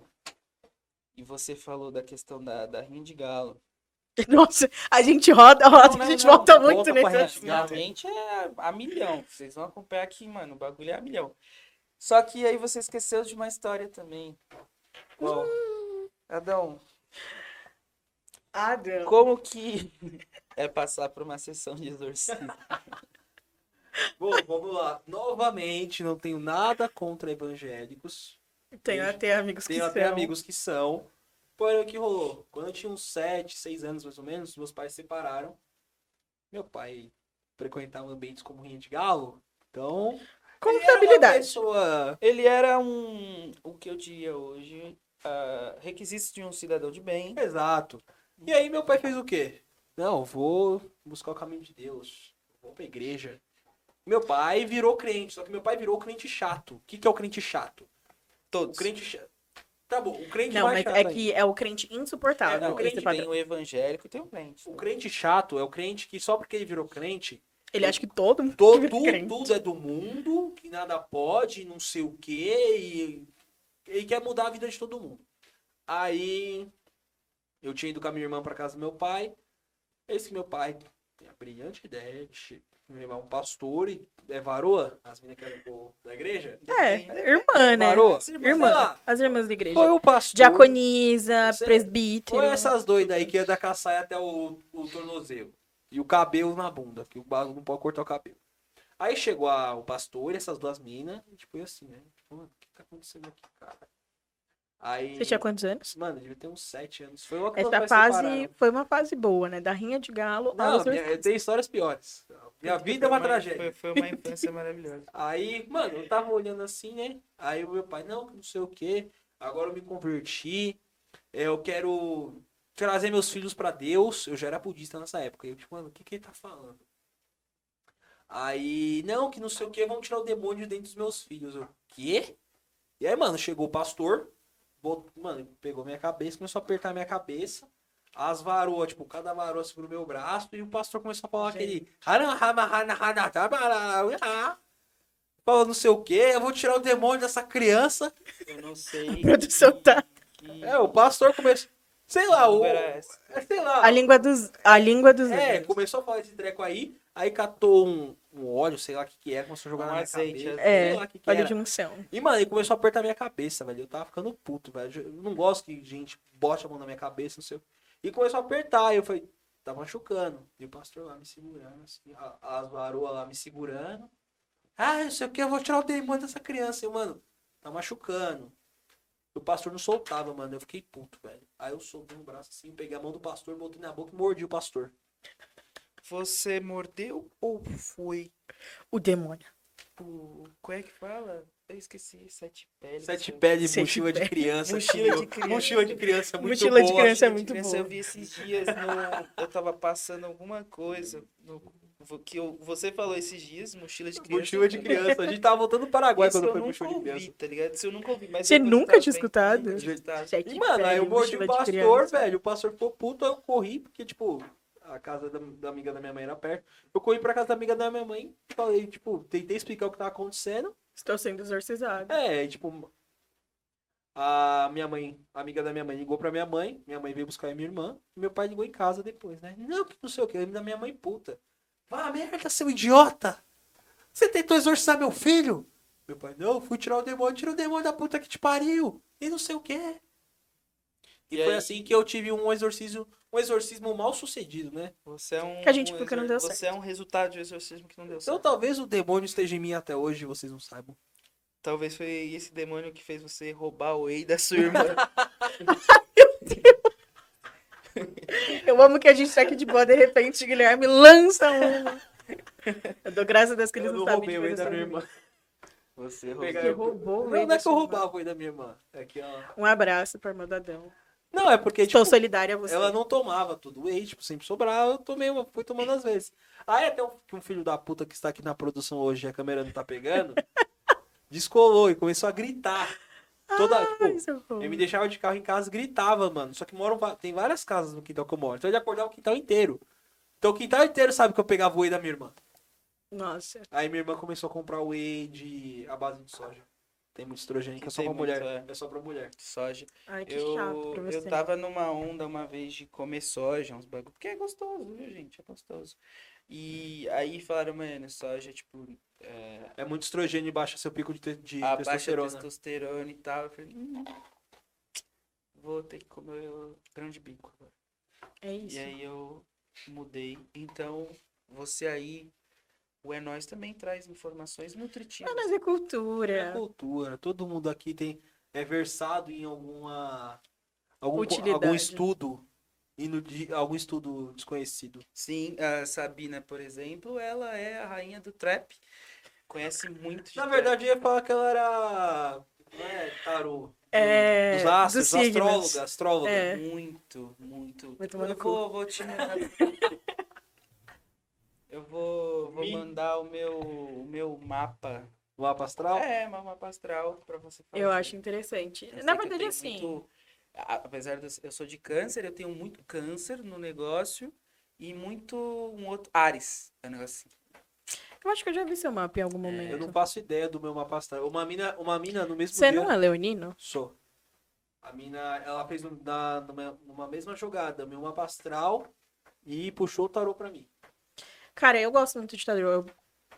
A: e você falou da questão da, da rinha de galo.
C: Nossa, a gente roda, roda,
A: Não, não,
C: a gente
A: não.
C: volta
B: Volta
C: muito
B: pra
C: nesse
B: Rinha
A: Mano,
B: de
C: assunto.
B: Galo.
A: realmente é a milhão. Vocês vão acompanhar aqui, mano. O bagulho é a milhão. Só que aí você esqueceu de uma história também.
B: Qual?
A: Adão,
C: Ah, Deus.
A: como que [laughs] é passar por uma sessão de exorcismo?
B: Bom, vamos lá. Novamente, não tenho nada contra evangélicos.
C: Tenho até amigos que
B: Tenho até
C: são.
B: amigos que são. Porém, o que rolou? Quando eu tinha uns 7, 6 anos mais ou menos, meus pais se separaram. Meu pai frequentava ambientes como Rinha de Galo. Então, Era uma
C: Confiabilidade.
B: pessoa...
A: Ele era um, o que eu diria hoje, ah, requisitos de um cidadão de bem.
B: Exato. E aí meu pai fez o quê? Não, vou buscar o caminho de Deus. Vou pra igreja. Meu pai virou crente, só que meu pai virou crente chato. O que, que é o crente chato? O
A: Todos.
B: crente chato. Tá bom, o crente
C: Não,
B: mais
C: mas
B: chato
C: é
B: ainda.
C: que é o crente insuportável.
B: É, não,
C: esse
A: crente
C: padrão.
A: tem o evangélico e tem o crente.
B: O crente chato é o crente que só porque ele virou crente,
C: Ele acha que todo mundo [laughs]
B: todo,
C: vira crente.
B: tudo é do mundo, que nada pode, não sei o quê, e ele quer mudar a vida de todo mundo. Aí eu tinha ido com a minha irmã para casa do meu pai. Esse meu pai tem a brilhante ideia de che- levar um pastor e é varoa, as meninas que eram do- da igreja.
C: É,
A: Tem-
C: irmã, né?
B: Varoa?
C: Irmã.
B: Sei lá,
C: As irmãs da igreja.
B: Foi o pastor.
C: Diaconisa,
B: Você-
C: presbítero.
B: Foi essas doidas aí que ia da caçaia até o, o tornozelo. E o cabelo na bunda, que o bagulho não pode cortar o cabelo. Aí chegou a- o pastor e essas duas minas, e tipo, eu assim, né? Tipo, mano, o que tá acontecendo aqui, cara? Aí.
C: Você tinha quantos anos?
B: Mano, eu devia ter uns sete anos. Foi logo que
C: Essa
B: meus pais
C: fase
B: separaram.
C: foi uma fase boa, né? Da rinha de galo ao
B: Não, minha, eu tenho histórias piores. Minha vida é uma
A: Foi Foi,
B: tragédia.
A: foi uma infância maravilhosa.
B: Aí, mano, eu tava olhando assim, né? Aí o meu pai, não, não sei o quê. Agora eu me converti. Eu quero trazer meus filhos pra Deus. Eu já era budista nessa época. Eu, tipo, mano, o que que ele tá falando? Aí, não, que não sei o quê, vamos tirar o demônio de dentro dos meus filhos. Eu, quê? E aí, mano, chegou o pastor, bot- mano, pegou minha cabeça, começou a apertar minha cabeça. As varoas, tipo, cada varoa segurou meu braço e o pastor começou a falar aquele. "Haram, hama, hana, hana, tabarau, ah", Falou não sei o quê, eu vou tirar o demônio dessa criança.
A: Eu não sei.
C: produção tá.
A: que-
B: É, o pastor começou. Sei lá, o.
A: que era essa.
B: é, Sei lá.
C: A língua dos. A língua dos.
B: É,
C: anjos.
B: começou a falar esse treco aí, aí catou um, um óleo, sei lá o que que é, começou a jogar
A: Um
B: na minha
A: azeite,
B: cabeça.
C: é.
B: sei lá o que que
C: Olha
B: era.
C: de unção.
B: E, mano, ele começou a apertar minha cabeça, velho. Eu tava ficando puto, velho. Eu não gosto que gente bote a mão na minha cabeça, não sei o quê. E começou a apertar. E eu falei, tá machucando. E o pastor lá me segurando, assim, a- as varoas lá me segurando. Ah, não sei o que, eu vou tirar o demônio dessa criança. E, mano, tá machucando. E o pastor não soltava, mano. Eu fiquei puto, velho. Aí eu soltei o braço assim, peguei a mão do pastor, botei na boca e mordi o pastor.
A: Você mordeu ou foi
C: O demônio.
A: por. Como é que fala? Eu esqueci. Sete peles.
B: Sete
A: Eu-
B: pele,
C: Sete
B: mochila de
C: pele.
B: criança.
A: Mochila de
B: filho.
A: criança.
B: Mochila de criança é muito
C: Mochila de
B: boa.
C: criança é
A: Gente,
C: muito
A: criança,
C: boa.
A: Eu vi esses dias, no- eu tava passando alguma coisa no- vo- que eu- você falou esses dias, mochila de criança.
B: Mochila de criança. A gente tava voltando do Paraguai
A: Isso
B: quando
A: eu
B: foi pro
A: nunca
B: show de criança.
A: ouvi, tá ligado? Isso eu nunca ouvi. Mas
C: Você
A: depois eu
C: nunca
A: tava
C: tinha
A: bem-
C: escutado?
A: nunca tinha escutado.
C: Sete
B: E, mano, aí eu
C: pele,
B: mordi o
C: mochila de
B: pastor,
C: criança.
B: velho. O pastor ficou puto, aí eu corri, porque, tipo, a casa da, da amiga da minha mãe era perto. Eu corri pra casa da amiga da minha mãe, falei, tipo, tentei explicar o que tava acontecendo.
C: Estou
B: [laughs]
C: sendo exorcizado.
B: É, e, tipo, a minha mãe, a amiga da minha mãe ligou pra minha mãe, minha mãe veio buscar a minha irmã, e meu pai ligou em casa depois, né? Não, que não sei o que, eu lembro da minha mãe puta. Vá, merda, seu idiota! Você tentou exorcizar meu filho? Meu pai, não, eu fui tirar o demônio, tira o demônio da puta que te pariu, e não sei o que.
A: E
B: E, foi
A: aí?
B: assim que eu tive um exorcismo um exorcismo mal sucedido, né?
A: Você é um.
C: Que a gente,
A: um
C: porque não
A: exor-
C: deu
A: Você é um resultado de um exorcismo que não deu
B: Então
A: certo.
B: talvez o demônio esteja em mim até hoje e vocês não saibam.
A: Talvez foi esse demônio que fez você roubar o ei da sua
B: [laughs]
A: irmã.
C: Eu amo que a gente tá aqui de boa, de repente, Guilherme lança um. [laughs] Eu dou graças a Deus que eles
F: Eu
C: não,
F: não
C: sabem
F: roubei
C: de
F: o
C: coisa
F: da minha
C: sobre mim.
F: irmã. Você
C: Que
F: roubou.
C: roubou o
B: Não,
C: Whey
B: não é
C: da
B: que eu
C: sua
B: roubava o da minha irmã. É que ela...
C: irmã. Um abraço pra irmã do Adão.
B: Não, é porque, tipo,
C: Estou solidária a você. [laughs]
B: ela não tomava todo o whey, tipo, sempre sobrava, eu tomei, uma- fui tomando às vezes. Aí até um, um filho da puta que está aqui na produção hoje, a câmera não tá pegando, descolou e começou a gritar. Toda, tipo,
C: Ai, seu povo.
B: Ele me deixava de carro em casa, gritava, mano. Só que moram, va- tem várias casas no quintal que eu moro. Então ele acordava o quintal inteiro. Então o quintal inteiro sabe que eu pegava o whey da minha irmã.
C: Nossa.
B: Aí minha irmã começou a comprar whey de a base de soja. Tem muito estrogênio que é só
A: Tem
B: pra mulher.
A: muito,
B: É. só pra mulher.
A: Soja.
C: Ai, que
A: Eu,
C: chato pra você.
A: eu tava numa onda uma vez de comer soja, uns bagulho. Porque é gostoso, viu, gente? É gostoso. E aí falaram, mano, soja, tipo,
B: É muito estrogênio e baixa seu pico de, te- de
A: abaixa
B: testosterona.
A: testosterona e tal. Eu falei, hum, vou ter que comer o grão de bico agora.
C: É isso.
A: E aí eu mudei. Então, você aí, o É Nós também traz informações nutritivas.
C: É nós é
B: É
C: cultura.
B: cultura. Todo mundo aqui tem é versado em alguma algum, co-
C: Utilidade.
B: algum estudo e no de algum estudo desconhecido.
A: Sim, a Sabina, por exemplo, ela é a rainha do trap. Conhece muito de
B: Na
A: trap.
B: verdade, eu ia falar que ela era não é tarô.
C: É,
B: Os astros,
C: dos signos.
B: astróloga, astróloga.
C: É.
A: Muito, muito.
C: Vai tomar
A: eu
C: no cu.
A: vou, vou te mandar. eu vou, vou
B: Me-
A: mandar o meu, o meu mapa.
B: O mapa astral.
A: É, meu mapa astral pra você fazer.
C: Eu acho interessante.
A: Eu sei
C: Na
A: que eu
C: verdade,
A: tenho
C: assim.
A: muito- a- Apesar de eu sou de câncer, eu tenho muito câncer no negócio e muito um outro. Ares. É um negócio assim.
C: Eu acho que eu já vi seu mapa em algum momento.
B: Eu não faço ideia do meu mapa astral. Uma mina, uma mina no mesmo
C: Você
B: dia.
C: não é leonino?
B: Sou. A mina, ela fez um- na, numa, numa mesma jogada, meu mapa astral e puxou o tarô pra mim.
C: Cara, eu gosto muito de tarô. Eu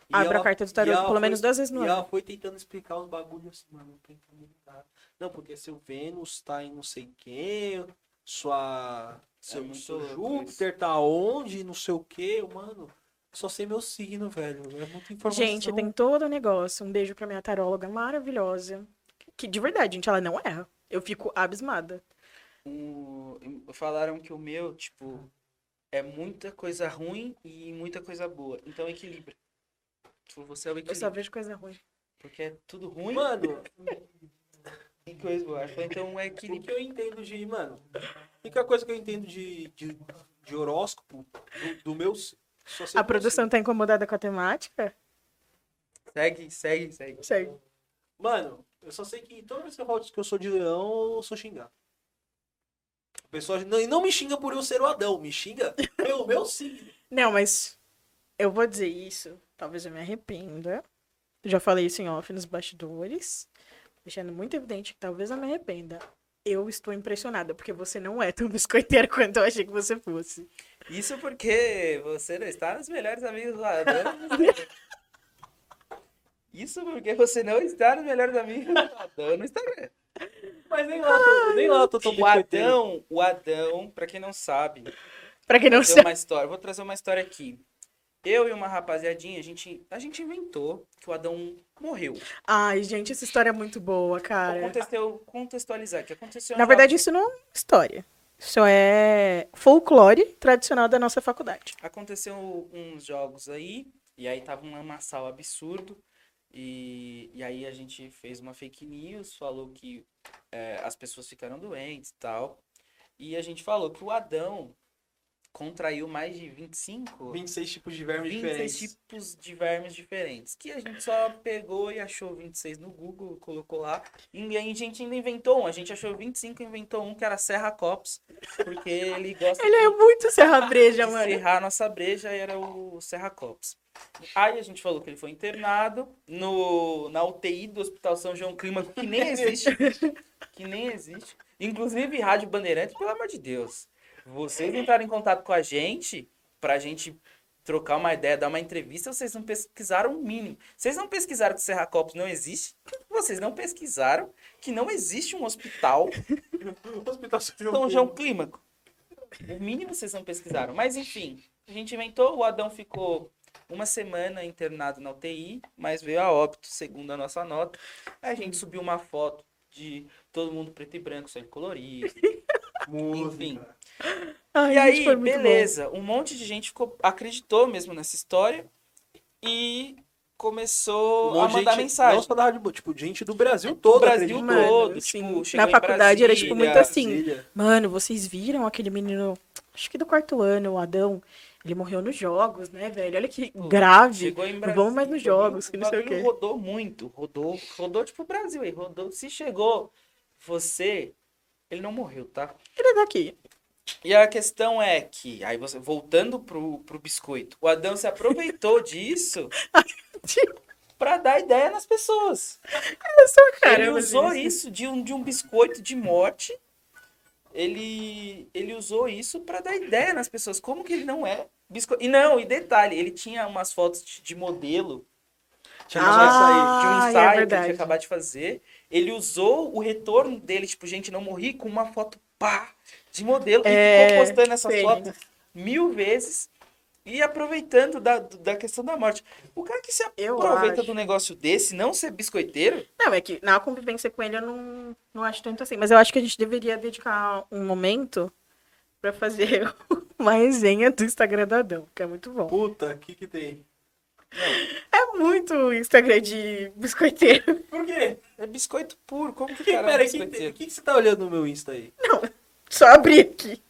B: E
C: abro
B: ela-
C: a carta do
B: e
C: tarô
B: ela
C: pelo
B: foi-
C: menos duas vezes no
B: E
C: ano.
B: ela foi tentando explicar os bagulhos assim, mano, não tô entendendo nada. Não, porque seu Vênus tá em não sei quem, sua. Seu,
A: é muito
B: seu
A: louco
B: Júpiter tá onde, não sei o que, mano. Só sei meu signo, velho. É muita informação.
C: Gente, tem todo o negócio. Um beijo pra minha taróloga maravilhosa. Que de verdade, gente, ela não erra. Eu fico abismada.
A: Um- Falaram que o meu, tipo, é muita coisa ruim e muita coisa boa. Então equilibra. Tipo, Você é o
C: Eu só
A: equilíbrio.
C: vejo coisa ruim.
A: Porque é tudo ruim
B: Mano,
A: e coisa boa. Ela falou, Então é
B: o
A: equilíbrio.
B: que eu entendo de. Mano, a única coisa que eu entendo de, de, de horóscopo do, do meu. Só sei
C: A
B: do meu
C: produção tá incomodada com a temática?
A: Segue, segue, segue.
C: Segue.
B: signo. Mano, eu só sei que toda vez que eu falo que eu sou de leão, eu sou xingado. O pessoal não, e não me xinga por eu ser o Adão, me xinga pelo meu signo.
C: Não, mas eu vou dizer isso. Talvez eu me arrependa. Eu Já falei isso em off nos bastidores. Deixando muito evidente que talvez eu me arrependa. Eu estou impressionada, porque você não é tão [laughs] biscoiteiro quanto eu achei que você fosse.
A: Isso porque você não está nos melhores amigos lá. Adão. Isso porque você não está nos melhores amigos do Adão no Instagram.
B: Mas nem lá, eu tô- nem lá eu tô tão
A: O
B: biscoiteiro.
A: Adão, o Adão, pra quem não
B: [laughs]
A: sabe,
C: Pra quem não
A: trazer
C: sabe.
A: uma história. Vou trazer uma história aqui. Eu e uma rapaziadinha, a gente, a gente inventou que o Adão morreu.
C: Ai, gente, essa história é muito
B: Ah,
C: boa,
B: é.
A: Vou
C: cara.
A: contextu- contextualizar que aconteceu.
C: Na
A: um
C: verdade, isso não é uma história. Isso é folclore tradicional da nossa faculdade.
A: aconteceu uns jogos aí, e aí tava um lamaçal absurdo, e, e aí a gente fez uma fake news, falou que é, as pessoas ficaram doentes e tal, e a gente falou que o Adão contraiu mais de 25,
B: 26 tipos de vermes
A: 26
B: diferentes.
A: tipos de vermes diferentes, que a gente só pegou e achou 26 no Google, colocou lá, e aí a gente ainda inventou um, a gente achou 25 e inventou um que era Serra Cops, porque ele gosta
C: Ele
A: de
C: é muito serrabreja, [laughs]
A: de
C: mano.
A: serrar a nossa breja era o Serra Cops. Aí a gente falou que ele foi internado no, na UTI do Hospital São João Clima, que nem existe. que nem existe. Inclusive, Rádio Bandeirante, pelo amor de Deus. Vocês entraram em contato com a gente pra gente trocar uma ideia, dar uma entrevista, vocês não pesquisaram o mínimo. Vocês não pesquisaram que Serra Cops não existe. Vocês não pesquisaram que não existe um hospital
B: Hospital um São João
A: São João
B: Pedro.
A: é um Clímaco. O mínimo vocês não pesquisaram. Mas enfim, a gente inventou, o Adão ficou uma semana internado na UTI, mas veio a óbito, segundo a nossa nota. A gente subiu uma foto de todo mundo preto e branco, só ele colorido. Enfim.
G: Música.
C: Ai,
A: E
C: gente,
A: aí,
C: foi muito bom.
A: beleza. Um monte de gente ficou, acreditou mesmo nessa história e
B: Um
A: começou a mandar mensagem.
B: Não só da Rádio Boa, tipo, gente do Brasil todo.
A: Brasil
B: acredito.
C: Mano,
A: todo,
C: assim,
A: tipo, chegou
C: na
A: em
C: faculdade era tipo
A: Brasília,
C: muito assim.
B: Brasília.
C: Mano, vocês viram aquele menino, acho que do quarto ano, o Adão, ele morreu nos jogos, né, velho? Olha que
A: Pô,
C: grave.
A: Chegou em
C: Não
A: Brasília.
C: vamos mais nos jogos, que não sei o
A: bagulho
C: quê.
A: rodou muito, rodou, rodou tipo o Brasil aí, rodou. Se chegou você, ele não morreu, tá?
C: Ele é daqui.
A: E a questão é que, aí você, voltando pro, pro biscoito, o Adão se
C: [laughs]
A: aproveitou disso pra dar ideia nas pessoas. ele
C: Caramba,
A: usou
C: gente.
A: isso de um, de um biscoito de morte. Ele, ele usou isso pra dar ideia nas pessoas. Como que ele não é biscoito? E não, e detalhe, ele tinha umas fotos de, de modelo
B: Tinha
C: Ah,
B: mais essa
A: de um
C: é
A: ensaio que ele
C: verdade.
A: tinha acabado de fazer. Ele usou o retorno dele, tipo, gente, não morri, com uma foto pá de modelo.
C: É,
A: e ficou postando essas
C: sei.
A: fotos mil vezes e aproveitando da, da questão da morte. O cara que se
C: Eu
A: aproveita
C: acho.
A: do negócio desse, não ser biscoiteiro,
C: Não, é que na convivência com ele eu não, não acho tanto assim. Mas eu acho que a gente deveria dedicar um momento pra fazer [laughs] uma resenha do Instagram do Adão, que é muito
B: Ah,
C: bom.
G: Puta, o que que tem?
C: É muito Instagram de biscoiteiro. [laughs]
G: Por quê?
A: é biscoito puro. Como que o
B: aí.
A: cara é
B: Pera, que,
A: biscoiteiro?
B: que, que você tá olhando no meu Insta aí?
C: Só abrir aqui.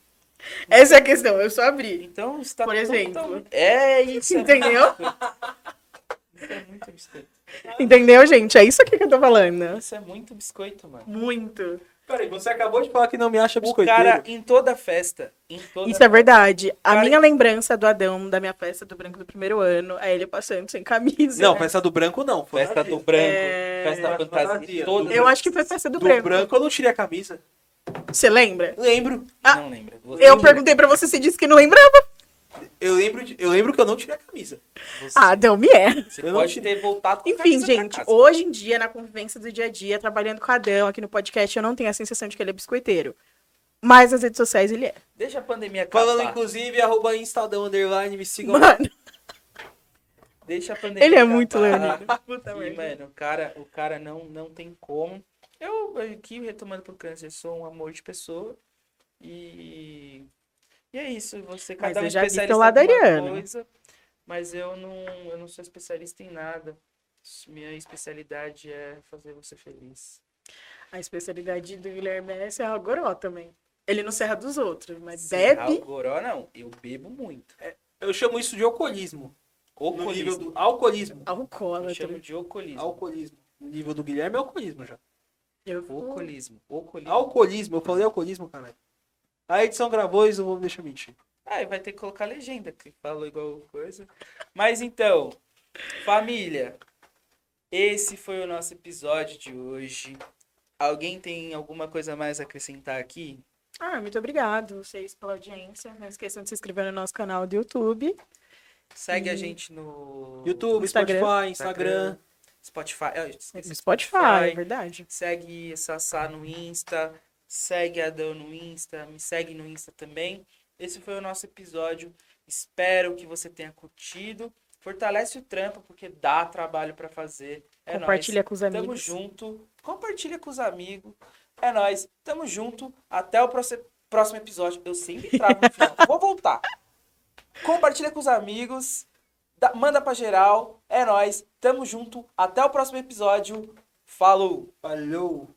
C: Essa é a questão, eu só abri.
A: Então está
C: Por exemplo.
A: totalmente- É
C: [laughs]
A: isso. é
C: Entendeu?
A: muito- Isso é muito biscoito.
C: Entendeu, gente? É isso aqui que eu tô falando.
A: Isso é muito biscoito, mano.
C: Muito.
B: Peraí, você acabou de falar que não me acha
A: O
B: biscoiteiro.
A: cara em toda festa, em toda
C: Isso é verdade. A
A: Cara,
C: minha lembrança do Adão, da minha festa do branco do primeiro ano, é ele passando sem camisa.
B: Não, festa do branco não. Foi
A: né? Festa do
B: do
A: branco,
C: É.
A: festa fantasia,
B: Fantasia,
A: todas.
B: do
C: Eu acho que foi festa do, branco.
B: branco. eu não tirei a camisa.
C: Você lembra?
B: Lembro.
C: Ah,
A: não lembro. Você,
C: Eu perguntei pra você se disse que não lembrava.
B: Eu lembro, de- eu lembro que eu não tirei a camisa.
A: você-
C: Ah, Adão, me é.
A: você
B: eu não
A: pode
B: te-
A: ter voltado com a
C: Enfim,
A: camisa pra
C: gente,
A: casa.
C: hoje em dia, na convivência do dia a dia, trabalhando com o Adão aqui no podcast, eu não tenho a sensação de que ele é biscoiteiro. Mas nas redes sociais ele é.
A: Deixa a pandemia acabar.
B: Falando, inclusive, arroba Instadão Underline, me sigam.
C: Mano,
A: Deixa a pandemia
C: ele é
A: acabar.
C: muito leonino.
A: E, mano, o cara, o cara não, não tem como. Eu, aqui, retomando pro câncer, sou um amor de pessoa. E... E é isso, você cada
C: eu
A: um é
C: já vi
A: especialista
C: seu lado
A: em alguma
C: ariano.
A: coisa, mas eu não, eu não sou especialista em nada. Minha especialidade é fazer você feliz.
C: A especialidade do Guilherme é ser goró também. Ele não serra dos outros, mas
A: Sinal
C: bebe.
A: goró, não. Eu bebo muito.
B: Eu chamo isso de alcoolismo. No nível
A: Alcoolismo.
B: do alcoolismo.
A: Eu
C: Alcoólatra.
A: chamo de alcoolismo.
B: Alcoolismo. No nível do Guilherme é alcoolismo já.
C: Eu vou-
A: Alcoolismo. Alcoolismo.
B: Alcoolismo, eu falei alcoolismo, caralho. A edição gravou, eles não vão me deixar mentir.
A: Ah, e vai ter que colocar a legenda, que falou igual coisa. Mas então, família, esse foi o nosso episódio de hoje. Alguém tem alguma coisa mais a acrescentar aqui?
C: Ah, muito obrigado vocês pela audiência. Não esqueçam de se inscrever no nosso canal do YouTube.
A: Segue a
C: Hum.
A: gente no
B: YouTube,
C: Instagram.
B: Spotify, Instagram.
A: Spotify. Ah, eu esqueci.
C: No Spotify,
A: Spotify.
C: é verdade.
A: Segue Sassá no Insta, segue Adão no Insta, me segue no Insta também. Esse foi o nosso episódio. Espero que você tenha curtido. Fortalece o trampo, porque dá trabalho pra fazer. É
C: Compartilha com os
A: nóis.
C: amigos.
A: Tamo junto. Compartilha com os amigos. É nóis. Tamo junto. Até o proce- próximo episódio. Eu sempre trago no final. Vou voltar. Compartilha com os amigos. dá- manda pra geral. É nóis. Tamo junto. Até o próximo episódio. Falou!
B: Falou.